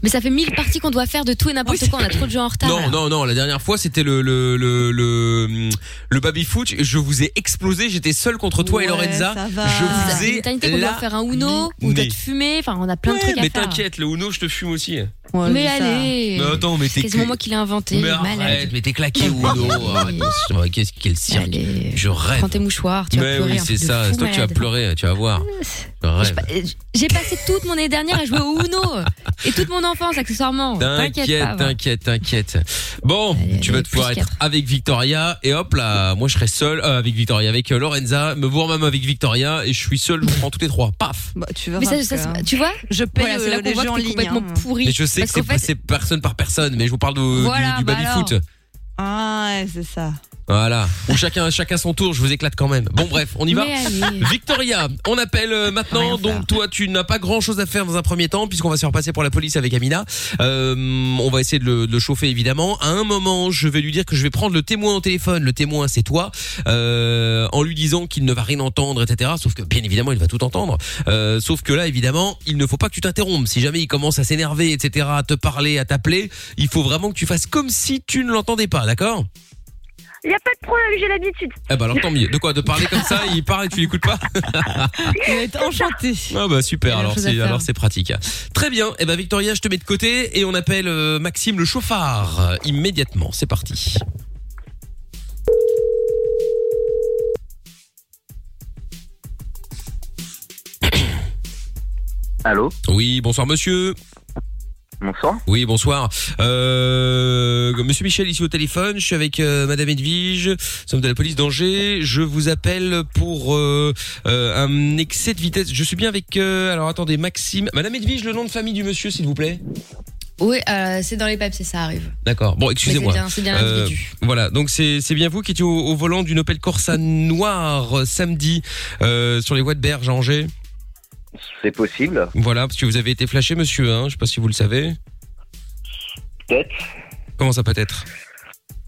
Speaker 3: Mais ça fait mille parties qu'on doit faire de tout et n'importe quoi. On a trop de gens en retard.
Speaker 2: Non, non, non. La dernière fois, c'était le le le le, baby foot. Je vous ai explosé. J'étais seul contre toi et Lorenza. Je vous ai
Speaker 3: T'as une idée qu'on doit
Speaker 2: la
Speaker 3: faire un Uno ou
Speaker 2: nez.
Speaker 3: doit te fumer. Enfin, on a plein de
Speaker 2: Ouais,
Speaker 3: trucs à
Speaker 2: mais
Speaker 3: faire.
Speaker 2: t'inquiète, le Uno, je te fume aussi.
Speaker 3: mais allez.
Speaker 2: Mais attends, mais
Speaker 3: C'est
Speaker 2: t'es
Speaker 3: quasiment moi qui l'ai inventé.
Speaker 2: Mais
Speaker 3: malade.
Speaker 2: arrête, mais t'es claqué au Uno. Arrête, mais Qu'est-ce quel cirque Je rêve.
Speaker 3: Prends tes mouchoirs. Tu vas
Speaker 2: Mais
Speaker 3: pleurer,
Speaker 2: oui,
Speaker 3: un
Speaker 2: c'est
Speaker 3: truc de
Speaker 2: ça.
Speaker 3: fou
Speaker 2: C'est toi qui vas
Speaker 3: malade.
Speaker 2: pleurer. Tu vas voir. Je rêve.
Speaker 3: Et j- J'ai passé toute mon année dernière à jouer au Uno et toute mon enfance accessoirement. Oh, T'inquiète pas.
Speaker 2: T'inquiète, t'inquiète, t'inquiète. Bon, tu vas pouvoir être avec Victoria et hop là, moi je serai seul euh, avec Victoria, avec euh, Lorenza, me voir même avec Victoria et je suis seul, je vous prends tous les trois. Paf.
Speaker 3: Bah,
Speaker 5: tu
Speaker 3: Mais ça, ça, c'est- tu vois
Speaker 5: hein. Je paye
Speaker 3: Voilà, c'est là
Speaker 5: euh,
Speaker 3: qu'on
Speaker 5: les
Speaker 3: voit
Speaker 5: jeux
Speaker 3: que
Speaker 5: en
Speaker 3: t'es
Speaker 5: ligne,
Speaker 3: complètement
Speaker 5: hein.
Speaker 3: pourri.
Speaker 2: Mais je sais
Speaker 3: Parce
Speaker 2: que c'est
Speaker 3: qu'en fait-
Speaker 2: c'est personne par personne, mais je vous parle de- du-
Speaker 5: Voilà,
Speaker 2: du,
Speaker 5: bah
Speaker 2: baby
Speaker 5: alors.
Speaker 2: foot.
Speaker 5: Ah, ouais, c'est ça.
Speaker 2: Voilà. Où chacun, chacun son tour, je vous éclate quand même. Bon, bref, on y va.
Speaker 5: Mais allez.
Speaker 2: Victoria, on appelle euh, maintenant. Donc, toi, tu n'as pas grand chose à faire dans un premier temps, puisqu'on va se faire passer pour la police avec Amina. Euh, on va essayer de le, de le chauffer, évidemment. À un moment, je vais lui dire que je vais prendre le témoin au téléphone. Le témoin, c'est toi. Euh, en lui disant qu'il ne va rien entendre, etc. Sauf que, bien évidemment, il va tout entendre. Euh, sauf que là, évidemment, il ne faut pas que tu t'interrompes. Si jamais il commence à s'énerver, etc., à te parler, à t'appeler, il faut vraiment que tu fasses comme si tu ne l'entendais pas, d'accord
Speaker 11: Il n'y a pas de problème, j'ai l'habitude.
Speaker 2: eh ben alors tant mieux. De quoi De parler comme ça, il parle et tu l'écoutes pas
Speaker 5: Il va être enchanté.
Speaker 2: Ah bah super,
Speaker 5: Il y a
Speaker 2: alors
Speaker 5: autre chose à
Speaker 2: c'est
Speaker 5: faire.
Speaker 2: alors c'est pratique. Très bien. Eh ben Victoria, je te mets de côté et on appelle euh, Maxime le chauffard euh, immédiatement. C'est parti.
Speaker 13: Allô
Speaker 2: Oui, bonsoir monsieur.
Speaker 13: Bonsoir.
Speaker 2: Oui, bonsoir. Euh, monsieur Michel ici au téléphone, je suis avec euh, madame Edwige, nous sommes de la police d'Angers. Je vous appelle pour euh, euh, un excès de vitesse. Je suis bien avec euh, alors attendez, Maxime, madame Edwige, le nom de famille du monsieur s'il vous plaît.
Speaker 3: Oui, euh, c'est dans les papiers, ça arrive.
Speaker 2: D'accord. Bon, excusez-moi. Euh,
Speaker 3: Mais c'est bien- c'est bien l'individu.
Speaker 2: voilà. Donc c'est c'est bien vous qui étiez au, au volant d'une Opel Corsa noire euh, samedi euh, sur les voies de Berge à Angers.
Speaker 13: C'est possible.
Speaker 2: Voilà, parce que vous avez été flashé, monsieur. Hein, je sais pas si vous le savez.
Speaker 13: Peut-être.
Speaker 2: Comment ça peut-être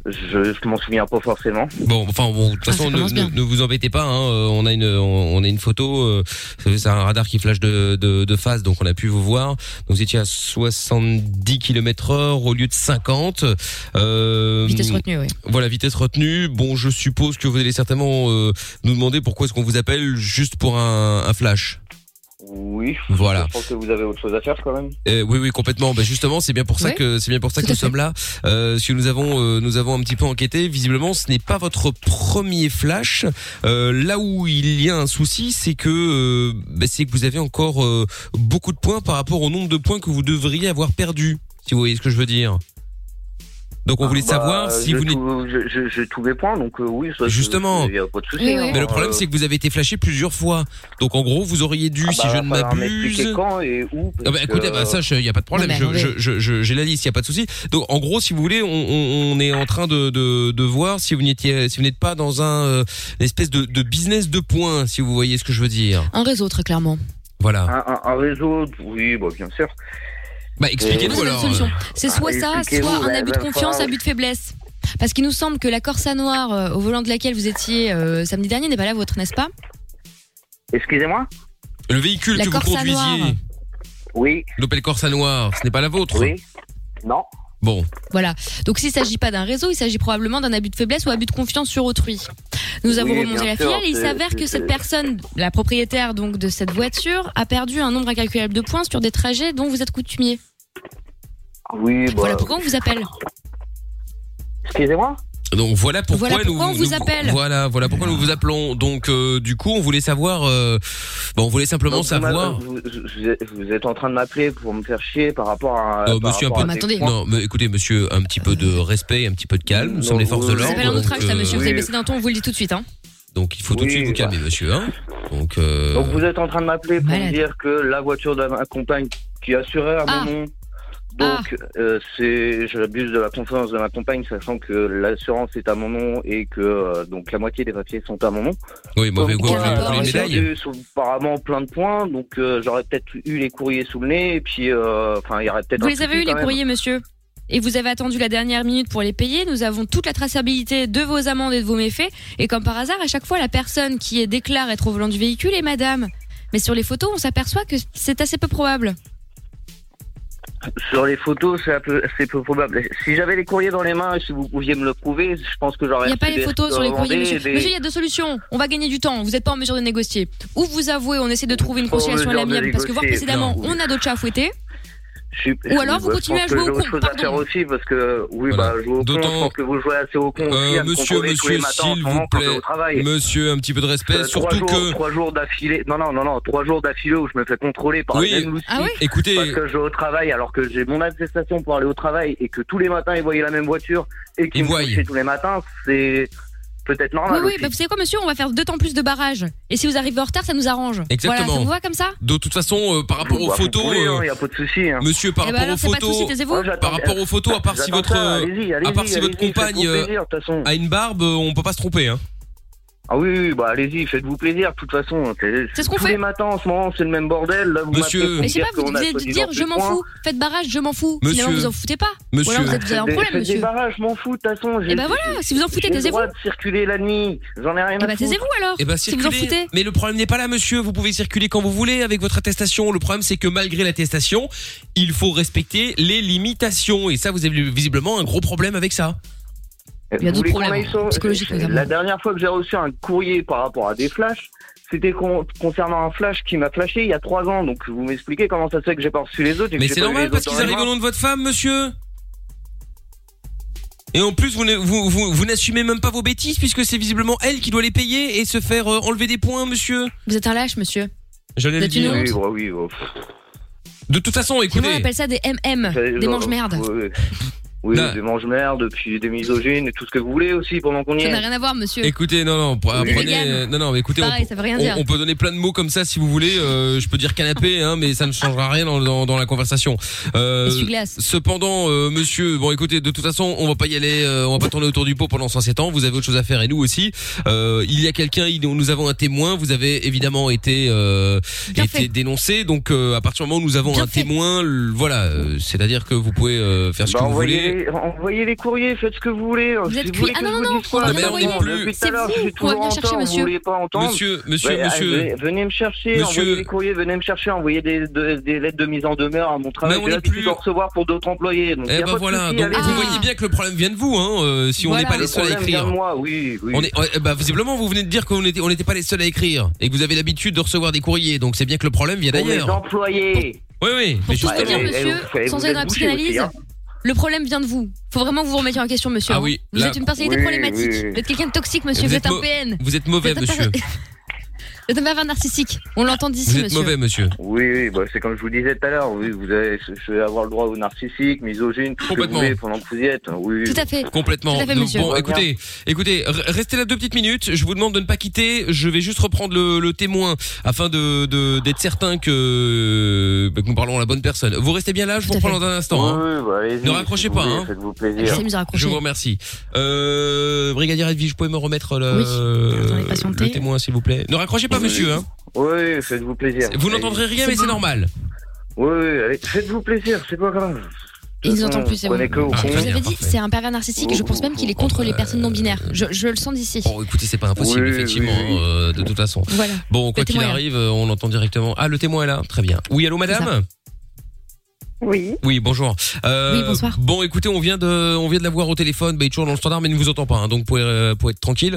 Speaker 13: Je, je m'en souviens pas forcément.
Speaker 2: Bon, enfin bon, de toute
Speaker 3: Ah,
Speaker 5: Ah,
Speaker 2: façon, ne, ne- ne vous embêtez pas. hein, euh, on a une, on, on a une photo. euh, c'est c'est un radar qui flash de, de, de face, donc on a pu vous voir. Donc vous étiez à 70 km/h au lieu de 50. Euh,
Speaker 3: Vitesse retenue, oui.
Speaker 2: Voilà, vitesse retenue. Bon, je suppose que vous allez certainement euh, nous demander pourquoi est-ce qu'on vous appelle juste pour un, un flash.
Speaker 13: Oui.
Speaker 2: Voilà.
Speaker 13: Je pense que vous avez autre chose à faire quand même.
Speaker 2: Euh, oui, oui, complètement. Bah, justement, c'est bien pour ça
Speaker 13: Ouais.
Speaker 2: que c'est bien pour ça que nous sommes là. Euh, parce que nous avons euh, nous avons un petit peu enquêté. Visiblement, ce n'est pas votre premier flash. Euh, là où il y a un souci, c'est que euh, bah, c'est que vous avez encore euh, beaucoup de points par rapport au nombre de points que vous devriez avoir perdu. Si vous voyez ce que je veux dire. Donc, on voulait
Speaker 13: Bah,
Speaker 2: savoir si
Speaker 13: je
Speaker 2: vous n'êtes
Speaker 13: tou- je, je, je tous mes points, donc euh, oui. ça, je-
Speaker 2: Justement.
Speaker 13: il y a pas de souci. hein.
Speaker 2: Mais le problème,
Speaker 13: Euh,
Speaker 2: c'est que vous avez été flashé plusieurs fois. Donc, en gros, vous auriez dû,
Speaker 13: ah
Speaker 2: si
Speaker 13: bah,
Speaker 2: je
Speaker 13: va
Speaker 2: ne
Speaker 13: falloir m'expliquer
Speaker 2: m'abuse.
Speaker 13: quand et où.
Speaker 2: Ah
Speaker 13: parce
Speaker 2: bah, écoutez,
Speaker 13: que- euh,
Speaker 2: bah, ça, il n'y a pas de problème.
Speaker 13: Non, mais
Speaker 2: Je-
Speaker 13: attendez.
Speaker 2: je- je- je- J'ai la liste, il n'y a pas de souci. Donc, en gros, si vous voulez, on, on- on est en train de, de, de voir si vous n'étiez, si vous n'êtes pas dans un euh, une espèce de, de business de points, si vous voyez ce que je veux dire.
Speaker 3: Un réseau, très clairement.
Speaker 2: Voilà.
Speaker 13: Un, un- un réseau, oui, bah, bien sûr.
Speaker 2: Bah,
Speaker 3: Moi, c'est la solution. C'est soit ça,
Speaker 13: expliquez-vous,
Speaker 3: soit un
Speaker 13: bah,
Speaker 3: abus de
Speaker 13: bah,
Speaker 3: confiance,
Speaker 13: enfin,
Speaker 3: abus de faiblesse. Parce qu'il nous semble que la Corsa noire euh, au volant de laquelle vous étiez euh, samedi dernier n'est pas la vôtre, n'est-ce pas
Speaker 13: Excusez-moi
Speaker 2: Le véhicule
Speaker 13: La
Speaker 2: que vous
Speaker 13: Corsa noire.
Speaker 2: conduisiez.
Speaker 13: Oui.
Speaker 2: L'Opel Corsa noir, ce n'est pas la vôtre Oui.
Speaker 13: Non.
Speaker 2: Bon.
Speaker 3: Voilà. Donc s'il s'agit pas d'un réseau, il s'agit probablement d'un abus de faiblesse ou abus de confiance sur autrui. Nous avons
Speaker 12: Oui,
Speaker 3: remonté
Speaker 12: bien
Speaker 3: la
Speaker 12: sûr,
Speaker 3: filiale et il
Speaker 12: c'est-
Speaker 3: s'avère que
Speaker 12: c'est-
Speaker 3: cette personne, la propriétaire donc de cette voiture, a perdu un nombre incalculable de points sur des trajets dont vous êtes coutumier.
Speaker 13: Oui, bah.
Speaker 3: Voilà pourquoi on vous appelle.
Speaker 13: Excusez-moi
Speaker 2: Donc voilà pourquoi,
Speaker 3: Voilà pourquoi
Speaker 2: nous,
Speaker 3: on vous
Speaker 2: nous-
Speaker 3: appelle.
Speaker 2: Voilà, voilà pourquoi nous vous appelons. Donc euh, du coup, on voulait savoir euh, bon, on voulait simplement
Speaker 13: Donc, vous m'a-
Speaker 2: savoir
Speaker 13: Vous, vous- vous êtes en train de m'appeler pour me faire chier par rapport à.
Speaker 2: Non,
Speaker 13: par
Speaker 2: Euh, monsieur, un
Speaker 13: rapport
Speaker 2: peu.
Speaker 13: à des points.
Speaker 2: Non, mais écoutez, monsieur, un petit peu de respect, un petit peu de calme. Nous sommes les forces de
Speaker 3: Vous
Speaker 2: l'ordre.
Speaker 3: appelez un autre
Speaker 2: donc,
Speaker 3: acte, là,
Speaker 2: euh,
Speaker 3: monsieur. Vous avez baissé d'un ton, on vous le dit tout de suite. Hein.
Speaker 2: Donc il faut tout de suite vous
Speaker 13: bah,
Speaker 2: calmer, monsieur. hein. Donc, euh,
Speaker 13: Donc vous êtes en train de m'appeler pour me dire que la voiture de ma compagne qui assurait à
Speaker 3: Ah.
Speaker 13: mon nom. Donc euh, c'est j'abuse de la confiance de ma compagne sachant que l'assurance est à mon nom et que euh, donc la moitié des papiers sont à mon nom.
Speaker 2: Oui, mais vous voulez- vous voulez une
Speaker 13: j'ai
Speaker 2: médaille
Speaker 13: perdu sous- apparemment plein de points donc euh, j'aurais peut-être eu les courriers sous le nez et puis euh, enfin il y aurait peut-être
Speaker 3: Vous
Speaker 13: un
Speaker 3: les avez
Speaker 13: souci
Speaker 3: eu,
Speaker 13: quand
Speaker 3: les
Speaker 13: même.
Speaker 3: courriers, monsieur et vous avez attendu la dernière minute pour les payer. Nous avons toute la traçabilité de vos amendes et de vos méfaits. Et comme par hasard, à chaque fois, la personne qui est déclare être au volant du véhicule est madame. Mais sur les photos, on s'aperçoit que c'est assez peu probable.
Speaker 13: Sur les photos, c'est un peu, c'est peu probable. Si j'avais les courriers dans les mains et si vous pouviez me le prouver, je pense que j'aurais.
Speaker 3: Il n'y a pas
Speaker 13: reçu
Speaker 3: les
Speaker 13: des
Speaker 3: photos sur les courriers,
Speaker 13: recommandés
Speaker 3: monsieur.
Speaker 13: et des-
Speaker 3: Monsieur, il y a deux solutions. On va gagner du temps. Vous n'êtes pas en mesure de négocier. Ou vous avouez, on essaie de trouver une
Speaker 13: pas en
Speaker 3: conciliation à
Speaker 13: mesure de
Speaker 3: l'amiable, parce que voir
Speaker 13: négocier.
Speaker 3: précédemment,
Speaker 13: Non, oui.
Speaker 3: on a d'autres chats à fouetter.
Speaker 13: Je suis-
Speaker 3: Ou alors,
Speaker 13: je
Speaker 3: vous
Speaker 13: pense
Speaker 3: continuez à
Speaker 13: que
Speaker 3: jouer au
Speaker 13: J'ai
Speaker 3: con,
Speaker 13: autre chose à faire aussi parce que oui, bah, jouer au con. Je pense que vous jouez assez au con. aussi,
Speaker 2: Euh,
Speaker 13: à me
Speaker 2: monsieur,
Speaker 13: contrôler tous les
Speaker 2: monsieur,
Speaker 13: matins en ce
Speaker 2: s'il vous
Speaker 13: moment quand je vais
Speaker 2: plaît,
Speaker 13: au travail.
Speaker 2: monsieur, un petit peu de respect,
Speaker 13: Euh, trois
Speaker 2: surtout
Speaker 13: jours-
Speaker 2: que
Speaker 13: trois jours d'affilée. Non, non, non, non, trois jours d'affilée où je me fais contrôler par
Speaker 2: Oui.
Speaker 13: les mêmes loustis.
Speaker 2: Ah oui Écoutez-
Speaker 13: parce que je vais au travail alors que j'ai mon attestation pour aller au travail et que tous les matins ils voyaient la même voiture et qu'ils me font chier tous les matins, c'est peut-être
Speaker 3: Oui,
Speaker 13: normal.
Speaker 3: oui,
Speaker 13: aussi.
Speaker 3: bah, vous savez quoi, monsieur On va faire deux temps plus de barrages. Et si vous arrivez en retard, ça nous arrange.
Speaker 2: Exactement.
Speaker 3: Voilà, ça vous va comme ça
Speaker 2: de toute façon euh, par rapport aux
Speaker 13: Bah, vous
Speaker 2: photos,
Speaker 13: pouvez, hein,
Speaker 2: euh,
Speaker 13: y a pas de souci. hein.
Speaker 2: monsieur, par
Speaker 13: Eh ben
Speaker 2: rapport
Speaker 13: alors,
Speaker 2: aux
Speaker 13: c'est pas de
Speaker 2: photos,
Speaker 13: souci, taisez-vous. Ouais, j'attends-
Speaker 2: par rapport aux photos, à part si
Speaker 13: j'attends
Speaker 2: votre,
Speaker 13: ça,
Speaker 2: euh,
Speaker 13: allez-y, allez-y,
Speaker 2: à part si votre
Speaker 13: allez-y,
Speaker 2: compagne
Speaker 13: faites-vous
Speaker 2: euh,
Speaker 13: plaisir, de toute façon.
Speaker 2: a une barbe, euh, on peut pas se tromper, hein.
Speaker 13: Ah oui, oui, bah allez-y, faites-vous plaisir. De toute façon,
Speaker 3: C'est ce qu'on
Speaker 13: tous
Speaker 3: fait.
Speaker 13: les matins en ce moment, c'est le même bordel. Là, vous
Speaker 2: Monsieur-
Speaker 13: m'appelez pour
Speaker 3: Mais je sais
Speaker 13: dire
Speaker 3: pas, vous
Speaker 13: qu'on a
Speaker 3: devez
Speaker 13: soi-disant
Speaker 3: dire
Speaker 13: plus
Speaker 3: je
Speaker 13: de
Speaker 3: m'en
Speaker 13: points.
Speaker 3: fous, faites barrage, je m'en fous.
Speaker 13: Monsieur-
Speaker 3: Finalement, vous en foutez pas. Ou alors vous êtes- vous avez un
Speaker 13: Faites des-
Speaker 3: problème,
Speaker 13: faites des
Speaker 3: monsieur.
Speaker 13: barrages, je m'en fous, de toute façon.
Speaker 3: Eh ben voilà, si vous en foutez,
Speaker 13: des
Speaker 3: taisez-vous.
Speaker 13: droit de circuler la nuit, j'en ai rien
Speaker 3: Eh
Speaker 13: à
Speaker 3: ben,
Speaker 13: foutre.
Speaker 3: taisez-vous alors.
Speaker 2: Eh ben,
Speaker 3: si vous en
Speaker 2: circulez.
Speaker 3: foutez.
Speaker 2: Mais le problème n'est pas là, monsieur. Vous pouvez circuler quand vous voulez avec votre attestation. Le problème, c'est que malgré l'attestation, il faut respecter les limitations. Et ça, vous avez visiblement un gros problème avec ça.
Speaker 13: Vous voulez qu'on aille sur- La dernière fois que j'ai reçu un courrier par rapport à des flashs, c'était con- concernant un flash qui m'a flashé il y a trois ans. Donc vous m'expliquez comment ça se fait que j'ai pas reçu les autres. et que
Speaker 2: Mais
Speaker 13: j'ai
Speaker 2: c'est
Speaker 13: pas eu E les
Speaker 2: normal
Speaker 13: autres
Speaker 2: parce
Speaker 13: dans
Speaker 2: qu'ils
Speaker 13: les
Speaker 2: arrivent
Speaker 13: mains.
Speaker 2: au nom de votre femme, monsieur. Et en plus, vous, ne- vous, vous, vous n'assumez même pas vos bêtises puisque c'est visiblement elle qui doit les payer et se faire euh, enlever des points, monsieur.
Speaker 3: Vous êtes un lâche, monsieur.
Speaker 2: J'allais
Speaker 3: Vous
Speaker 2: le
Speaker 3: êtes une
Speaker 2: dire.
Speaker 3: honte.
Speaker 13: oui, bah
Speaker 2: De toute façon,
Speaker 3: Comment on
Speaker 2: écoutez.
Speaker 3: appelle ça des MM, des
Speaker 13: Euh,
Speaker 3: mange-merdes.
Speaker 13: euh, Oui, des mange-merdes, puis des misogynes et tout ce que vous voulez aussi pendant qu'on y
Speaker 3: Ça n'a
Speaker 13: est.
Speaker 3: rien à voir, monsieur.
Speaker 2: Écoutez, non, non, pre-
Speaker 3: Oui.
Speaker 2: prenez,
Speaker 3: Vegan.
Speaker 2: non, non, mais écoutez,
Speaker 3: Pareil,
Speaker 2: on,
Speaker 3: ça veut rien
Speaker 2: on-
Speaker 3: dire.
Speaker 2: on peut donner plein de mots comme ça si vous voulez. euh, je peux dire canapé, hein, mais ça ne changera rien dans, dans, dans la conversation. Euh,
Speaker 7: Essuie-glace.
Speaker 2: cependant, euh, monsieur, bon, écoutez, de toute façon, on va pas y aller, euh, on va pas tourner autour du pot pendant 107 ans. Vous avez autre chose à faire et nous aussi. Euh, il y a quelqu'un, il- nous avons un témoin. Vous avez évidemment été, euh, été dénoncé. Donc, euh, à partir du moment où nous avons un témoin, le- voilà, euh, c'est-à-dire que vous pouvez euh, faire ce
Speaker 13: Bah,
Speaker 2: que vous voulez.
Speaker 13: envoyez, les, envoyez les courriers, faites ce que vous voulez. hein.
Speaker 3: Vous
Speaker 13: Si
Speaker 3: êtes cuit.
Speaker 13: voulez
Speaker 3: Ah
Speaker 13: que
Speaker 3: non,
Speaker 13: je
Speaker 3: non,
Speaker 13: vous
Speaker 3: non,
Speaker 13: dise quoi,
Speaker 3: on va
Speaker 13: mais
Speaker 3: rien
Speaker 13: depuis
Speaker 3: envoyer.
Speaker 13: tout à
Speaker 3: C'est
Speaker 13: l'heure,
Speaker 3: vous
Speaker 13: je suis
Speaker 3: qu'on
Speaker 13: toujours
Speaker 3: va venir
Speaker 13: en
Speaker 3: chercher,
Speaker 13: retard, vous
Speaker 3: monsieur.
Speaker 13: voulez pas entendre.
Speaker 2: Monsieur, monsieur,
Speaker 13: Bah,
Speaker 2: monsieur.
Speaker 13: allez, venez me chercher,
Speaker 2: Monsieur.
Speaker 13: envoyez les courriers, venez me chercher, envoyez des, de- des lettres de mise en demeure à mon travail.
Speaker 2: Mais on
Speaker 13: J'ai
Speaker 2: est
Speaker 13: l'habitude
Speaker 2: plus-
Speaker 13: d'en recevoir pour d'autres employés. Donc,
Speaker 2: Eh
Speaker 13: y a
Speaker 2: ben
Speaker 13: pas de
Speaker 2: voilà,
Speaker 13: souci,
Speaker 2: donc
Speaker 13: allez-y.
Speaker 2: vous voyez bien que le problème vient de vous, hein, euh, si on
Speaker 13: Voilà.
Speaker 2: n'est pas les
Speaker 13: Le
Speaker 2: seuls à
Speaker 13: problème vient
Speaker 2: écrire.
Speaker 13: de moi, oui, oui.
Speaker 2: On est, ouais, bah, visiblement, vous venez de dire qu'on n'était on n'était pas les seuls à écrire et que vous avez l'habitude de recevoir des courriers, donc c'est bien que le problème vient
Speaker 13: Pour les
Speaker 2: d'ailleurs.
Speaker 13: employés.
Speaker 2: Oui, oui, mais
Speaker 3: Tout
Speaker 2: juste-
Speaker 3: ce que dire,
Speaker 13: eh,
Speaker 3: monsieur, sans aller dans la psychanalyse,
Speaker 13: hein.
Speaker 3: le problème vient de vous. Faut vraiment vous remettre en question, monsieur.
Speaker 2: Ah
Speaker 3: hein.
Speaker 2: oui,
Speaker 3: vous
Speaker 2: là-
Speaker 3: êtes une personnalité
Speaker 2: Oui,
Speaker 3: problématique.
Speaker 2: oui, oui.
Speaker 3: Vous êtes quelqu'un de toxique, monsieur.
Speaker 2: Vous
Speaker 3: Vous,
Speaker 2: êtes
Speaker 3: êtes un
Speaker 2: mau-
Speaker 3: PN.
Speaker 2: vous êtes mauvais,
Speaker 3: un perso-
Speaker 2: monsieur.
Speaker 3: vous êtes un pervers narcissique. On l'entend d'ici, monsieur.
Speaker 2: monsieur.
Speaker 13: Oui, oui, bah, c'est comme je vous disais tout à l'heure. Oui, vous avez, je vais avoir le droit au narcissique, misogyne, tout ce que vous voulez pendant que vous y êtes. Oui.
Speaker 3: Tout à fait.
Speaker 2: Complètement.
Speaker 3: Tout à fait,
Speaker 2: Donc,
Speaker 3: monsieur.
Speaker 2: bon,
Speaker 3: Très
Speaker 2: écoutez, écoutez, re- restez là deux petites minutes. Je vous demande de ne pas quitter. Je vais juste reprendre le, le témoin afin de de- d'être certain que, bah, que nous parlons à la bonne personne. Vous restez bien là. Je vous reprends dans un instant. hein.
Speaker 13: Oui, oui, bah, allez-y,
Speaker 2: ne raccrochez
Speaker 13: si vous
Speaker 2: pas.
Speaker 13: voulez,
Speaker 2: hein.
Speaker 13: Faites-vous plaisir.
Speaker 2: Je- Je vous remercie. Euh, Brigadier Edwige, vous pouvez me remettre le, le témoin, s'il vous plaît. Ne raccrochez pas,
Speaker 13: Oui.
Speaker 2: monsieur. Hein.
Speaker 13: Oui, faites-vous plaisir.
Speaker 2: Vous n'entendrez rien, mais c'est normal.
Speaker 13: Oui, oui, allez, faites-vous plaisir, c'est pas grave.
Speaker 3: Il nous entend plus, c'est
Speaker 13: On
Speaker 3: bon.
Speaker 13: connaît que
Speaker 2: Ah,
Speaker 13: au
Speaker 3: Je
Speaker 13: con.
Speaker 3: vous avais dit, c'est un pervers narcissique et je pense même qu'il est contre les personnes non binaires. Je, je le sens d'ici.
Speaker 2: Euh, Bon, écoutez, c'est pas impossible, effectivement, euh, de toute façon.
Speaker 3: Voilà.
Speaker 2: Bon, quoi
Speaker 3: Le
Speaker 2: qu'il
Speaker 3: témoin est là.
Speaker 2: arrive, euh, on entend directement. Ah, le témoin est là, très bien. Oui, allô, madame
Speaker 4: Oui.
Speaker 2: Oui, bonjour. Euh,
Speaker 4: Oui, bonsoir.
Speaker 2: Bon, écoutez, on vient de, on vient de la voir au téléphone, bah, il est toujours dans le standard, mais il ne vous entend pas, hein, donc vous pouvez, euh, pouvez être tranquille.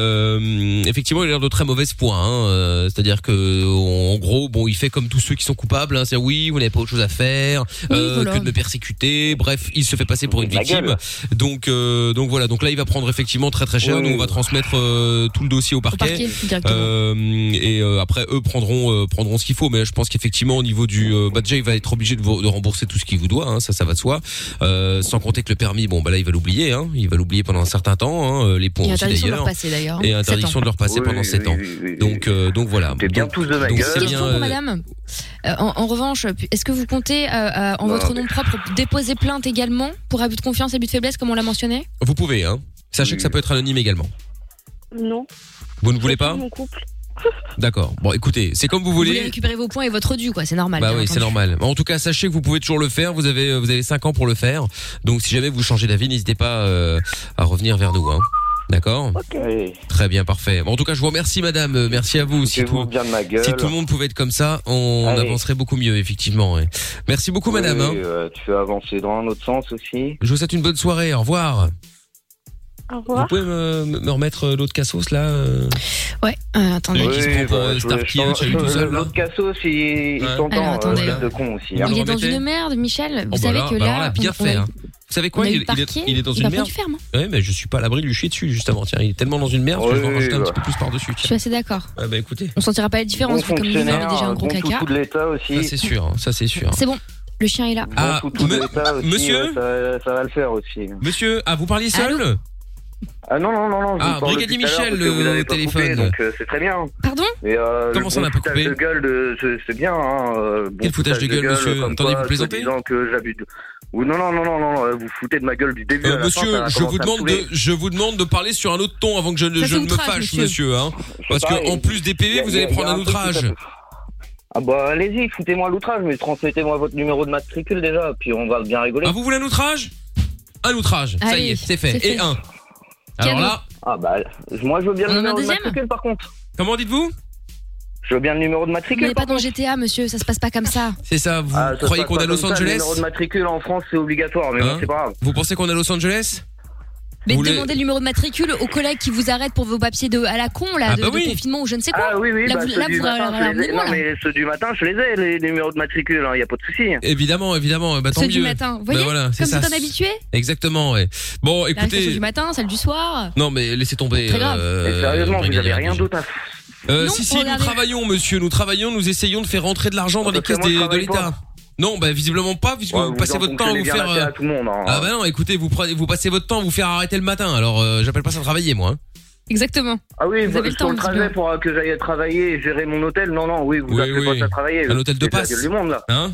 Speaker 2: Euh, effectivement, il a l'air de très mauvaise foi, hein, euh, c'est-à-dire que, en en gros, bon, il fait comme tous ceux qui sont coupables, hein, c'est oui, vous n'avez pas autre chose à faire euh,
Speaker 12: voilà.
Speaker 2: que de me persécuter. Bref, il se fait passer pour une
Speaker 12: Ma
Speaker 2: victime.
Speaker 12: gueule.
Speaker 2: Donc, euh, donc voilà, donc là, il va prendre effectivement très très cher.
Speaker 12: Oui.
Speaker 2: Nous, on va transmettre euh, tout le dossier au parquet.
Speaker 12: parquet, directement.
Speaker 2: Euh, et euh, après, eux prendront euh, prendront ce qu'il faut. Mais je pense qu'effectivement, au niveau du, euh, bah déjà, il va être obligé de, vous- de rembourser tout ce qu'il vous doit. hein, ça, ça va de soi. Euh, sans compter que le permis, bon, bah là, il va l'oublier. Hein, il va l'oublier pendant un certain temps. Hein, euh, les points
Speaker 3: Et
Speaker 2: aussi
Speaker 3: interdiction de
Speaker 2: d'ailleurs.
Speaker 3: leur passer d'ailleurs. hein.
Speaker 2: Et interdiction de leur passer pendant 7 ans. Donc, euh, donc voilà. T'es bien euh,
Speaker 13: tous de
Speaker 2: ma
Speaker 3: Question pour madame. Euh, en, en revanche, est-ce que vous comptez, euh, euh, en
Speaker 2: Non,
Speaker 3: votre
Speaker 2: mais-
Speaker 3: nom propre, déposer plainte également pour abus de confiance, abus de faiblesse, comme on l'a mentionné
Speaker 2: Vous pouvez. Hein. Sachez que ça peut être anonyme également.
Speaker 3: Non.
Speaker 2: Vous ne voulez pas
Speaker 3: Mon couple.
Speaker 2: D'accord. Bon, écoutez, c'est comme vous
Speaker 3: Vous voulez
Speaker 2: voulez.
Speaker 3: récupérer vos points et votre dû, quoi, c'est normal.
Speaker 2: Bah
Speaker 3: bien
Speaker 2: oui,
Speaker 3: entendu.
Speaker 2: c'est normal. En tout cas, sachez que vous pouvez toujours le faire. Vous avez euh, vous avez 5 ans pour le faire. Donc si jamais vous changez d'avis, n'hésitez pas euh, à revenir vers nous hein. D'accord Très bien, parfait. Bon, En tout cas, je vous remercie madame, Euh, merci à vous si tout,
Speaker 13: bien de ma gueule.
Speaker 2: si tout le monde pouvait être comme ça, on
Speaker 13: Allez.
Speaker 2: avancerait beaucoup mieux effectivement. ouais. Merci beaucoup
Speaker 13: Oui,
Speaker 2: madame. hein.
Speaker 13: euh, tu as avancé dans un autre sens aussi.
Speaker 2: Je vous souhaite une bonne soirée, au revoir.
Speaker 3: Au
Speaker 2: Vous pouvez me, me remettre euh, l'autre cassos là euh,
Speaker 3: Ouais, euh, attendez.
Speaker 2: Celui qui se prend pour, euh,
Speaker 13: bah, je
Speaker 2: Star
Speaker 13: voulais-
Speaker 2: Key, hein, celui tout seul, là.
Speaker 13: L'autre cassos, il, il t'entend.
Speaker 3: Alors, attendez.
Speaker 13: euh, espèce de con aussi. hein.
Speaker 3: Il est dans une merde, Michel. Vous
Speaker 2: Oh, bah
Speaker 3: savez
Speaker 2: là,
Speaker 3: que
Speaker 2: bah
Speaker 3: là,
Speaker 2: alors là, bien
Speaker 3: on- on a
Speaker 2: fait.
Speaker 3: eu-
Speaker 2: hein. Vous savez quoi
Speaker 3: on a eu
Speaker 2: il,
Speaker 3: le
Speaker 2: il est,
Speaker 3: parquet,
Speaker 2: il est dans
Speaker 3: il
Speaker 2: une
Speaker 3: va prendre
Speaker 2: merde.
Speaker 3: du ferme,
Speaker 2: Ouais, mais je suis pas à l'abri de lui chier dessus juste avant. Tiens, il est tellement dans une merde que je vais en
Speaker 13: Oui,
Speaker 2: rajouter un
Speaker 13: bah.
Speaker 2: petit peu plus par-dessus.
Speaker 3: Je suis assez d'accord.
Speaker 2: Ah bah écoutez.
Speaker 3: On sentira pas la différence,
Speaker 13: Bon
Speaker 3: vu comme il est
Speaker 13: fonctionnaire,
Speaker 3: déjà un gros
Speaker 13: bon
Speaker 3: caca.
Speaker 13: toutou de l'État aussi.
Speaker 2: Ça c'est sûr, hein, ça c'est sûr.
Speaker 3: C'est bon, le chien est là.
Speaker 2: Ah,
Speaker 13: Bon toutou de
Speaker 2: me-
Speaker 13: l'État aussi,
Speaker 2: monsieur
Speaker 13: euh, ça, ça va le faire aussi.
Speaker 2: Monsieur, ah vous parliez seul
Speaker 13: Ah non, non, non, non. je
Speaker 2: Ah,
Speaker 13: vous parle
Speaker 2: Brigadier
Speaker 13: depuis tout à l'heure
Speaker 2: Michel,
Speaker 13: parce que vous
Speaker 2: le
Speaker 13: l'avez pas coupé,
Speaker 2: téléphone.
Speaker 13: donc euh, c'est très bien.
Speaker 3: Pardon
Speaker 13: Mais, euh,
Speaker 2: Comment
Speaker 13: le
Speaker 2: ça, on
Speaker 13: bon
Speaker 2: n'a pas
Speaker 13: foutage
Speaker 2: coupé
Speaker 13: de gueule, de- c'est- c'est bien. Hein, euh, bon
Speaker 2: Quel foutage de gueule, monsieur
Speaker 13: comme
Speaker 2: Attendez,
Speaker 13: quoi,
Speaker 2: vous plaisantez
Speaker 13: soi-disant que j'abuse. Ou non, non, non, non, non, euh, vous foutez de ma gueule du début. à
Speaker 2: Euh,
Speaker 13: la fin, ça
Speaker 2: monsieur,
Speaker 13: a
Speaker 2: je
Speaker 13: commencé
Speaker 2: vous
Speaker 13: à me
Speaker 2: demande
Speaker 13: saouler.
Speaker 2: de, je vous demande de parler sur un autre ton avant que je, ne- je
Speaker 13: Ça fait
Speaker 2: ne me
Speaker 13: outrage,
Speaker 2: fâche,
Speaker 13: monsieur.
Speaker 2: monsieur. hein,
Speaker 13: sais
Speaker 2: parce
Speaker 13: pas,
Speaker 2: que en
Speaker 13: et-
Speaker 2: plus des
Speaker 13: y
Speaker 2: PV,
Speaker 13: a-
Speaker 2: vous
Speaker 13: y a-
Speaker 2: allez
Speaker 13: y a
Speaker 2: prendre
Speaker 13: un
Speaker 2: un
Speaker 13: truc qui
Speaker 2: outrage.
Speaker 13: s'appelle- Ah bah allez-y, foutez-moi l'outrage, mais transmettez-moi votre numéro de matricule déjà, puis on va bien rigoler.
Speaker 2: Ah vous voulez un outrage Un outrage, ça y est, c'est fait. Et un. Alors là,
Speaker 13: Ah bah moi je veux bien
Speaker 3: On en
Speaker 13: le
Speaker 3: a un
Speaker 13: numéro de
Speaker 3: deuxième
Speaker 13: matricule par contre.
Speaker 2: Comment dites-vous
Speaker 13: Je veux bien le numéro de
Speaker 3: On n'est
Speaker 13: matricule.
Speaker 3: pas dans GTA, monsieur, ça se passe pas comme ça.
Speaker 2: c'est ça. Vous
Speaker 13: Ah, ça se
Speaker 2: croyez
Speaker 13: passe
Speaker 2: qu'on est à
Speaker 13: pas
Speaker 2: Los
Speaker 13: comme ça, Le
Speaker 2: Angeles
Speaker 13: numéro de matricule en France c'est obligatoire, mais
Speaker 2: Hein
Speaker 13: bon, c'est pas grave.
Speaker 2: Vous pensez qu'on est à Los Angeles
Speaker 3: Mais
Speaker 2: Vous voulez-
Speaker 3: demandez le numéro de matricule aux collègues qui vous arrêtent pour vos papiers de à la con, là,
Speaker 2: Ah
Speaker 3: de,
Speaker 2: bah
Speaker 3: de
Speaker 2: oui.
Speaker 3: confinement ou je ne sais quoi.
Speaker 13: Ah oui, oui,
Speaker 3: là,
Speaker 13: bah,
Speaker 3: vous,
Speaker 13: ceux
Speaker 3: là,
Speaker 13: du
Speaker 3: vous
Speaker 13: matin,
Speaker 3: leur
Speaker 13: je les ai. Non,
Speaker 3: là.
Speaker 13: mais ceux du matin, je les ai, les numéros de matricule, il n'y a pas de souci.
Speaker 2: Eh Évidemment, évidemment. Bah, tant
Speaker 3: Ceux
Speaker 2: mieux.
Speaker 3: du matin.
Speaker 2: Bah,
Speaker 3: Vous voyez
Speaker 2: voilà, c'est ça.
Speaker 3: Comme c'est un habitué.
Speaker 2: Exactement, ouais. Bon,
Speaker 3: La réception
Speaker 2: écoutez. euh,
Speaker 3: du matin, celle du soir.
Speaker 2: Non, mais laissez tomber.
Speaker 3: Très grave.
Speaker 13: Et sérieusement, vous
Speaker 2: Brigadier
Speaker 13: avez rien
Speaker 2: Arnaud.
Speaker 13: d'autre à
Speaker 2: Euh,
Speaker 13: Non,
Speaker 2: si, si, nous
Speaker 13: regardez.
Speaker 2: travaillons, monsieur. Nous travaillons, nous essayons de faire rentrer de l'argent dans les
Speaker 13: parce que
Speaker 2: caisses
Speaker 13: moi, je
Speaker 2: des- de
Speaker 13: travaille
Speaker 2: l'État.
Speaker 13: pas.
Speaker 2: Non, bah visiblement pas, puisque
Speaker 13: Ouais,
Speaker 2: vous
Speaker 13: vous
Speaker 2: passez
Speaker 13: en
Speaker 2: votre temps à vous
Speaker 13: fonctionnez bien
Speaker 2: faire.
Speaker 13: la tête
Speaker 2: euh,
Speaker 13: à tout le monde, hein.
Speaker 2: Ah bah non, écoutez, vous prenez, vous passez votre temps à vous faire arrêter le matin. Alors, euh, j'appelle pas ça travailler, moi. hein.
Speaker 3: Exactement.
Speaker 13: Ah oui,
Speaker 3: Vous avez le
Speaker 13: sur
Speaker 3: temps,
Speaker 13: le trajet
Speaker 3: visiblement.
Speaker 13: pour euh, que j'aille travailler et gérer mon hôtel. Non, non, oui, vous
Speaker 2: Oui,
Speaker 13: n'avez
Speaker 2: oui.
Speaker 13: pas ça travailler.
Speaker 2: Un hôtel de
Speaker 13: C'est la
Speaker 2: passe.
Speaker 13: gueule du monde, là.
Speaker 2: Hein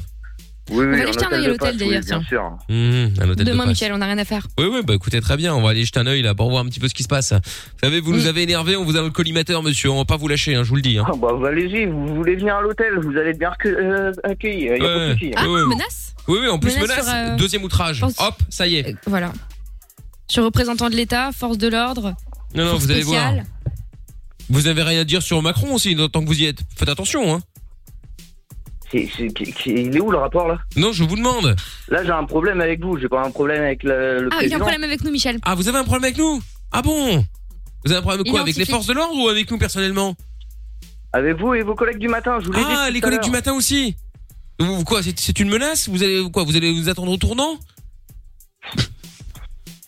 Speaker 13: Oui,
Speaker 3: va
Speaker 13: oui,
Speaker 3: aller jeter un œil à l'hôtel,
Speaker 13: passe, oui,
Speaker 3: d'ailleurs,
Speaker 13: bien
Speaker 3: tiens.
Speaker 13: sûr.
Speaker 2: Mmh, un hôtel de
Speaker 3: Demain,
Speaker 2: passe.
Speaker 3: Michel, on n'a rien à faire.
Speaker 2: Oui, oui, bah écoutez, très bien. On va aller jeter un œil là pour voir un petit peu ce qui se passe. Vous savez, vous nous avez énervé, on vous a dans le collimateur, monsieur. On va pas vous lâcher, hein, je vous le dis. Hein.
Speaker 13: Ah bah bah, allez-y, vous voulez venir à l'hôtel, vous allez être bien recue- euh, accueillis. Il n'y a pas de
Speaker 2: Ouais,
Speaker 13: souci. hein.
Speaker 2: ouais,
Speaker 3: Ah,
Speaker 2: ouais. Oui, oui, en plus menace.
Speaker 3: Menace sur, euh,
Speaker 2: Deuxième outrage.
Speaker 3: pense- Euh,
Speaker 2: Hop, ça y est.
Speaker 3: Voilà. Sur représentant de l'État, force de l'ordre.
Speaker 2: Non, non,
Speaker 3: force
Speaker 2: Ah, vous allez voir.
Speaker 3: spéciale.
Speaker 2: Vous avez rien à dire sur Macron aussi, tant que vous y êtes. Faites attention, hein.
Speaker 13: C'est- c'est- qui- qui- il est où le rapport là
Speaker 2: Non, je vous demande.
Speaker 13: Là, j'ai un problème avec vous, j'ai pas un problème avec le, le
Speaker 3: Ah, il y a
Speaker 13: président.
Speaker 3: un problème avec nous, Michel.
Speaker 2: Ah, vous avez un problème avec nous Ah bon Vous avez un problème quoi Avec les
Speaker 3: Identifié.
Speaker 2: forces de l'ordre ou avec nous personnellement
Speaker 13: Avec vous et vos collègues du matin, je vous l'ai dit.
Speaker 2: Ah,
Speaker 13: tout
Speaker 2: les
Speaker 13: à
Speaker 2: collègues
Speaker 13: l'heure.
Speaker 2: du matin aussi Vous- vous- Quoi c'est- C'est une menace Vous allez quoi Vous allez nous attendre au tournant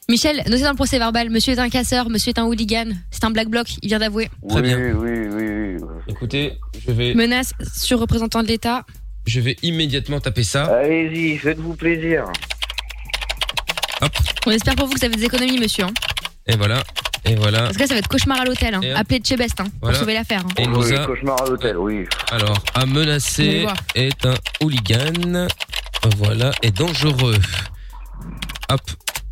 Speaker 3: Michel, notez dans le procès verbal, monsieur est un casseur, monsieur est un hooligan, c'est un black bloc, il vient d'avouer.
Speaker 2: Très bien.
Speaker 13: Oui, oui, oui.
Speaker 2: Écoutez, je vais,
Speaker 3: Menace sur représentant de l'État.
Speaker 2: je vais immédiatement taper ça.
Speaker 13: Allez-y, faites-vous plaisir.
Speaker 3: On espère pour vous que ça fait des économies, monsieur. hein.
Speaker 2: Et voilà. Et voilà.
Speaker 3: Parce que là, ça va être cauchemar à l'hôtel. hein. Appelez de chez Best hein,
Speaker 2: Ah. Voilà.
Speaker 3: pour sauver l'affaire. hein.
Speaker 2: Et nous a-
Speaker 13: cauchemar à l'hôtel, oui.
Speaker 2: Alors, à
Speaker 3: Vous allez
Speaker 2: menacer
Speaker 3: voir.
Speaker 2: est un hooligan. Voilà, est dangereux. Hop,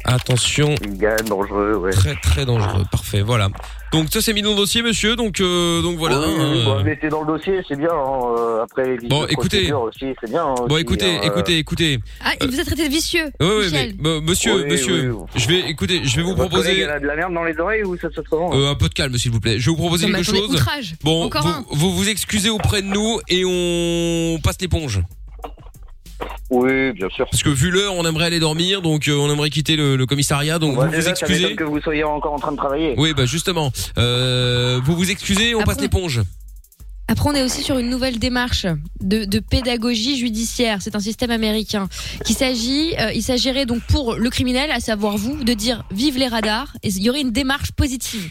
Speaker 2: Attention.
Speaker 13: Gaz dangereux, ouais.
Speaker 2: Très très dangereux. Parfait, voilà. Donc ça c'est mis dans le dossier, monsieur. Donc euh, donc voilà.
Speaker 13: Oui, oui, oui,
Speaker 2: euh,
Speaker 13: bon, mais c'est dans le dossier, c'est bien. hein, euh, après, les
Speaker 2: Bon, écoutez.
Speaker 13: procédures aussi, c'est bien. hein,
Speaker 2: Bon,
Speaker 13: aussi,
Speaker 2: écoutez,
Speaker 13: hein,
Speaker 2: écoutez, écoutez.
Speaker 3: Ah, il vous a traité de vicieux.
Speaker 2: Oui, oui, mais,
Speaker 3: Michel.
Speaker 2: bah, monsieur,
Speaker 13: Oui,
Speaker 2: monsieur,
Speaker 13: oui.
Speaker 2: je vais, écoutez, je vais vous
Speaker 13: Votre collègue,
Speaker 2: proposer
Speaker 13: elle a de la merde dans les oreilles ou ça se trouve
Speaker 2: euh, un peu de calme, s'il vous plaît. Je vais vous proposer
Speaker 13: Non, mais
Speaker 2: quelque
Speaker 13: attendez,
Speaker 2: chose.
Speaker 13: outrage.
Speaker 2: Bon,
Speaker 13: Encore un.
Speaker 2: vous, vous vous excusez auprès de nous et on passe l'éponge.
Speaker 13: Oui, bien sûr.
Speaker 2: Parce que vu l'heure, on aimerait aller dormir, donc euh, on aimerait quitter le, le commissariat, donc
Speaker 13: Bah,
Speaker 2: vous vous
Speaker 13: déjà, ça m'étonne
Speaker 2: excusez.
Speaker 13: que vous soyez encore en train de travailler.
Speaker 2: Oui, bah justement, euh, vous vous excusez, on passe l'éponge.
Speaker 3: Après, on est aussi sur une nouvelle démarche de, de pédagogie judiciaire. C'est un système américain. Qu'il s'agit, euh, il s'agirait donc pour le criminel, à savoir vous, de dire vive les radars. Et il y aurait une démarche positive.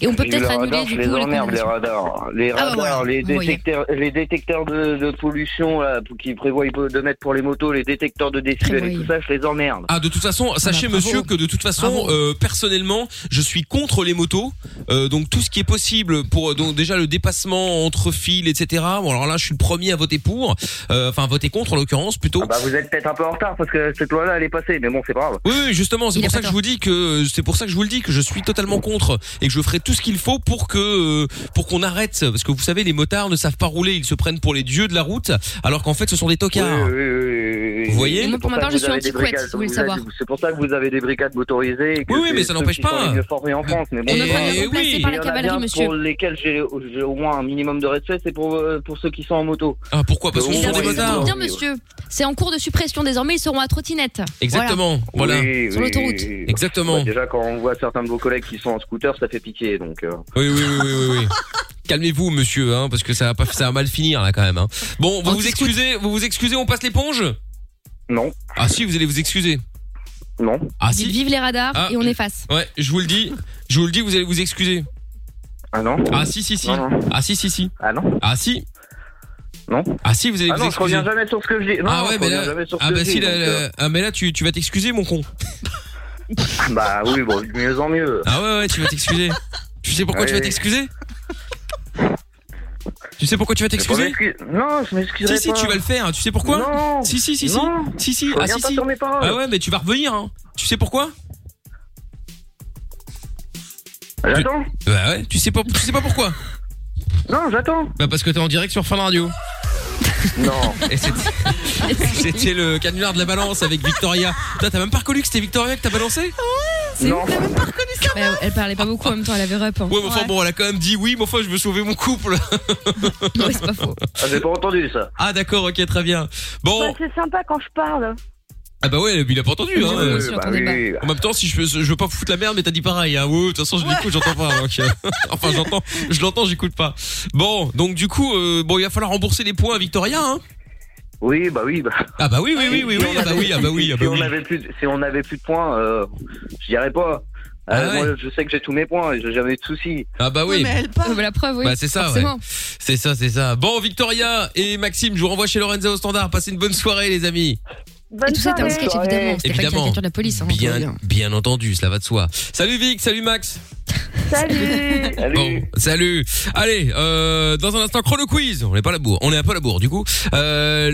Speaker 3: Et on peut
Speaker 13: Les
Speaker 3: peut-être
Speaker 13: radars,
Speaker 3: annuler
Speaker 13: je
Speaker 3: du coup
Speaker 13: les
Speaker 3: les
Speaker 13: emmerde, les
Speaker 3: condamnations.
Speaker 13: radars. Les
Speaker 3: Ah, bah
Speaker 13: radars,
Speaker 3: voilà,
Speaker 13: les
Speaker 3: vous voyez.
Speaker 13: détecteurs, les détecteurs de, de pollution là, pour- qui prévoient de mettre pour les motos, les détecteurs de décibels et tout ça, je les emmerde.
Speaker 2: Ah, de toute façon, sachez, monsieur, que de toute façon, euh, personnellement, je suis contre les motos. Euh, donc tout ce qui est possible pour euh, donc déjà le dépassement entre fils, etc. Bon, alors là, je suis le premier à voter pour, Euh, enfin voter contre en l'occurrence plutôt.
Speaker 13: Ah bah, vous êtes peut-être un peu en retard parce que cette loi-là, elle est passée, mais bon, c'est pas grave.
Speaker 2: Oui, oui, justement, c'est
Speaker 13: Il
Speaker 2: pour
Speaker 13: a
Speaker 2: ça
Speaker 13: pas
Speaker 2: que je
Speaker 13: tort.
Speaker 2: vous dis que c'est pour ça que je vous le dis que je suis totalement contre et que je ferai tout ce qu'il faut pour que euh, pour qu'on arrête parce que vous savez les motards ne savent pas rouler, ils se prennent pour les dieux de la route alors qu'en fait ce sont des tocards. Vous voyez
Speaker 13: C'est ça que vous avez des brigades,
Speaker 3: si vous voulez le
Speaker 13: vous avez-
Speaker 3: savoir.
Speaker 13: C'est pour ça que vous avez des brigades motorisées. et que
Speaker 2: Oui, oui,
Speaker 13: c'est
Speaker 2: mais ça
Speaker 13: ceux
Speaker 2: n'empêche
Speaker 13: qui sont
Speaker 2: pas. Eh
Speaker 13: les mieux formés en France. Mais bon,
Speaker 2: On est en train de
Speaker 13: c'est-
Speaker 2: les remplacer
Speaker 13: oui.
Speaker 2: par la
Speaker 13: Il y en a
Speaker 2: cavalerie,
Speaker 13: bien
Speaker 2: monsieur.
Speaker 13: Pour lesquels j'ai j'ai au moins un minimum de respect, c'est pour, euh, pour ceux qui sont en moto.
Speaker 2: Ah pourquoi Parce
Speaker 13: que
Speaker 2: que ce
Speaker 13: au
Speaker 2: sont des
Speaker 13: moins, ils
Speaker 2: motards.
Speaker 13: ont-
Speaker 3: Bien, monsieur. C'est en cours de suppression. Désormais, ils seront à trottinette.
Speaker 2: Exactement. Voilà.
Speaker 13: Oui,
Speaker 3: Sur
Speaker 13: oui,
Speaker 3: l'autoroute.
Speaker 13: oui.
Speaker 2: Exactement.
Speaker 13: Bah, déjà, quand on voit certains de vos collègues qui sont en scooter, ça fait piquer. Donc, euh.
Speaker 2: Oui, oui, oui, oui, oui. oui. Calmez-vous, monsieur, hein, parce que ça va pas, ça va mal finir là quand même. hein. Bon, vous vous excusez, vous vous excusez, on passe l'éponge
Speaker 13: Non.
Speaker 2: Ah si, vous allez vous excuser.
Speaker 13: Non.
Speaker 2: Ah
Speaker 3: Dites
Speaker 2: si.
Speaker 3: vive les radars
Speaker 2: Ah.
Speaker 3: et on efface.
Speaker 2: Ouais, je vous le dis, je vous le dis, vous allez vous excuser.
Speaker 13: Ah non
Speaker 2: Ah si si si.
Speaker 13: Non, non.
Speaker 2: Ah si si si.
Speaker 13: Ah non
Speaker 2: Ah si.
Speaker 13: Non.
Speaker 2: Ah si, vous allez
Speaker 13: Ah
Speaker 2: vous
Speaker 13: non, je
Speaker 2: excuser.
Speaker 13: reviens jamais sur ce que je dis. Non,
Speaker 2: ah
Speaker 13: non,
Speaker 2: ouais,
Speaker 13: je
Speaker 2: mais
Speaker 13: reviens
Speaker 2: là,
Speaker 13: jamais sur ce
Speaker 2: ah
Speaker 13: que
Speaker 2: bah
Speaker 13: je
Speaker 2: si,
Speaker 13: dis,
Speaker 2: là,
Speaker 13: donc,
Speaker 2: là-
Speaker 13: euh.
Speaker 2: ah mais là, tu, tu vas t'excuser, mon con.
Speaker 13: Bah oui, bon, de mieux en mieux. Ah
Speaker 2: Ah ouais, ouais, tu vas t'excuser. tu sais pourquoi tu vas
Speaker 13: Ouais.
Speaker 2: t'excuser Tu sais pourquoi tu vas
Speaker 13: Je vais pas
Speaker 2: t'excuser
Speaker 13: m'excuser. Non, je m'excuserai
Speaker 2: Si si,
Speaker 13: pas.
Speaker 2: tu vas le faire. Tu sais pourquoi
Speaker 13: Non.
Speaker 2: Si si si si.
Speaker 13: Non.
Speaker 2: Si si.
Speaker 13: Je
Speaker 2: Ah
Speaker 13: reviens
Speaker 2: si
Speaker 13: pas
Speaker 2: si.
Speaker 13: sur mes paroles.
Speaker 2: Ah ouais, mais tu vas revenir. Hein. Tu sais pourquoi
Speaker 13: J'attends.
Speaker 2: Bah ouais. Tu sais pas. Tu sais pas pourquoi
Speaker 13: Non, j'attends.
Speaker 2: Bah parce que t'es en direct sur Fin Radio.
Speaker 13: Non.
Speaker 2: Et c'était c'était le canular de la balance avec Victoria. Putain, T'as même pas reconnu que c'était Victoria que t'as balancé
Speaker 3: C'est ouf, t'as même pas reconnu ça. elle parlait pas beaucoup en même temps, elle avait rep. hein.
Speaker 2: Ouais, mais enfin bon, elle a quand même dit oui, mais enfin, je veux sauver mon couple.
Speaker 13: Ah, j'ai pas entendu ça.
Speaker 2: Ah d'accord, ok, très bien. Bon,
Speaker 4: Bah, c'est sympa quand je parle.
Speaker 2: ah bah ouais, il a pas entendu.
Speaker 13: Oui,
Speaker 2: hein,
Speaker 13: oui,
Speaker 2: euh.
Speaker 13: oui, bah oui, oui.
Speaker 2: En même temps, si je veux, je veux pas foutre la merde, mais t'as dit pareil. Hein. Ouais, de toute façon, je l'écoute, j'entends pas. donc, euh, enfin, j'entends, je l'entends, j'écoute pas. Bon, donc du coup, euh, bon, il va falloir rembourser les points à Victoria. Hein.
Speaker 13: Oui, bah oui, bah.
Speaker 2: Ah bah oui, oui, oui, oui, oui, ah bah oui, ah bah oui, ah bah
Speaker 13: si
Speaker 2: oui.
Speaker 13: on avait plus, de- si on avait plus de points, euh, j'y irais pas. Euh,
Speaker 2: Ah ouais.
Speaker 13: Moi, je sais que j'ai tous mes points et j'ai jamais eu de soucis.
Speaker 2: Ah bah oui.
Speaker 3: Ouais, bah, la preuve, oui.
Speaker 2: Bah c'est ça, ouais.
Speaker 3: forcément.
Speaker 2: c'est ça, c'est ça. Bon, Victoria et Maxime, je vous renvoie chez Lorenzo au standard. Passez une bonne soirée, les amis.
Speaker 3: Et tout ça, c'était un sketch, évidemment. C'était pas une
Speaker 2: Évidemment.
Speaker 3: caricature de la police. Hein, tout va
Speaker 2: Bien, bien entendu, cela va de soi. Salut Vic, salut Max.
Speaker 4: Salut
Speaker 2: Bon, salut. Allez, euh, dans un instant, chrono quiz. On n'est pas à la bourre. On est un peu à la bourre, du coup. Euh,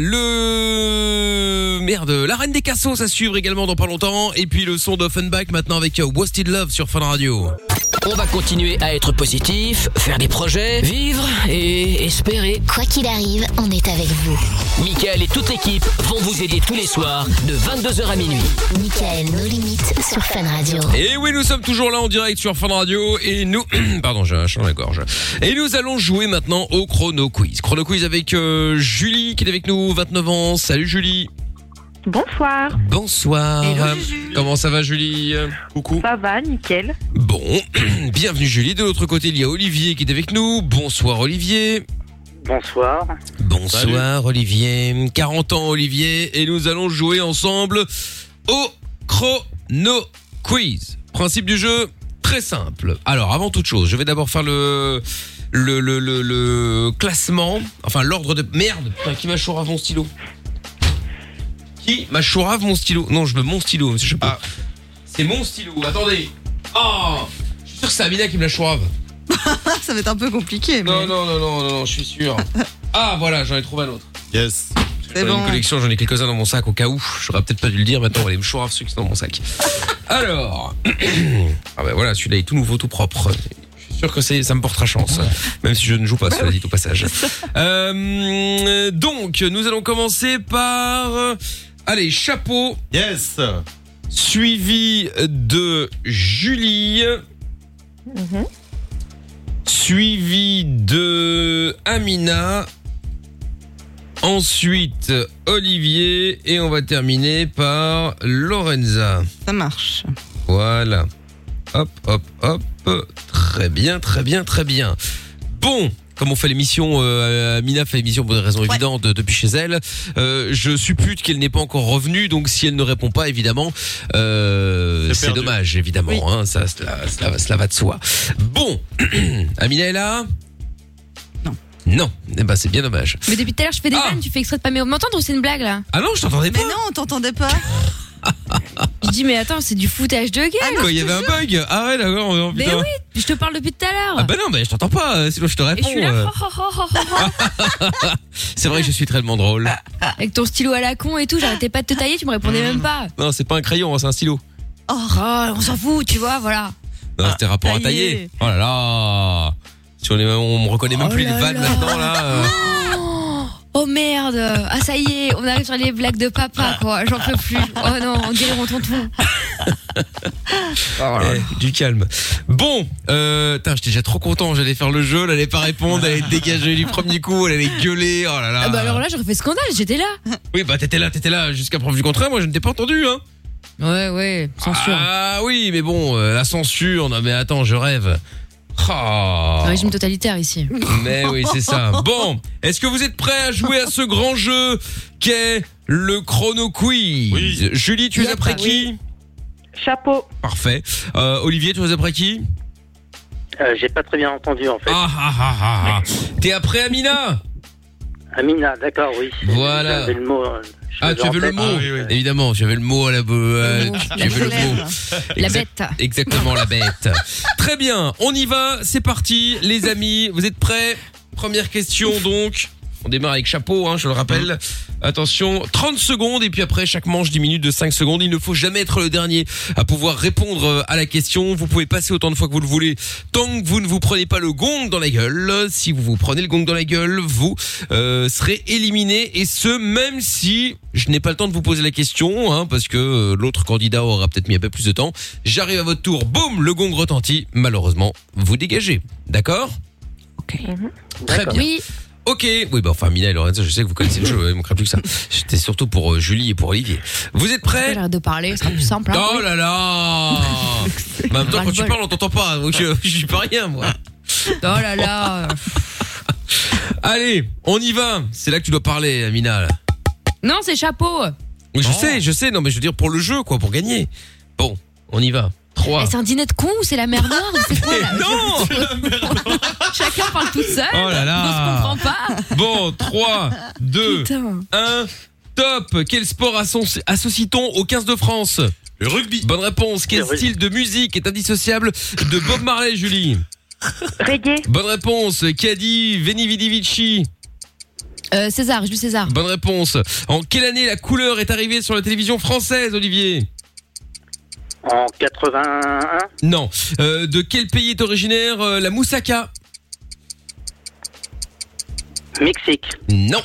Speaker 2: le merde, la reine des cassos à suivre également dans pas longtemps. Et puis le son d'Offenbach maintenant avec euh, Wasted Love sur Fun Radio.
Speaker 1: On va continuer à être positif, faire des projets, vivre et espérer.
Speaker 8: Quoi qu'il arrive, on est avec vous.
Speaker 1: Michael et toute l'équipe vont vous aider tous les soirs de 22h à minuit.
Speaker 8: Michael, nos limites sur Fun Radio.
Speaker 2: Et oui, nous sommes toujours là en direct sur Fun Radio et nous, pardon, j'ai un chant à la gorge. Et nous allons jouer maintenant au Chrono Quiz. Chrono Quiz avec euh, Julie qui est avec nous, 29 ans. Salut Julie.
Speaker 12: Bonsoir.
Speaker 2: Bonsoir. Euh, Comment ça va Julie Euh, Coucou.
Speaker 12: Ça va, nickel.
Speaker 2: Bon, bienvenue Julie. De l'autre côté, il y a Olivier qui est avec nous. Bonsoir Olivier.
Speaker 7: Bonsoir.
Speaker 2: Bonsoir Olivier. 40 ans Olivier et nous allons jouer ensemble au chrono quiz. Principe du jeu très simple. Alors avant toute chose, je vais d'abord faire le le, le, le- le classement, enfin l'ordre de merde. Putain, qui m'achourave mon stylo Qui m'achourave mon stylo Non, je veux mon stylo, monsieur Chapeau. C'est mon stylo. Attendez. Oh, je suis sûr que c'est Amina qui me l'achourave.
Speaker 5: ça va être un peu compliqué. mais-
Speaker 2: Non, non, non, non, non, je suis sûr. ah, voilà, j'en ai trouvé un autre.
Speaker 6: Yes.
Speaker 2: Je J'en ai une collection, j'en ai quelques-uns dans mon sac au cas où. J'aurais peut-être pas dû le dire, maintenant on va aller me chourave ceux qui sont dans mon sac. Alors. ah bah voilà, celui-là est tout nouveau, tout propre. Je suis sûr que c'est- ça me portera chance. Même si je ne joue
Speaker 5: Bah
Speaker 2: pas, cela dit au passage. Euh, donc, nous allons commencer par. euh, Allez, chapeau. Yes. Suivi de Julie. Suivi de Amina. Ensuite, Olivier. Et on va terminer par Lorenza.
Speaker 5: Ça marche.
Speaker 2: Voilà. Hop, hop, hop. Très bien, très bien, très bien. Bon. Comme on fait l'émission, euh, Mina fait l'émission pour des raisons évidentes de- depuis chez elle. euh, je suppute qu'elle n'est pas encore revenue, donc si elle ne répond pas, évidemment, euh, c'est
Speaker 7: perdu.
Speaker 2: dommage, évidemment.
Speaker 7: Oui.
Speaker 2: hein, ça, cela, cela- cela va de soi. Bon, Amina est là Non. Non, eh ben, c'est bien dommage.
Speaker 3: Mais depuis tout à l'heure, je fais des vannes, tu fais exprès de pas m'entendre ou c'est une blague là
Speaker 2: Ah non, je t'entendais Ah. pas.
Speaker 3: Mais non, on t'entendait pas. je dis, mais attends, c'est du foutage de gueule.
Speaker 2: Quoi, il y avait un bug Ah ouais, d'accord. oh,
Speaker 3: Mais
Speaker 2: putain.
Speaker 3: oui, je te parle depuis tout à l'heure.
Speaker 2: Ah bah non, mais je t'entends pas, euh, sinon je te
Speaker 3: Et
Speaker 2: réponds.
Speaker 3: je suis là,
Speaker 2: euh.
Speaker 3: ho, ho, ho, ho, ho,
Speaker 2: C'est vrai que je suis tellement drôle.
Speaker 3: ho, avec ton stylo à la con et tout, j'arrêtais pas de te tailler, tu me répondais même pas.
Speaker 2: Non, c'est pas un crayon, hein, c'est un stylo.
Speaker 3: Oh, oh, on s'en fout, tu vois, voilà. Ah,
Speaker 2: Non, c'était rapport à
Speaker 3: tailler.
Speaker 2: tailler. Oh là là. Si on, est- on me reconnaît même
Speaker 3: Oh
Speaker 2: plus les
Speaker 3: là
Speaker 2: vannes
Speaker 3: là.
Speaker 2: maintenant là. euh.
Speaker 3: Oh, oh merde, ah ça y est, on arrive sur les blagues de
Speaker 2: Ah.
Speaker 3: papa quoi, j'en peux plus. Oh non, on dirait mon tonton. Oh
Speaker 2: Eh, du calme. Bon, euh, putain, j'étais déjà trop content. J'allais faire le jeu, elle allait pas répondre, elle allait dégager du premier coup, elle allait gueuler. Oh là là.
Speaker 3: Ah bah alors là, j'aurais fait scandale, j'étais là.
Speaker 2: Oui, bah t'étais là, t'étais là. Jusqu'à preuve du contraire, moi je ne t'ai pas entendu, hein.
Speaker 3: Ouais, ouais, censure.
Speaker 2: Ah oui, mais bon, euh, la censure. Non, mais attends, je rêve. Oh.
Speaker 3: Un régime totalitaire ici.
Speaker 2: Mais oui, c'est ça. Bon, est-ce que vous êtes prêts à jouer à ce grand jeu qu'est le chrono quiz Julie, tu es après qui Oh.
Speaker 12: Chapeau.
Speaker 2: Parfait. Euh, Olivier, tu es après qui
Speaker 13: Euh, J'ai pas très bien entendu en fait.
Speaker 2: Ah ah ah ah. ah. T'es après Amina
Speaker 13: Amina, d'accord, oui.
Speaker 2: Voilà.
Speaker 13: J'avais le mot. euh, je
Speaker 2: Ah,
Speaker 13: l'avais
Speaker 2: tu
Speaker 13: en
Speaker 2: avais le
Speaker 13: tête.
Speaker 2: mot, évidemment. Tu avais le mot à la. euh, tu- tu avais le mot.
Speaker 3: La
Speaker 2: Exact-
Speaker 3: bête.
Speaker 2: Exactement, la bête. Très bien, on y va, c'est parti, les amis. Vous êtes prêts Première question donc. On démarre avec chapeau, hein, je le rappelle. Attention, 30 secondes et puis après chaque manche 10 minutes de 5 secondes. Il ne faut jamais être le dernier à pouvoir répondre euh, à la question. Vous pouvez passer autant de fois que vous le voulez tant que vous ne vous prenez pas le gong dans la gueule. Si vous vous prenez le gong dans la gueule, vous euh, serez éliminé et ce même si je n'ai pas le temps de vous poser la question hein, parce que euh, l'autre candidat aura peut-être mis un peu plus de temps. J'arrive à votre tour, boum, le gong retentit. Malheureusement, vous dégagez. D'accord
Speaker 13: Mhm.
Speaker 2: Très bien. Ok, oui, bah enfin, Mina et Lorenzo, je sais que vous connaissez le jeu, il manquerait plus que ça. C'était surtout pour euh, Julie et pour Olivier. Vous êtes prêts
Speaker 3: J'arrête de parler, ce sera plus simple. hein.
Speaker 2: Oh là là Mais En même temps, quand tu
Speaker 3: Ras-le-bol.
Speaker 2: parles, on t'entend pas, donc euh, je suis pas rien, moi.
Speaker 3: Oh là là.
Speaker 2: Allez, on y va C'est là que tu dois parler, Mina. là. Oh.
Speaker 3: Non, c'est chapeau.
Speaker 2: Oui, je sais, je sais, non, mais je veux dire pour le jeu, quoi, pour gagner. Bon, on y va. 3.
Speaker 3: Eh, C'est un dîner de con ou c'est la mer noire ou c'est quoi là
Speaker 2: Non
Speaker 3: Chacun parle tout seul.
Speaker 2: Oh là là.
Speaker 3: On se comprend pas.
Speaker 2: Bon, 3, 2,
Speaker 3: Putain.
Speaker 2: 1, top Quel sport associe- associe-t-on au 15 de France Le rugby. Bonne réponse. Quel style de musique est indissociable de Bob Marley, Julie
Speaker 12: Reggae.
Speaker 2: Bonne réponse. Qui a dit Veni Vidi Vici
Speaker 3: Euh, César, Jules César.
Speaker 2: Bonne réponse. En quelle année la couleur est arrivée sur la télévision française, Olivier
Speaker 13: En 81,
Speaker 2: Non. Euh, de quel pays est originaire euh, la moussaka
Speaker 13: Mexique.
Speaker 2: Non.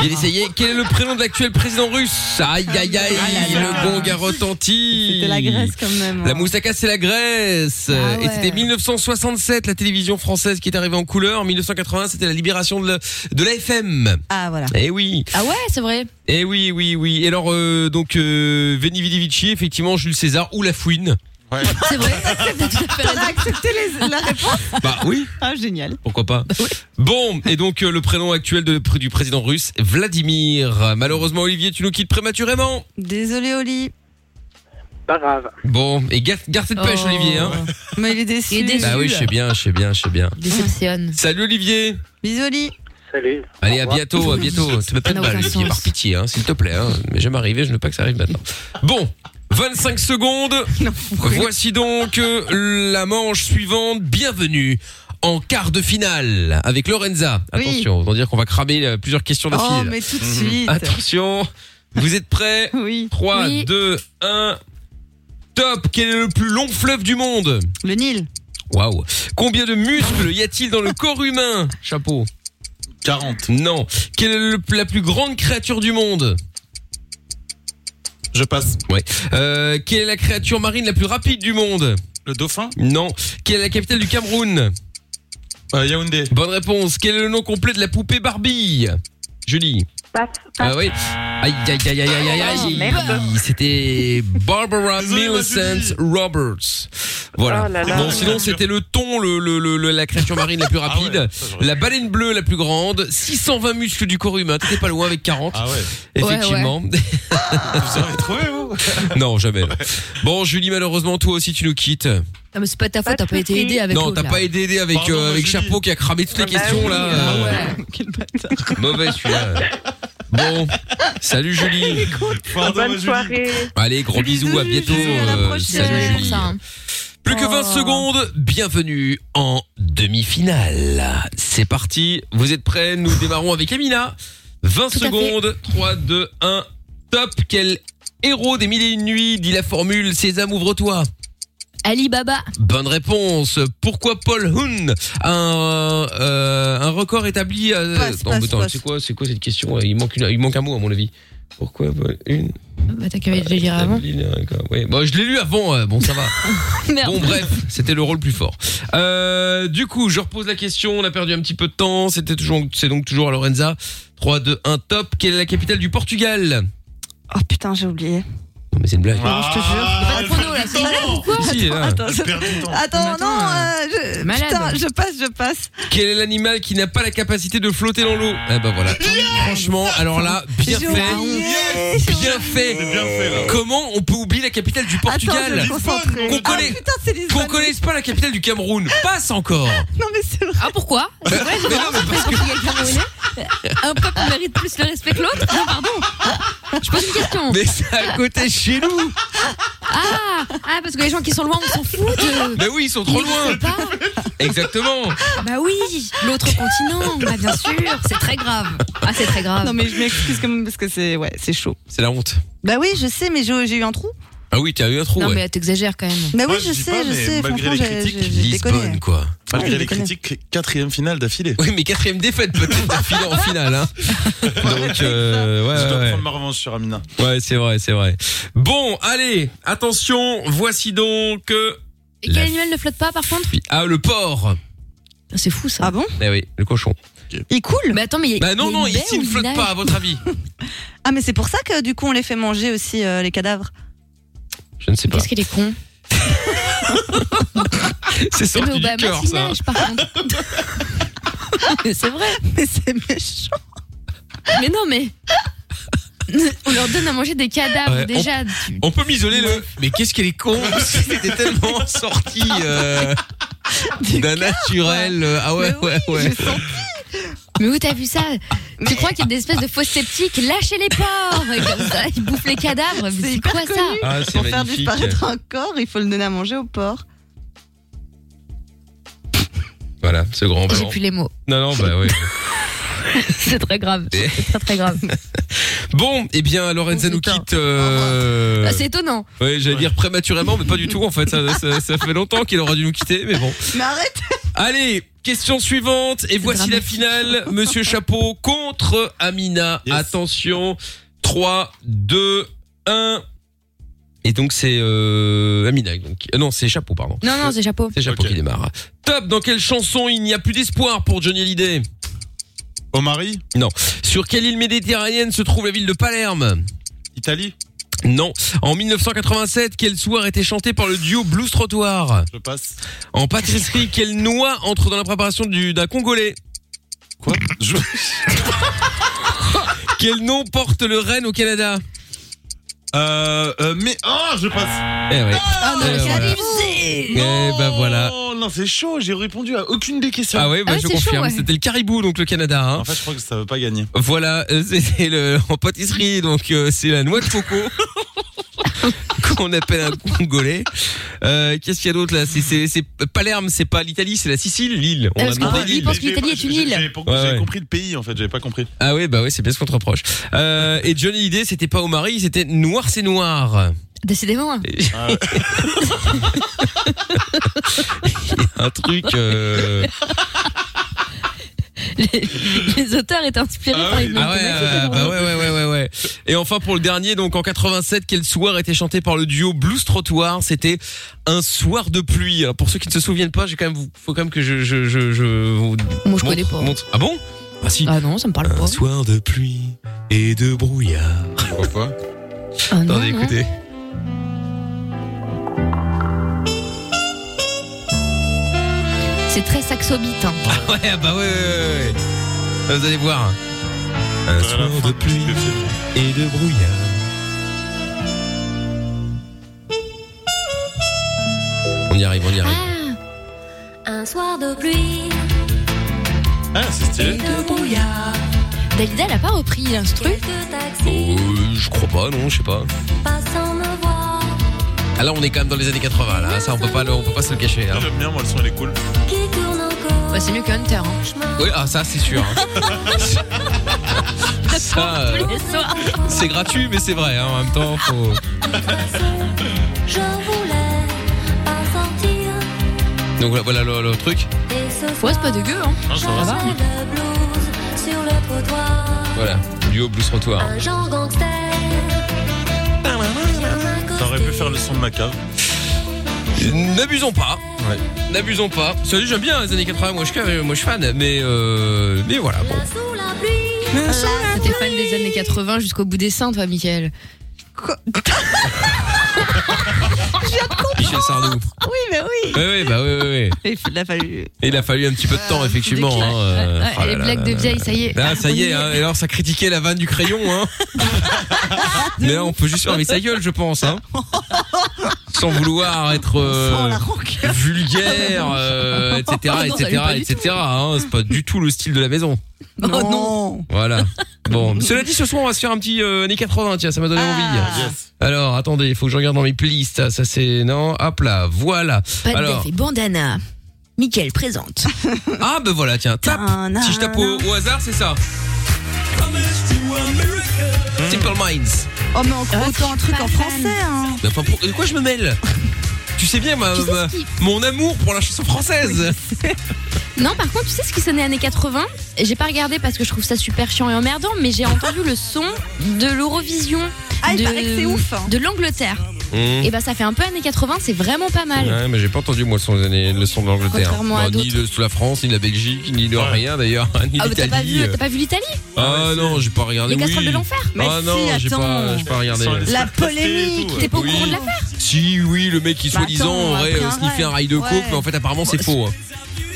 Speaker 2: J'ai essayé. Quel est le prénom de l'actuel président russe Aïe, aïe, aïe. Le gong a retenti.
Speaker 5: Ah C'était la Grèce quand même. hein.
Speaker 2: La moussaka, c'est la Grèce.
Speaker 5: Ah
Speaker 2: Et c'était 1967, la télévision française qui est arrivée en couleur. En 1980, c'était la libération de la, de la FM.
Speaker 5: Ah voilà.
Speaker 2: Eh oui.
Speaker 3: Ah ouais, c'est vrai.
Speaker 2: Eh oui, oui, oui. Et alors, euh, donc, euh, Veni Vidi Vici, effectivement, Jules César ou La Fouine. Ouais.
Speaker 3: C'est vrai. T'as tout à fait raison.
Speaker 5: accepté les- la réponse
Speaker 2: Bah oui.
Speaker 5: Ah génial.
Speaker 2: Pourquoi pas Bon, et donc euh, le prénom actuel de- du président russe, Vladimir. Malheureusement, Olivier, tu nous quittes prématurément.
Speaker 5: Désolé Oli.
Speaker 13: Pas grave.
Speaker 2: Bon, et garde, garde cette pêche,
Speaker 5: Oh.
Speaker 2: Olivier. Hein.
Speaker 5: Mais il est déçu.
Speaker 2: Bah oui, je sais bien, je sais bien, je sais bien.
Speaker 3: Déceptionne.
Speaker 2: Salut, Olivier.
Speaker 5: Bisous Oli.
Speaker 13: Salut.
Speaker 2: Allez, à
Speaker 13: revoir.
Speaker 2: bientôt, à bientôt. Tu me pas de
Speaker 13: Ça n'a
Speaker 2: mal,
Speaker 13: aucun
Speaker 2: Olivier,
Speaker 13: sens.
Speaker 2: par pitié, hein, s'il te plaît. hein. Mais j'aime arriver, je ne veux pas que ça arrive maintenant. Bon, 25 secondes. Voici donc euh, la manche suivante. Bienvenue en quart de finale avec Lorenza.
Speaker 5: Oui.
Speaker 2: Attention, autant dire qu'on va cramer euh, plusieurs questions
Speaker 5: Oh,
Speaker 2: d'affilée. là.
Speaker 5: mais tout de
Speaker 2: Mhm.
Speaker 5: suite.
Speaker 2: Attention, vous êtes prêts
Speaker 5: Oui.
Speaker 2: 3, 2, 1. Top Quel est le plus long fleuve du monde
Speaker 5: Le Nil.
Speaker 2: Waouh Combien de muscles y a-t-il dans le corps humain Chapeau. 40. Non. Quelle est le- la plus grande créature du monde Je passe. Ouais. Euh, quelle est la créature marine la plus rapide du monde Le dauphin Non. Quelle est la capitale du Cameroun Euh, Yaoundé. Bonne réponse. Quel est le nom complet de la poupée Barbie Julie.
Speaker 12: Passe.
Speaker 2: Ah oui. Aïe aïe aïe aïe aïe aïe aïe. C'était Barbara Millicent Roberts. Voilà.
Speaker 12: Oh là là.
Speaker 2: bon, sinon c'était le thon, le, le- le- le- la créature marine la plus rapide, la baleine bleue la plus grande, 620 muscles du corps humain. T'étais pas loin avec 40. Effectivement.
Speaker 12: Ouais,
Speaker 2: Vous avez trouvé vous Non, jamais. Bon, Julie, malheureusement, toi aussi tu nous quittes.
Speaker 7: Non, mais c'est pas de ta faute, t'as pas été aidé avec
Speaker 2: non,
Speaker 7: l'autre,
Speaker 2: t'as
Speaker 7: là.
Speaker 2: pas aidé, aidé avec
Speaker 7: Pardon,
Speaker 2: euh, avec
Speaker 7: Julie.
Speaker 2: chapeau qui a
Speaker 12: Ah
Speaker 2: cramé
Speaker 12: bah
Speaker 2: toutes les questions là. Euh, Mauvais celui-là. Bon, salut Julie.
Speaker 12: Bonne soirée.
Speaker 2: Allez, gros bisous, à bientôt. euh, salut Julie.
Speaker 3: hein.
Speaker 2: Plus
Speaker 5: Oh.
Speaker 2: que 20 secondes, bienvenue en demi-finale. C'est parti, vous êtes prêts Nous démarrons avec Amina. 20
Speaker 12: Tout à
Speaker 2: secondes, 3, 2, 1, top. Quel héros des mille et une nuits dit la formule Sésame, ouvre-toi
Speaker 7: Ali Baba.
Speaker 2: Bonne réponse. Pourquoi Paul Hoon a un, euh, un record établi à...
Speaker 7: Passe,
Speaker 2: Non,
Speaker 7: passe,
Speaker 2: mais attends,
Speaker 7: passe.
Speaker 2: c'est quoi, c'est quoi cette question euh, Il manque, une- il manque un mot à mon avis. Pourquoi Paul Hoon
Speaker 7: Bah, t'as qu'à le lire avant.
Speaker 2: Il est un gars- ouais. Bon, je l'ai lu avant, euh, bon ça va.
Speaker 7: Merde.
Speaker 2: Bon bref, c'était le rôle plus fort. Euh, du coup, je repose la question, on a perdu un petit peu de temps, c'était toujours c'est donc toujours à Lorenza. 3 2 1 top. Quelle est la capitale du Portugal
Speaker 5: Oh putain, j'ai oublié.
Speaker 2: Non mais c'est une blague.
Speaker 5: je te jure.
Speaker 7: Pas de chrono, là, c'est une blague ou quoi
Speaker 2: Si, hein. là.
Speaker 5: Ah. attends,
Speaker 2: Elle
Speaker 5: je-
Speaker 2: perd du temps.
Speaker 5: hein. attends,
Speaker 7: Attends,
Speaker 5: non,
Speaker 7: euh,
Speaker 5: euh, je...
Speaker 7: malade.
Speaker 5: putain, je passe, je passe.
Speaker 2: Quel est l'animal qui n'a pas la capacité de flotter dans l'eau Eh ben voilà. Franchement, alors là, bien
Speaker 5: J'ai
Speaker 2: fait.
Speaker 5: oublié, j'ai
Speaker 2: Bien fait. Comment on peut oublier la capitale du
Speaker 5: Attends, je
Speaker 2: Portugal
Speaker 5: vais me concentrer.
Speaker 2: Qu'on
Speaker 5: Ah,
Speaker 2: connaît-
Speaker 5: putain, c'est les
Speaker 2: qu'on connaisse pas la capitale du Cameroun. Passe encore.
Speaker 5: Non mais c'est vrai.
Speaker 7: Ah pourquoi C'est vrai, je comprends pas parce que un peuple mérite plus le respect que l'autre. Non, pardon. Je pose une question.
Speaker 2: Mais c'est à côté de chez nous.
Speaker 7: Ah, ah parce que les gens qui sont loin, on s'en fout
Speaker 5: Euh,
Speaker 7: de.
Speaker 2: Bah oui, ils sont trop
Speaker 7: Ils
Speaker 2: loin.
Speaker 7: veulent pas.
Speaker 2: Exactement.
Speaker 7: Bah oui, l'autre continent. Bah bien sûr, c'est très grave. Ah c'est très grave.
Speaker 5: Non mais je m'excuse quand même parce que c'est ouais, c'est chaud.
Speaker 2: C'est la honte.
Speaker 5: Bah oui, je sais, mais j'ai j'ai eu un trou.
Speaker 2: Ah oui, t'as eu un trou.
Speaker 7: Non
Speaker 2: ouais.
Speaker 7: mais t'exagères quand même.
Speaker 5: Bah oui, je, sais, je sais. Franchement, j'ai j'ai- j'ai déconné. Ah,
Speaker 2: quoi.
Speaker 6: Malgré
Speaker 5: j'ai
Speaker 6: les
Speaker 5: déconné.
Speaker 6: critiques, quatrième finale d'affilée.
Speaker 2: Oui, mais quatrième défaite peut-être d'affilée en finale. Hein. Donc, euh, ouais,
Speaker 6: Je dois
Speaker 2: ouais, ouais.
Speaker 6: prendre ma revanche sur Amina.
Speaker 2: Ouais, c'est vrai, c'est vrai. Bon, allez, attention, voici donc euh,
Speaker 7: Et quel animal ne flotte pas par contre
Speaker 2: ah le porc.
Speaker 7: C'est fou ça. Ah
Speaker 5: bon
Speaker 2: Eh oui, le cochon.
Speaker 5: Il coule
Speaker 7: Mais attends, mais il y a-
Speaker 2: Bah non
Speaker 7: il y
Speaker 2: non,
Speaker 7: a une
Speaker 2: ici
Speaker 7: baie
Speaker 2: il
Speaker 7: au
Speaker 2: ne flotte
Speaker 7: village.
Speaker 2: pas à votre avis.
Speaker 5: Ah mais c'est pour ça que du coup on les fait manger aussi euh, les cadavres.
Speaker 2: Je ne sais pas.
Speaker 7: Qu'est-ce qu'il est con
Speaker 2: C'est sorti
Speaker 7: Ah, Mais au
Speaker 2: du
Speaker 7: bas
Speaker 2: cœur, ça.
Speaker 7: matinage, par contre. c'est vrai.
Speaker 5: Mais c'est méchant.
Speaker 7: Mais non, mais. On leur donne à manger des cadavres
Speaker 2: Ouais,
Speaker 7: déjà.
Speaker 2: On peut m'isoler le. Mais qu'est-ce qu'elle est con C'était tellement sorti euh, d'un naturel. euh, ah ouais ouais ouais.
Speaker 7: Mais où t'as vu ça Tu crois qu'il y a des espèces de faux sceptiques Lâchez les porcs Et comme ça, ils bouffent les cadavres. Mais C'est quoi ça
Speaker 2: Ah, c'est
Speaker 5: pour faire
Speaker 2: magnifique.
Speaker 5: disparaître un corps, il faut le donner à manger au porc.
Speaker 2: Voilà, ce grand
Speaker 7: J'ai
Speaker 2: blanc.
Speaker 7: plus les mots.
Speaker 2: Non non bah ouais.
Speaker 7: C'est très grave. C'est très très grave.
Speaker 2: Bon, eh bien, Lorenza nous quitte. euh,
Speaker 7: Ah, C'est étonnant.
Speaker 2: Ouais, j'allais dire prématurément, mais pas du tout en fait. Ça, ça- ça fait longtemps qu'il aura dû nous quitter, mais bon.
Speaker 5: Mais arrête
Speaker 2: Allez, question suivante. Et voici la finale. Monsieur Chapeau contre Amina. Attention. 3, 2, 1. Et donc c'est euh, Amina. Donc, euh, non, c'est Chapeau, pardon.
Speaker 7: Non, non, c'est chapeau.
Speaker 2: C'est Chapeau qui démarre. Top, dans quelle chanson il n'y a plus d'espoir pour Johnny Hallyday Au mari Non. Sur quelle île méditerranéenne se trouve la ville de Palerme Italie Non. En 1987, quel soir était chanté par le duo Blues Trottoir
Speaker 6: Je passe.
Speaker 2: En pâtisserie, quelle noix entre dans la préparation du- d'un Congolais Quoi Quel nom porte le renne au Canada euh, mais oh je passe. Eh ouais.
Speaker 5: Ah non,
Speaker 2: Eh
Speaker 5: mais c'est
Speaker 2: voilà.
Speaker 5: abusé
Speaker 2: Eh ben voilà.
Speaker 6: Oh non, c'est chaud, j'ai répondu à aucune des questions.
Speaker 2: Ah ouais, bah, je confirme. C'était le caribou, donc le Canada. Hein.
Speaker 6: En fait, je crois que ça veut pas gagner.
Speaker 2: Voilà, euh, c'était le en pâtisserie, donc euh, c'est la noix de coco. qu'on appelle un Congolais. Euh, Qu'est-ce qu'il y a d'autre là C'est- C'est c'est- Palerme, c'est pas l'Italie, c'est la Sicile, l'île. On Euh, a
Speaker 3: Parce
Speaker 2: demandé
Speaker 3: que lui, il pense que l'Italie est une île.
Speaker 2: Ouais, ouais.
Speaker 6: compris le pays en fait, j'avais pas compris.
Speaker 2: Ah oui, bah oui, c'est bien ce qu'on te reproche. Euh, et Johnny Hallyday, c'était pas au mari, c'était Noir c'est noir.
Speaker 3: Décidément. hein.
Speaker 6: Ah
Speaker 2: Un truc. euh,
Speaker 3: Les, les auteurs étaient inspirés par les
Speaker 2: Ah ouais, euh, bah ouais, ouais, ouais, ouais, ouais. Et enfin pour le dernier, donc en 87, quel soir était chanté par le duo Blues Trottoir C'était un soir de pluie. Alors pour ceux qui ne se souviennent pas, j'ai quand même, faut quand même que je, je, je, je vous.
Speaker 3: Moi, je
Speaker 2: montre-
Speaker 3: connais pas.
Speaker 2: montre- Ah bon Ah si.
Speaker 3: Ah non, ça me parle pas.
Speaker 2: Un soir de pluie et de brouillard. Pourquoi
Speaker 3: Ah non,
Speaker 2: Attendez,
Speaker 3: non.
Speaker 2: écoutez.
Speaker 3: C'est très saxobite. hein.
Speaker 2: Ah ouais, ah bah ouais, ouais, ouais, ouais. Ah, Vous allez voir. Un soir de pluie et de brouillard. On y arrive, on y arrive.
Speaker 14: Ah, Un soir de pluie
Speaker 6: Ah, c'est
Speaker 14: et
Speaker 6: stylé.
Speaker 14: de brouillard,
Speaker 3: Dalida, elle a pas repris l'instru.
Speaker 2: Oh, je crois pas, non, je sais pas.
Speaker 14: passant me voir,
Speaker 2: Ah là, on est quand même dans les années 80, là. hein, Ça, on peut pas, le- on peut pas se le cacher. Hein.
Speaker 6: J'aime bien, moi, le son, il est cool.
Speaker 14: qui tourne encore.
Speaker 3: Bah, c'est mieux que Hunter. Hein.
Speaker 2: Oui, ah, ça, c'est sûr. hein. ça, euh,
Speaker 3: Tous les soirs.
Speaker 2: c'est gratuit, mais c'est vrai. hein. En même temps, faut.
Speaker 14: Je voulais pas sortir
Speaker 2: Donc voilà, voilà le, le truc.
Speaker 14: et ce soir,
Speaker 3: Ouais, c'est pas dégueu, hein.
Speaker 2: Non, ça va,
Speaker 14: un
Speaker 2: c'est
Speaker 14: soir
Speaker 2: cool.
Speaker 14: de blues sur le trottoir,
Speaker 2: Voilà, duo blues trottoir.
Speaker 3: Ah,
Speaker 14: un genre gangster.
Speaker 7: hein.
Speaker 6: Ça aurait pu faire le son de ma cave.
Speaker 2: N'abusons pas. N'abusons pas. Salut, j'aime bien les années 80. Moi, je suis, moi, je suis fan. Mais, euh, mais voilà, bon.
Speaker 3: Ah, T'es fan des années 80 jusqu'au bout des seins, toi, Michael.
Speaker 2: Michel Sardou.
Speaker 5: Ah Oui, mais oui.
Speaker 2: Oui, oui, bah oui, oui, oui.
Speaker 5: Il a fallu.
Speaker 2: Et Il a fallu un petit peu de temps, effectivement. hein, euh,
Speaker 3: Ouais,
Speaker 2: oh
Speaker 3: les
Speaker 2: là là
Speaker 3: blagues
Speaker 2: là
Speaker 3: de
Speaker 2: là.
Speaker 3: vieille, ça y est.
Speaker 2: Ah, ça y
Speaker 3: On
Speaker 2: est, hein, et alors ça critiquait la vanne du crayon, hein. mais là, on peut juste fermer sa gueule, je pense, hein. Sans vouloir être euh, vulgaire, euh, etc.,
Speaker 5: Ah non, ça
Speaker 2: etc.,
Speaker 5: allait pas du
Speaker 2: etc. hein. C'est pas du tout le style de la maison.
Speaker 5: Non, non.
Speaker 2: Voilà. Bon, cela dit, ce soir, on va se faire un petit euh, années 80, tiens, ça m'a donné envie. Alors, attendez, il faut que je regarde dans mes playlists. Ça, ça, c'est. Non, hop là, voilà.
Speaker 3: Pas de
Speaker 2: Alors,
Speaker 3: bœuf et bandana. Michael présente.
Speaker 2: ah, ben voilà, tiens, tape. Si je tape au, au hasard, c'est ça. Simple Minds.
Speaker 5: Oh, mais encore autant un truc en français, hein.
Speaker 2: Mais Bah, enfin, pour- de quoi je me mêle Tu sais bien, ma,
Speaker 3: Tu sais
Speaker 2: ma-
Speaker 3: ce qui-
Speaker 2: mon amour pour la chanson française.
Speaker 3: Non, par contre, tu sais ce qui sonnait années 80 J'ai pas regardé parce que je trouve ça super chiant et emmerdant, mais j'ai entendu le son de l'Eurovision.
Speaker 5: Ah, il
Speaker 3: de,
Speaker 5: paraît que c'est ouf, hein.
Speaker 3: De l'Angleterre.
Speaker 2: Mmh.
Speaker 3: Et bah, ça fait un peu années 80, c'est vraiment pas mal.
Speaker 2: Ouais, mais j'ai pas entendu moi le son, des années- le son de l'Angleterre. Bah,
Speaker 3: Contrairement à
Speaker 2: ni de la France, ni de la Belgique, ni de rien d'ailleurs, ni
Speaker 3: Ah, mais t'as pas
Speaker 2: d'Italie.
Speaker 3: vu, t'as pas vu l'Italie
Speaker 2: Ah euh. non, j'ai pas regardé.
Speaker 3: Les casseroles
Speaker 2: oui.
Speaker 3: de l'enfer Mais
Speaker 2: Ah
Speaker 3: si,
Speaker 2: non, j'ai
Speaker 3: attends.
Speaker 2: pas, j'ai pas regardé.
Speaker 3: La polémique T'es pas au courant de l'affaire
Speaker 2: Si, oui, le mec qui
Speaker 3: Bah,
Speaker 2: soi-disant
Speaker 3: attends,
Speaker 2: aurait
Speaker 3: après
Speaker 2: euh,
Speaker 3: un
Speaker 2: sniffé un
Speaker 3: rêve.
Speaker 2: rail de coke,
Speaker 3: Ouais.
Speaker 2: mais en fait apparemment c'est faux. hein.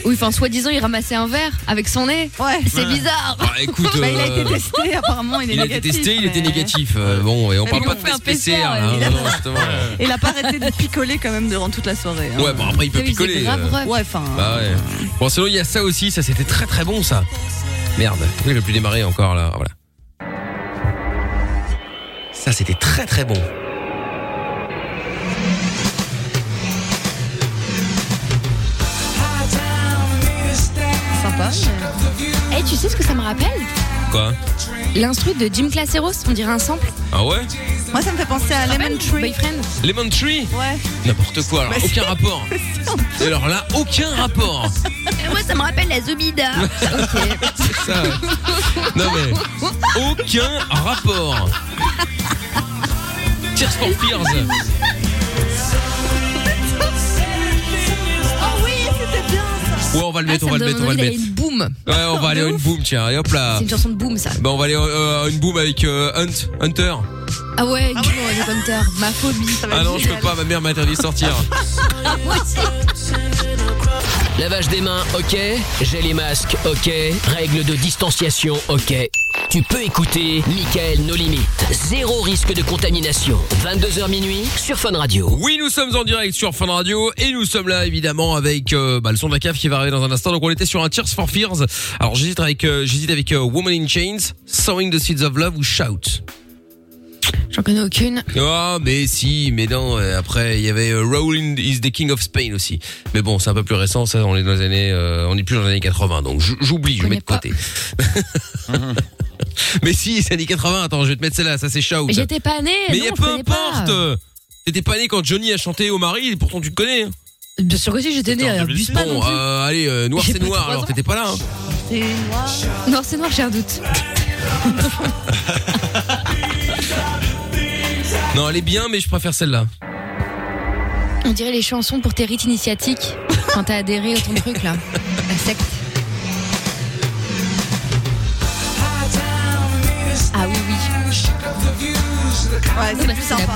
Speaker 3: Oui, enfin, soi-disant, il ramassait un verre avec son nez. Ouais.
Speaker 2: Ouais.
Speaker 3: C'est bizarre.
Speaker 2: Bah, écoute,
Speaker 5: Bah, il a
Speaker 2: euh,
Speaker 5: été testé, apparemment, il est
Speaker 2: il a été
Speaker 5: négatif.
Speaker 2: testé, il était
Speaker 5: mais-
Speaker 2: négatif. Euh, bon, et on
Speaker 5: Mais
Speaker 2: parle
Speaker 5: ils
Speaker 2: pas
Speaker 5: ont
Speaker 2: de
Speaker 5: fait un
Speaker 2: test PCR.
Speaker 5: PCR,
Speaker 2: hein,
Speaker 5: il a-
Speaker 2: non, non, justement.
Speaker 5: Et il a pas arrêté de picoler quand même durant toute la soirée. hein.
Speaker 2: Ouais, bon, après, il peut
Speaker 5: Ah oui, c'est
Speaker 2: picoler,
Speaker 5: grave
Speaker 2: euh.
Speaker 5: rough. Ouais, enfin.
Speaker 2: Bah ouais. Bon, sinon, il y a ça aussi, ça c'était très très bon ça. Merde, pourquoi j'ai plus démarrer encore là Ah, Voilà. Ça c'était très très bon.
Speaker 3: Sympa. Eh, tu sais ce que ça me rappelle
Speaker 2: Quoi
Speaker 3: L'instru de Jim Claceros, on dirait un sample.
Speaker 2: Ah ouais
Speaker 5: Moi, ça me fait penser à Lemon Tree.
Speaker 3: Boyfriend.
Speaker 2: Lemon Tree
Speaker 5: Ouais.
Speaker 2: N'importe quoi, alors
Speaker 3: Bah,
Speaker 2: aucun
Speaker 3: si.
Speaker 2: rapport. Et alors là, aucun rapport.
Speaker 3: Et moi, ça me rappelle la Zobida.
Speaker 2: C'est ça. ouais. Non mais aucun rapport. Tears for Fears.
Speaker 5: Oh oui, c'était bien ça.
Speaker 2: Ouais, on va
Speaker 3: Ah,
Speaker 2: le mettre, on va le mettre, on va le mettre.
Speaker 3: Boom.
Speaker 2: Ouais, on va aller à une boom, tiens, et hop là.
Speaker 3: C'est une chanson de Boom, ça.
Speaker 2: Bah on va aller euh, à une boom avec euh, Hunt, Hunter.
Speaker 3: Ah ouais, Guillaume, les Hunter, ma phobie.
Speaker 2: Ah non, je peux pas, ma mère m'a interdit de sortir.
Speaker 1: Lavage des mains, ok. J'ai les masques, ok. Règles de distanciation, ok. Tu peux écouter Michael No limites. Zéro risque de contamination. 22h minuit sur Fun Radio.
Speaker 2: Oui, nous sommes en direct sur Fun Radio et nous sommes là évidemment avec euh, bah, le son de la cave qui va arriver dans un instant. Donc on était sur un Tears for Fears. Alors j'hésite avec euh, j'hésite avec euh, Woman in Chains, Sowing the Seeds of Love ou Shout. Je
Speaker 3: J'en connais aucune.
Speaker 2: Ah, mais si, mais non. euh, Après, il y avait euh, Rowling is the King of Spain aussi. Mais bon, c'est un peu plus récent, ça. On est dans les années, euh, on n'est plus dans les années 80, donc j- j'oublie, je mets de côté. mais si, c'est années 80. Attends, je vais te mettre celle-là. Ça, c'est Shout.
Speaker 7: Mais J'étais pas née.
Speaker 2: Mais
Speaker 7: non,
Speaker 2: y a
Speaker 7: je
Speaker 2: peu
Speaker 7: connais pas.
Speaker 2: importe. euh, T'étais pas né quand Johnny a chanté au mari, pourtant tu te connais. hein.
Speaker 7: Bien sûr que si, j'étais née. Abuse pas non
Speaker 2: Bon,
Speaker 7: plus.
Speaker 2: euh, allez, euh, noir
Speaker 7: J'ai
Speaker 2: c'est
Speaker 7: pas
Speaker 2: noir.
Speaker 7: trois
Speaker 2: Alors
Speaker 7: ans.
Speaker 2: t'étais pas là. hein.
Speaker 7: C'est noir. Non, c'est noir, j'ai un doute.
Speaker 2: Non, elle est bien, mais je préfère celle-là.
Speaker 7: On dirait les chansons pour tes rites initiatiques quand t'as adhéré à ton truc là. La secte. Ah oui, oui.
Speaker 5: Ouais, c'est plus sympa.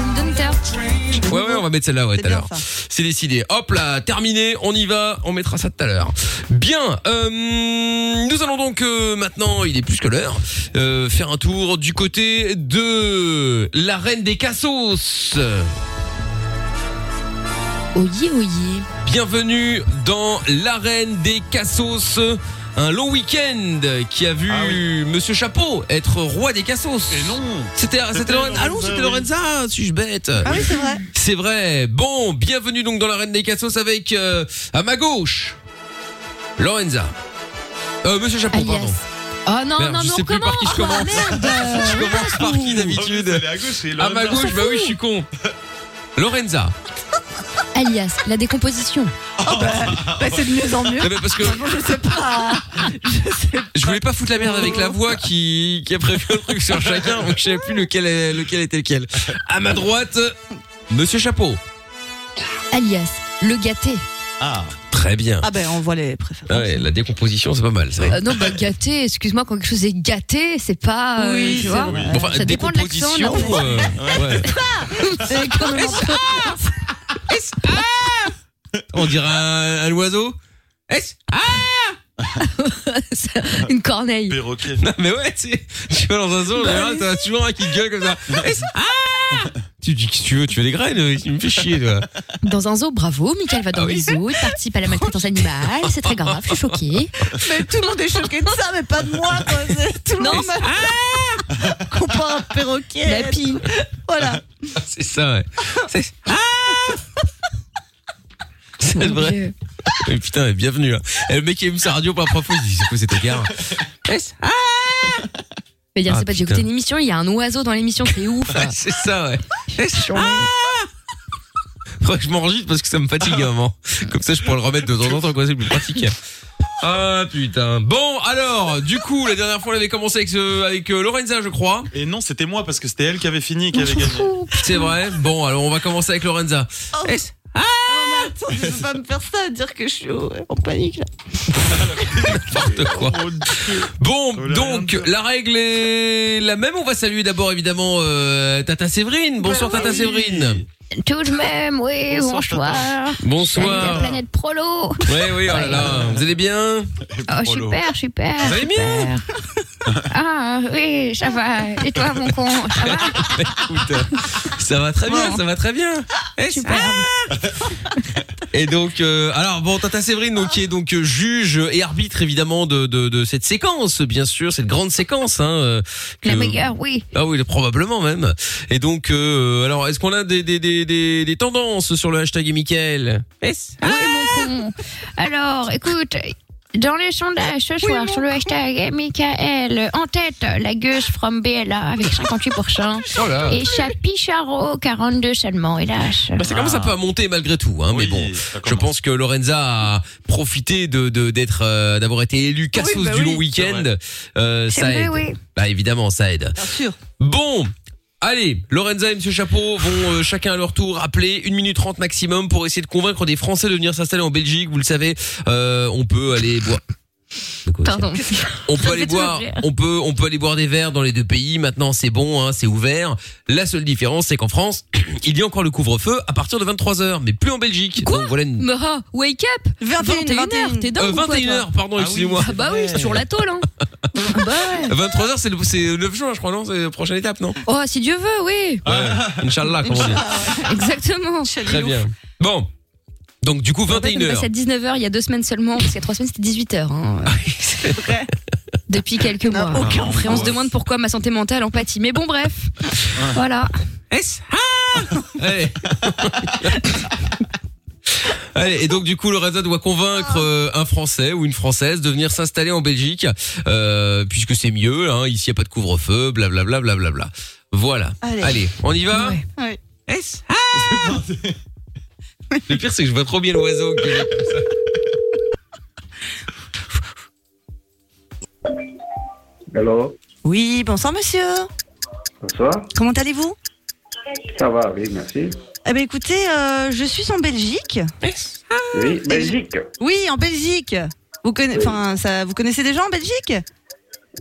Speaker 2: Ouais, ouais, on va mettre celle-là, ouais, tout à l'heure. C'est décidé. Hop là, terminé, on y va, on mettra ça tout à l'heure. Bien, euh, nous allons donc euh, maintenant, il est plus que l'heure, euh, faire un tour du côté de la reine des cassos.
Speaker 7: Oyez, oyez.
Speaker 2: Bienvenue dans l'arène des Cassos. Un long week-end qui a vu Monsieur Chapeau être roi des Cassos. Ah Et non C'était
Speaker 15: C'était
Speaker 2: c'était Lorenza. Ah non,
Speaker 15: Lorenza,
Speaker 2: c'était
Speaker 15: oui.
Speaker 2: Lorenza, suis-je bête
Speaker 15: Ah oui, c'est vrai.
Speaker 2: C'est vrai. Bon, bienvenue donc dans l'arène des Cassos avec, euh, à ma gauche, Lorenza. Euh, Monsieur Chapeau,
Speaker 5: Ah,
Speaker 2: pardon.
Speaker 7: Oh non,
Speaker 2: Merde,
Speaker 7: non,
Speaker 2: je sais
Speaker 7: mais on Ah,
Speaker 2: plus par qui je
Speaker 7: recommence.
Speaker 2: commence. je commence par
Speaker 15: Oh,
Speaker 2: qui d'habitude
Speaker 6: à gauche,
Speaker 2: À ma gauche, bah oui, je suis con. Lorenza.
Speaker 7: Alias, la décomposition.
Speaker 5: Bah, c'est de mieux en mieux.
Speaker 2: Non, mais Eh ben, parce que-
Speaker 5: Franchement, je sais pas.
Speaker 2: Je voulais pas foutre la merde avec la voix qui, qui a prévu un truc sur chacun, donc je savais plus lequel, est- lequel était lequel. À ma droite, Monsieur Chapeau.
Speaker 7: Alias, le gâté.
Speaker 2: Ah. Très bien.
Speaker 5: bah,
Speaker 7: Ah ben, on voit les
Speaker 2: Ah ouais, la décomposition, c'est pas mal, ça.
Speaker 7: Euh, non, bah gâté, excuse-moi, quand quelque chose est gâté, c'est pas. euh,
Speaker 2: Oui,
Speaker 7: tu
Speaker 2: c'est
Speaker 7: vois,
Speaker 2: vrai. Bon, enfin,
Speaker 7: ça dépend de l'accent. de la
Speaker 2: décomposition, euh, ouais.
Speaker 7: C'est quand même un peu-
Speaker 2: On dirait un, un oiseau Est-ce- Ah.
Speaker 7: C'est Une corneille.
Speaker 6: Perroquet.
Speaker 2: Non, mais ouais, tu sais, tu vas dans un
Speaker 7: Bah
Speaker 2: zoo, en général, t'en as toujours un qui gueule comme ça. Est-ce- Ah Tu dis, qu'est-ce que tu veux Tu veux des graines euh, Tu me fais chier, toi.
Speaker 7: Oh Dans un zoo, bravo, Michael
Speaker 2: Ah
Speaker 7: va dans les zoos, il participe à la maltraitance animale, c'est très grave, je suis choquée.
Speaker 5: Mais tout le monde est choqué de ça, mais pas de moi. Quoi. C'est- Tout le
Speaker 7: Non, Ah
Speaker 5: monde m'a- compare un perroquet.
Speaker 7: La pie. Ah.
Speaker 5: Voilà.
Speaker 2: C'est ça, ouais. C'est- Ah C'est vrai. Mais putain, mais bienvenue. hein. Et le mec qui aime sa radio pour la première fois, il se dit c'est quoi cet écart
Speaker 7: Mais dire,
Speaker 2: Ah,
Speaker 7: c'est pas, j'ai
Speaker 2: putain.
Speaker 7: écouté une émission, il y a un oiseau dans l'émission, c'est ouf.
Speaker 2: Ouais, C'est ça, ouais. Ah Faudrait que je m'enregistre parce que ça me fatigue à un moment. Comme ça, je pourrais le remettre de temps en temps, quoi, c'est plus pratique. Ah putain. Bon, alors, du coup, la dernière fois, on avait commencé avec, ce- avec euh, Lorenza, je crois.
Speaker 6: Et non, c'était moi parce que c'était elle qui avait fini et qui avait gagné.
Speaker 2: C'est vrai. Bon, alors, on va commencer avec Lorenza.
Speaker 5: Oh.
Speaker 2: Ah
Speaker 5: mais attends, je veux pas me faire ça, dire que je suis au- en panique là.
Speaker 2: N'importe quoi. Bon, donc, la règle est la même. On va saluer d'abord, évidemment, euh, Tata Séverine. Bonsoir,
Speaker 7: Bah
Speaker 2: Tata
Speaker 7: oui.
Speaker 2: Séverine.
Speaker 7: Tout de même, oui, bonsoir.
Speaker 2: Bonsoir.
Speaker 7: La planète Prolo. Oh,
Speaker 2: Oui, oui, oh là là. Vous allez bien
Speaker 7: super, super.
Speaker 2: Vous allez bien
Speaker 7: Ah, oui, ça va. Et toi, mon con, ça va
Speaker 2: Écoute, ça va très bien, ça va très bien. Super. Et donc, euh, alors bon, Tata Séverine, donc, qui est donc euh, juge et arbitre évidemment de, de, de cette séquence, bien sûr, cette grande séquence. Hein, euh,
Speaker 7: La
Speaker 2: que-
Speaker 7: meilleure, oui.
Speaker 2: Ah oui, probablement même. Et donc, euh, alors, est-ce qu'on a des, des, des, des, des tendances sur le hashtag et Mickaël Ah,
Speaker 7: Oui, Ah mon con. Alors, écoute. Dans les sondages ce soir sur le hashtag Michael, en tête, la gueuse from BLA avec 58%.
Speaker 2: Oh là.
Speaker 7: Et Chapi Charo, 42 seulement, hélas.
Speaker 2: Bah, ça commence un peu à monter malgré tout, hein, mais bon, je pense que Lorenza a profité de de- d'être euh, d'avoir été élu cassos
Speaker 7: bah
Speaker 2: du
Speaker 7: oui.
Speaker 2: long week-end. Euh,
Speaker 7: C'est
Speaker 2: ça
Speaker 7: vrai,
Speaker 2: aide.
Speaker 7: oui.
Speaker 2: Bah évidemment, ça aide. Bien
Speaker 5: sûr.
Speaker 2: Bon. Allez, Lorenza et Monsieur Chapeau vont euh, chacun à leur tour appeler une minute 30 maximum pour essayer de convaincre des Français de venir s'installer en Belgique. Vous le savez, euh, on peut aller boire.
Speaker 7: Pardon.
Speaker 2: On peut
Speaker 7: Ça
Speaker 2: aller
Speaker 7: fait toujours
Speaker 2: boire,
Speaker 7: rire.
Speaker 2: on peut, on peut aller boire des verres dans les deux pays. Maintenant, c'est bon, hein, c'est ouvert. La seule différence, c'est qu'en France, il y a encore le couvre-feu à partir de 23 h mais plus en Belgique. Donc voilà une-
Speaker 7: Mais ah, wake up 21h, t'es dingue
Speaker 2: Euh,
Speaker 7: ou quoi, toi
Speaker 2: 21h, pardon, excusez-moi.
Speaker 7: Ah bah oui, c'est sur la tôle, hein Ah bah ouais.
Speaker 2: 23 h c'est le, c'est 9 juin, je crois, non? C'est la prochaine étape, non?
Speaker 7: Oh, si Dieu veut, oui
Speaker 2: Ouais. Inch'Allah, comme on dit.
Speaker 7: Exactement
Speaker 2: Très bien. Bon. Donc, du coup,
Speaker 7: En fait, on est
Speaker 2: 21
Speaker 7: passé à
Speaker 2: h
Speaker 7: 19h il y a deux semaines seulement, parce qu'il y a trois semaines, c'était 18h. Hein. Depuis quelques mois.
Speaker 2: aucun
Speaker 7: Et on se
Speaker 2: sens.
Speaker 7: demande pourquoi ma santé mentale en pâtit. Mais bon, bref, voilà.
Speaker 2: S Allez. Allez, et donc du coup, Lorenza doit convaincre euh, un Français ou une Française de venir s'installer en Belgique, euh, puisque c'est mieux, hein, ici il n'y a pas de couvre-feu, blablabla, blablabla. Voilà. Allez.
Speaker 14: Allez.
Speaker 2: on y va
Speaker 14: Ouais.
Speaker 2: S Le pire, c'est que je vois trop bien l'oiseau. qui est comme ça.
Speaker 15: Allô
Speaker 5: Oui, bonsoir monsieur.
Speaker 15: Bonsoir.
Speaker 5: Comment allez-vous
Speaker 15: Ça va, oui, merci.
Speaker 5: Eh ben écoutez, euh, je suis en Belgique.
Speaker 15: Oui, Belgique
Speaker 5: Oui, en Belgique. Vous conna- enfin, ça, vous connaissez des gens en Belgique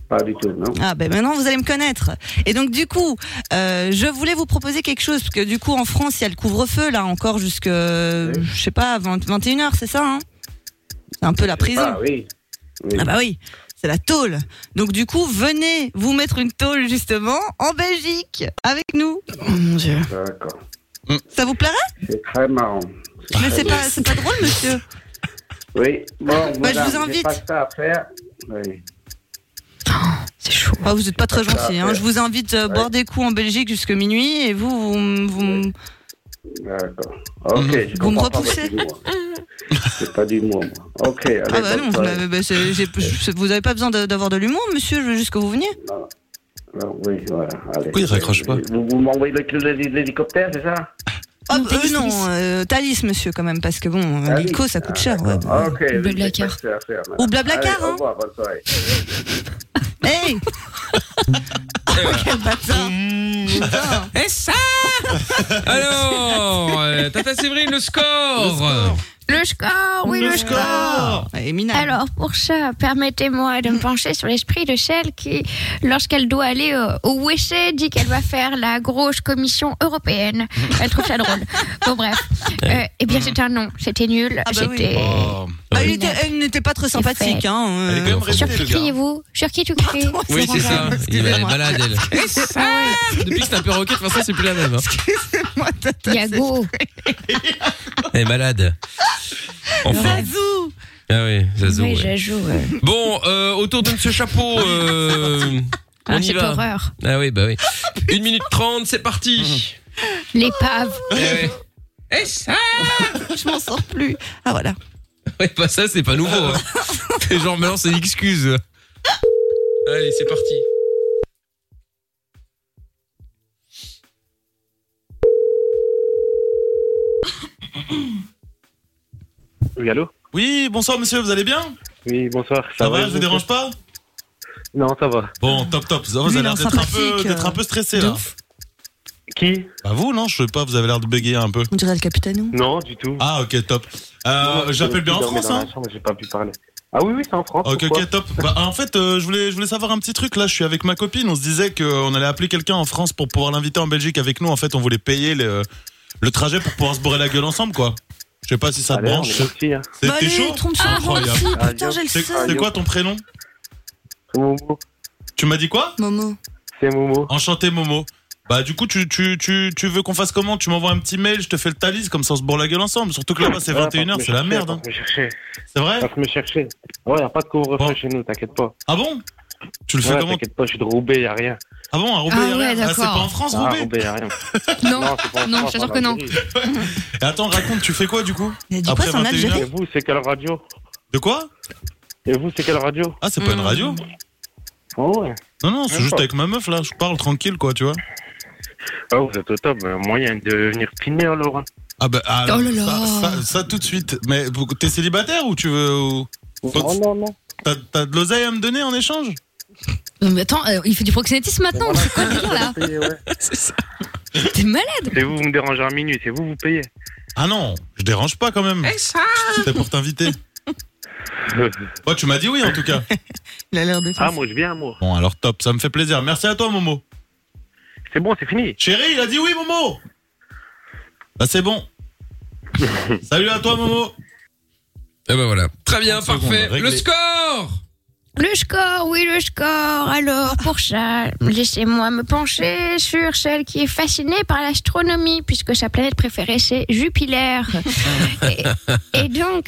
Speaker 15: Pas du tout, non
Speaker 5: Ah ben maintenant vous allez me connaître. Et donc du coup, euh, je voulais vous proposer quelque chose parce que du coup en France il y a le couvre-feu là encore jusque je sais pas 20, 21 h c'est ça hein C'est un peu la prison.
Speaker 15: Ah oui. oui.
Speaker 5: Ah bah oui, c'est la tôle. Donc du coup, venez vous mettre une tôle justement en Belgique avec nous. mon Dieu. Mm.
Speaker 15: D'accord.
Speaker 5: Ça vous plairait
Speaker 15: C'est très marrant. très
Speaker 5: Mais c'est pas,
Speaker 15: bien.
Speaker 5: c'est pas drôle, monsieur.
Speaker 15: Oui, bon,
Speaker 5: Bah,
Speaker 15: voilà,
Speaker 5: je vous
Speaker 15: j'ai
Speaker 5: invite.
Speaker 15: pas ça à faire. Oui.
Speaker 5: C'est chaud. Ah, vous êtes pas très
Speaker 15: Pas ça à
Speaker 5: gentil. Hein.
Speaker 15: faire.
Speaker 5: Je vous invite à
Speaker 15: Ouais.
Speaker 5: boire des coups en Belgique jusque minuit et vous, vous, m- vous m-
Speaker 15: D'accord. Ok, je
Speaker 5: Mm-hmm. Vous me
Speaker 15: comprends pas
Speaker 5: repoussez.
Speaker 15: votre humour. C'est pas du mot, moi. Ok, allez,
Speaker 5: Ah bah
Speaker 15: bonne
Speaker 5: non,
Speaker 15: soirée.
Speaker 5: bah, bah, c'est- j'ai- je- vous avez pas besoin de- d'avoir de l'humour, monsieur. Je veux juste que vous veniez.
Speaker 15: Non, Ah, oui, voilà, allez.
Speaker 6: Pourquoi il raccroche pas
Speaker 15: Vous, vous m'envoyez le clou de l'hé- l'hélicoptère, c'est ça
Speaker 5: Ah bah, euh, non, euh, Thalys, monsieur, quand même, parce que bon, euh, l'hélico, ça coûte cher. Ouais, bah,
Speaker 15: Ah, Ok, oui,
Speaker 5: Blablacar.
Speaker 15: c'est pas ça à faire, madame.
Speaker 5: Ou Blablacar,
Speaker 15: Allez,
Speaker 5: hein.
Speaker 15: Au revoir, bonne soirée.
Speaker 5: Hey
Speaker 2: Eh,
Speaker 5: Quel bâtard
Speaker 2: hmm. Et ça Alors, euh, Tata Séverine, le score,
Speaker 7: Le score, oui, le,
Speaker 2: Le
Speaker 7: score. Alors, pour ça, permettez-moi de me pencher sur l'esprit de celle qui, lorsqu'elle doit aller euh, au WC, dit qu'elle va faire la grosse commission européenne. Elle trouve ça drôle. Bon, bref. Euh, eh bien, c'est un non. C'était nul.
Speaker 5: Ah bah oui.
Speaker 7: C'était.
Speaker 8: Oh.
Speaker 5: Ah, il était- elle n'était pas très sympathique. Hein, euh.
Speaker 7: Sur qui criez-vous Sur qui tu cries
Speaker 2: Oui, c'est ça. Il est
Speaker 5: Excusez-moi.
Speaker 2: malade, elle. Et ça Depuis que c'est un peu roquette, de toute façon, c'est plus la même. hein.
Speaker 7: Yago.
Speaker 2: Elle est malade. Enfin.
Speaker 5: Zazou
Speaker 2: Ah oui, Zazo.
Speaker 7: Oui,
Speaker 2: ouais.
Speaker 7: Zazou, ouais.
Speaker 2: Bon, euh, autour de Monsieur Chapeau, euh,
Speaker 7: Ah,
Speaker 2: on y
Speaker 7: cette
Speaker 2: va.
Speaker 7: horreur.
Speaker 2: Ah oui, bah oui. Une minute trente, c'est parti.
Speaker 7: L'épave.
Speaker 2: Eh ouais.
Speaker 5: Et ça Je m'en sors plus. Ah voilà.
Speaker 2: Ouais, bah ça, c'est pas nouveau. hein. C'est genre, maintenant, c'est une excuse. Allez, c'est parti.
Speaker 6: Oui, allô Oui, bonsoir monsieur, vous allez bien
Speaker 16: Oui, bonsoir.
Speaker 6: Ça, va, je vous dérange pas
Speaker 16: Non, ça va.
Speaker 6: Bon, top, top. Vous avez
Speaker 16: Lui,
Speaker 6: l'air
Speaker 16: il est
Speaker 6: d'être un, peu-
Speaker 16: sympathique,
Speaker 6: d'être un peu
Speaker 16: euh,
Speaker 6: stressé
Speaker 16: de
Speaker 6: là.
Speaker 16: ouf. Qui
Speaker 6: Bah vous, non Je sais pas, vous avez l'air de bégayer un peu.
Speaker 5: On dirait le capitaine.
Speaker 16: Non, du tout.
Speaker 6: Ah, ok, top. Euh,
Speaker 16: Non,
Speaker 6: J'appelle bien en
Speaker 16: je dormais
Speaker 6: France,
Speaker 16: dans
Speaker 6: hein
Speaker 16: la chambre, J'ai pas pu parler. Ah oui, oui, c'est en France.
Speaker 6: Ok,
Speaker 16: pourquoi
Speaker 6: ok, top. Bah, en fait, euh, je, voulais, je voulais savoir un petit truc. Là, je suis avec ma copine. On se disait qu'on allait appeler quelqu'un en France pour pouvoir l'inviter en Belgique avec nous. En fait, on voulait payer le, le trajet pour pouvoir se bourrer la gueule ensemble, quoi. Je sais pas si ça te
Speaker 16: Allez, on
Speaker 6: branche.
Speaker 16: est parti, hein.
Speaker 6: C'est-
Speaker 5: Bah
Speaker 6: T'es
Speaker 5: allez,
Speaker 6: chaud
Speaker 5: trompe sur
Speaker 6: Incroyable.
Speaker 5: le ventre, putain, j'ai le
Speaker 6: C'est
Speaker 5: seum.
Speaker 6: c'est quoi ton prénom
Speaker 16: Momo.
Speaker 6: Tu m'as dit quoi
Speaker 5: Momo.
Speaker 16: C'est Momo.
Speaker 6: Enchanté, Momo. Bah, du coup, tu, tu, tu, tu veux qu'on fasse comment Tu m'envoies un petit mail, je te fais le talis, comme ça on se bourre la gueule ensemble. Surtout que là-bas, c'est
Speaker 16: Ouais, parce
Speaker 6: 21h,
Speaker 16: me
Speaker 6: c'est la
Speaker 16: chercher,
Speaker 6: merde. hein.
Speaker 16: parce me chercher.
Speaker 6: C'est vrai
Speaker 16: Parce me chercher. Ouais, y a pas de couvre-feu chez nous, t'inquiète pas.
Speaker 6: Ah bon Tu le fais
Speaker 16: ouais,
Speaker 6: comment
Speaker 16: T'inquiète pas, je suis de Roubaix, y a rien.
Speaker 6: Ah bon, à Roubaix,
Speaker 16: Ah
Speaker 6: y a
Speaker 16: ouais,
Speaker 6: rien Ah, c'est
Speaker 16: d'accord.
Speaker 6: pas en France,
Speaker 16: Ah,
Speaker 6: Roubaix
Speaker 16: Roubaix, y a rien.
Speaker 5: Non,
Speaker 16: c'est pas en
Speaker 5: non,
Speaker 16: France,
Speaker 5: je t'assure
Speaker 16: en
Speaker 5: que non.
Speaker 16: Algérie.
Speaker 6: Et attends, raconte, tu fais quoi du coup
Speaker 5: Il a dit quoi, c'est en Algérie
Speaker 16: Et vous, c'est quelle radio
Speaker 6: De quoi
Speaker 16: Et vous, c'est quelle radio
Speaker 6: Ah, c'est pas une radio
Speaker 16: Oh ouais.
Speaker 6: Non, non, c'est
Speaker 16: Même
Speaker 6: juste
Speaker 16: pas.
Speaker 6: avec ma meuf là, je parle tranquille quoi, tu vois.
Speaker 16: Ah, vous êtes au top. euh, Moyen de venir piner alors. hein.
Speaker 6: Ah bah, ah,
Speaker 16: Oh là là.
Speaker 6: Ça, ça- ça tout de suite. Mais pour- t'es célibataire ou tu veux. ou-
Speaker 16: Non, non, non.
Speaker 6: T'as, t'as de l'oseille à me donner en échange
Speaker 5: Non, mais attends, euh, il fait du proxénétisme maintenant C'est quoi le délire là
Speaker 6: C'est ça.
Speaker 5: T'es malade
Speaker 16: C'est vous, vous me dérangez un minute, c'est vous, vous payez.
Speaker 6: Ah non, je dérange pas quand même. C'était pour t'inviter. Bon, tu m'as dit oui en tout cas.
Speaker 5: Il a l'air de
Speaker 16: Ah, moi, je viens, moi.
Speaker 6: Bon, alors top, ça me fait plaisir. Merci à toi, Momo.
Speaker 16: C'est bon, c'est fini.
Speaker 6: Chérie, il a dit oui, Momo Bah, c'est bon. Salut à toi, Momo.
Speaker 2: Et ben voilà. Très bien,
Speaker 6: 30
Speaker 2: parfait.
Speaker 6: secondes, réglé.
Speaker 2: Le score
Speaker 7: Le score, oui, le score. Alors, pour ça, laissez-moi me pencher sur celle qui est fascinée par l'astronomie, puisque sa planète préférée,
Speaker 2: Eh,
Speaker 7: c'est Jupiter. Et donc, 30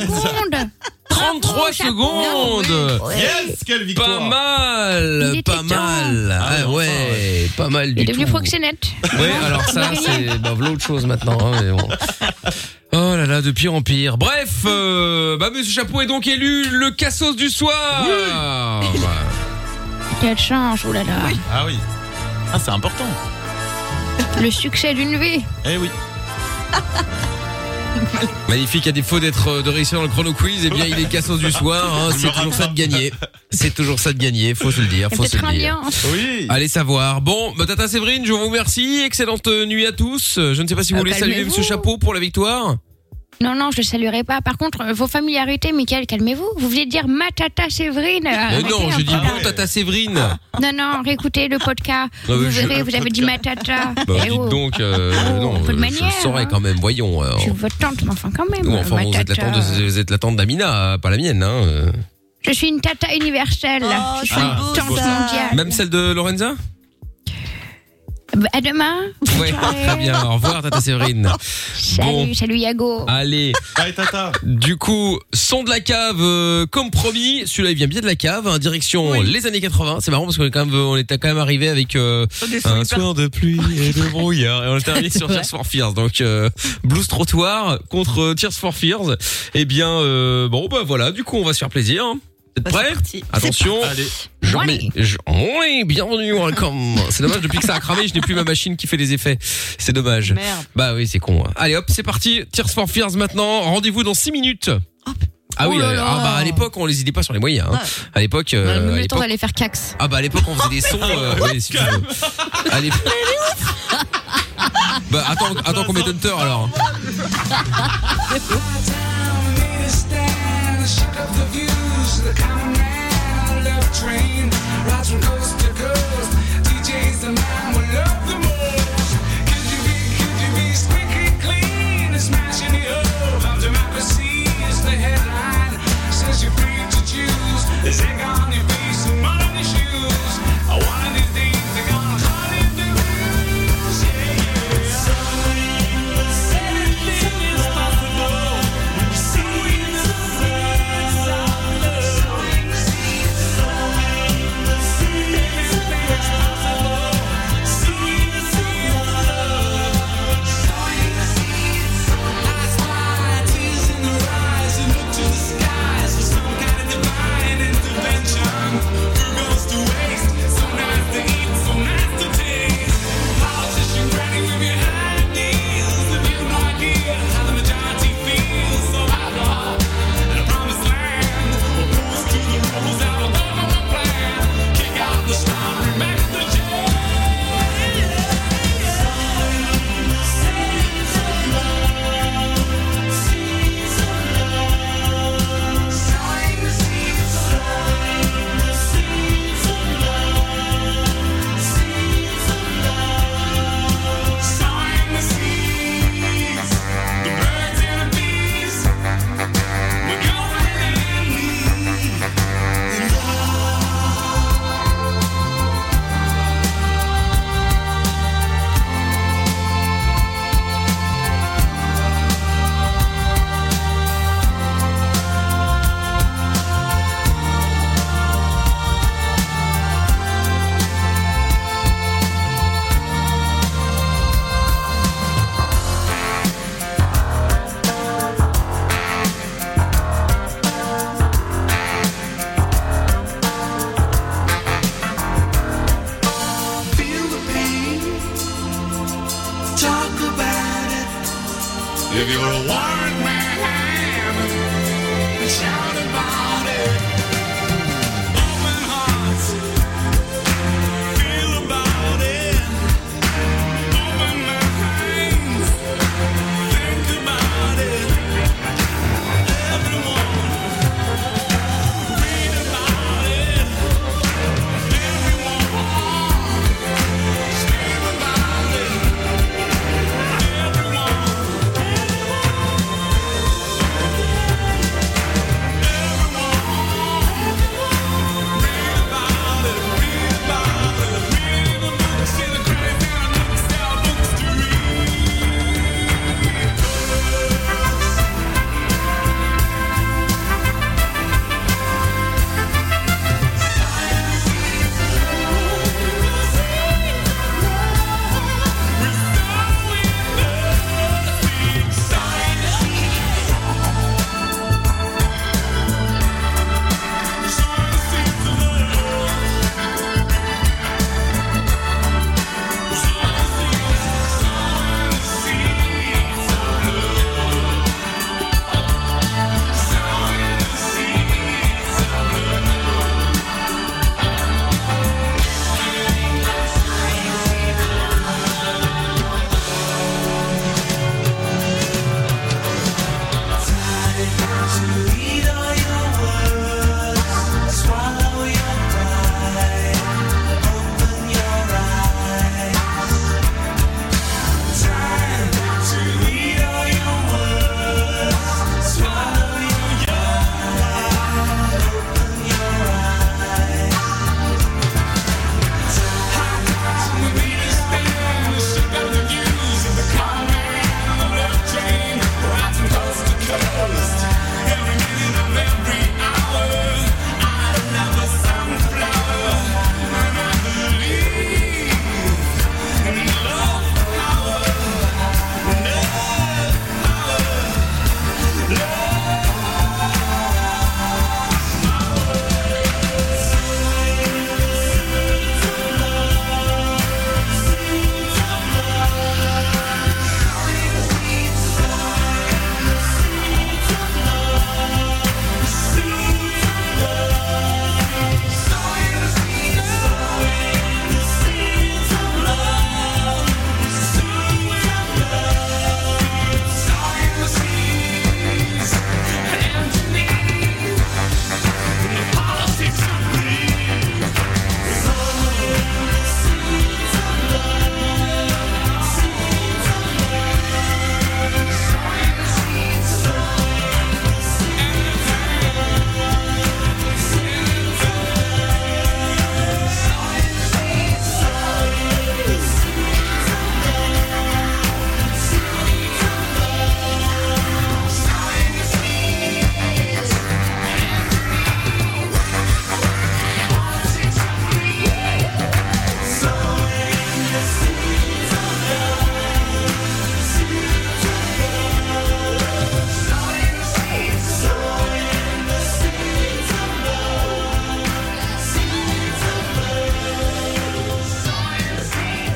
Speaker 7: secondes
Speaker 2: 33 secondes Yes, quelle victoire Pas mal
Speaker 7: Il était
Speaker 2: Pas mal Ah ouais, pas mal
Speaker 7: Il est
Speaker 2: du
Speaker 7: devenu
Speaker 2: tout.
Speaker 7: proxénète.
Speaker 2: Oui, alors ça, c'est bah, l'autre chose maintenant. hein, mais bon. Oh là là, de pire en pire. Bref, euh, bah, Monsieur Chapeau est donc élu le cassos du soir. Bah,
Speaker 7: Quelle chance, oh là là.
Speaker 6: Ah oui. Ah, c'est important.
Speaker 7: Le succès d'une vie.
Speaker 6: Eh oui.
Speaker 2: magnifique, à défaut d'être euh, de réussir dans le chrono quiz, eh bien il est cassos du soir. hein, c'est toujours ça de gagner. C'est toujours ça de gagner. Faut se le dire.
Speaker 7: Il y a
Speaker 2: Faut se
Speaker 7: peut-être
Speaker 2: le
Speaker 7: un
Speaker 2: dire.
Speaker 7: lien. Oui.
Speaker 2: Allez savoir. Bon, bah, Tata Séverine, je vous remercie. Excellente nuit à tous. Euh, Je ne sais pas si vous
Speaker 7: Euh,
Speaker 2: voulez saluer
Speaker 7: calmez-vous.
Speaker 2: Monsieur Chapeau pour la victoire.
Speaker 7: Non, non, je le saluerai pas. Par contre, euh, vos familiarités, Michael, calmez-vous. Vous vouliez dire ma tata Séverine. euh,
Speaker 2: Mais
Speaker 7: arrêtez
Speaker 2: non,
Speaker 7: un
Speaker 2: je dis
Speaker 7: peu. Ah.
Speaker 2: bon, Tata Séverine.
Speaker 7: Non, non, réécoutez le podcast.
Speaker 2: Ah oui,
Speaker 7: vous
Speaker 2: je-
Speaker 7: verrez, vous avez dit ma tata.
Speaker 2: Bah,
Speaker 7: Eh oh,
Speaker 2: dites donc, euh, non, euh,
Speaker 7: peu de
Speaker 2: je
Speaker 7: manière,
Speaker 2: le saurais quand même, voyons. euh,
Speaker 7: hein. Je suis votre tante, mais enfin quand même.
Speaker 2: ou
Speaker 7: euh,
Speaker 2: enfin,
Speaker 7: ma
Speaker 2: bon, vous, êtes la
Speaker 7: tata.
Speaker 2: tante de- vous êtes la tante d'Amina, euh, pas la mienne. Hein. euh.
Speaker 7: Je suis une tata universelle. Oh, je suis
Speaker 2: Ah,
Speaker 7: une tante mondiale.
Speaker 2: Même celle de Lorenza
Speaker 7: Bah, à demain.
Speaker 2: Ouais, très bien. Au revoir, Tata Séverine.
Speaker 7: Salut, salut Yago.
Speaker 2: Allez. Du coup, son de la cave, euh, comme promis. Celui-là, il vient bien de la cave, hein, direction les années 80. C'est marrant parce qu'on est quand même, on était quand même arrivé avec euh,
Speaker 6: Des
Speaker 2: un
Speaker 6: sons hyper-
Speaker 2: soir de pluie et de brouillard. Et on est arrivé sur
Speaker 6: Ouais.
Speaker 2: Tears for Fears. Donc, euh, Blues Trottoir contre euh, Tears for Fears. Eh bien, euh, bon, bah voilà. Du coup, on va se faire plaisir. hein. Vous êtes prêts Attention. J'en mets- j'en- Oui, bienvenue, welcome. C'est dommage, depuis que ça a cramé, je n'ai plus ma machine qui fait les effets. C'est dommage.
Speaker 5: Merde.
Speaker 2: Bah oui, c'est con. hein. Allez hop, c'est parti. Tears for Fears maintenant. Rendez-vous dans 6 minutes. Ah oui,
Speaker 3: Oh là là.
Speaker 2: ah bah à l'époque, on les idées pas sur les moyens. hein. À l'époque. euh, à
Speaker 3: le temps
Speaker 2: l'époque-
Speaker 3: d'aller Oh, faire cax.
Speaker 2: ah bah à l'époque, on faisait des sons. euh, oui, si tu veux. À l'époque- Bah attends, attends qu'on mette Hunter alors.
Speaker 14: Feel the pain. Talk about it. If you're a warrant man, shout about it. Open hearts. Feel about it. Open minds. Think about it. Everyone. Read about it. Everyone. Everyone.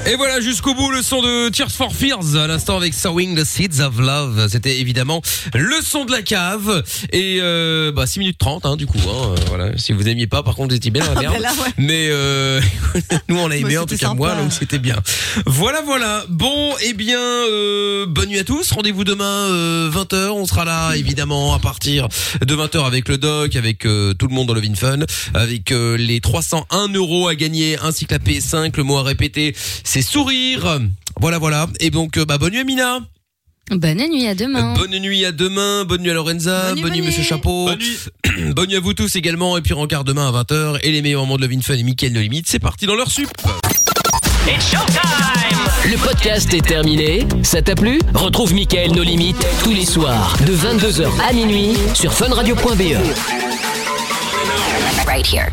Speaker 2: Et voilà jusqu'au bout le son de Tears for Fears à l'instant avec Sowing the Seeds of Love. C'était évidemment le son de la cave et euh, bah 6 minutes 30 hein, du coup hein, euh, voilà, si vous aimiez pas par contre vous étiez bien dans la
Speaker 14: Ah,
Speaker 2: merde.
Speaker 14: bah là, ouais.
Speaker 2: Mais euh, nous on a aimé
Speaker 14: Bah,
Speaker 2: en tout
Speaker 14: c'était
Speaker 2: cas moi
Speaker 14: sympa.
Speaker 2: donc c'était bien. Voilà voilà. Bon et bien euh, bonne nuit à tous. Rendez-vous demain euh, 20h, on sera là évidemment à partir de 20h avec le doc avec euh, tout le monde dans le Vin Fun avec euh, les 301 euros à gagner ainsi que la PS5, le mot à répéter, c'est sourire. Voilà voilà et donc euh, bah bonne nuit Amina.
Speaker 3: Bonne nuit, à demain.
Speaker 2: Bonne nuit à demain, bonne nuit à Lorenza, bonne nuit, Monsieur Chapeau, bonne nuit. à vous tous également, et puis rencard demain à 20h, et les meilleurs moments de Love in Fun et Mickaël No Limite, c'est parti dans leur sup
Speaker 1: Le podcast est terminé. Ça t'a plu Retrouve Mickaël nos limites tous les soirs E. de 22h à minuit sur funradio.be.
Speaker 17: Right here.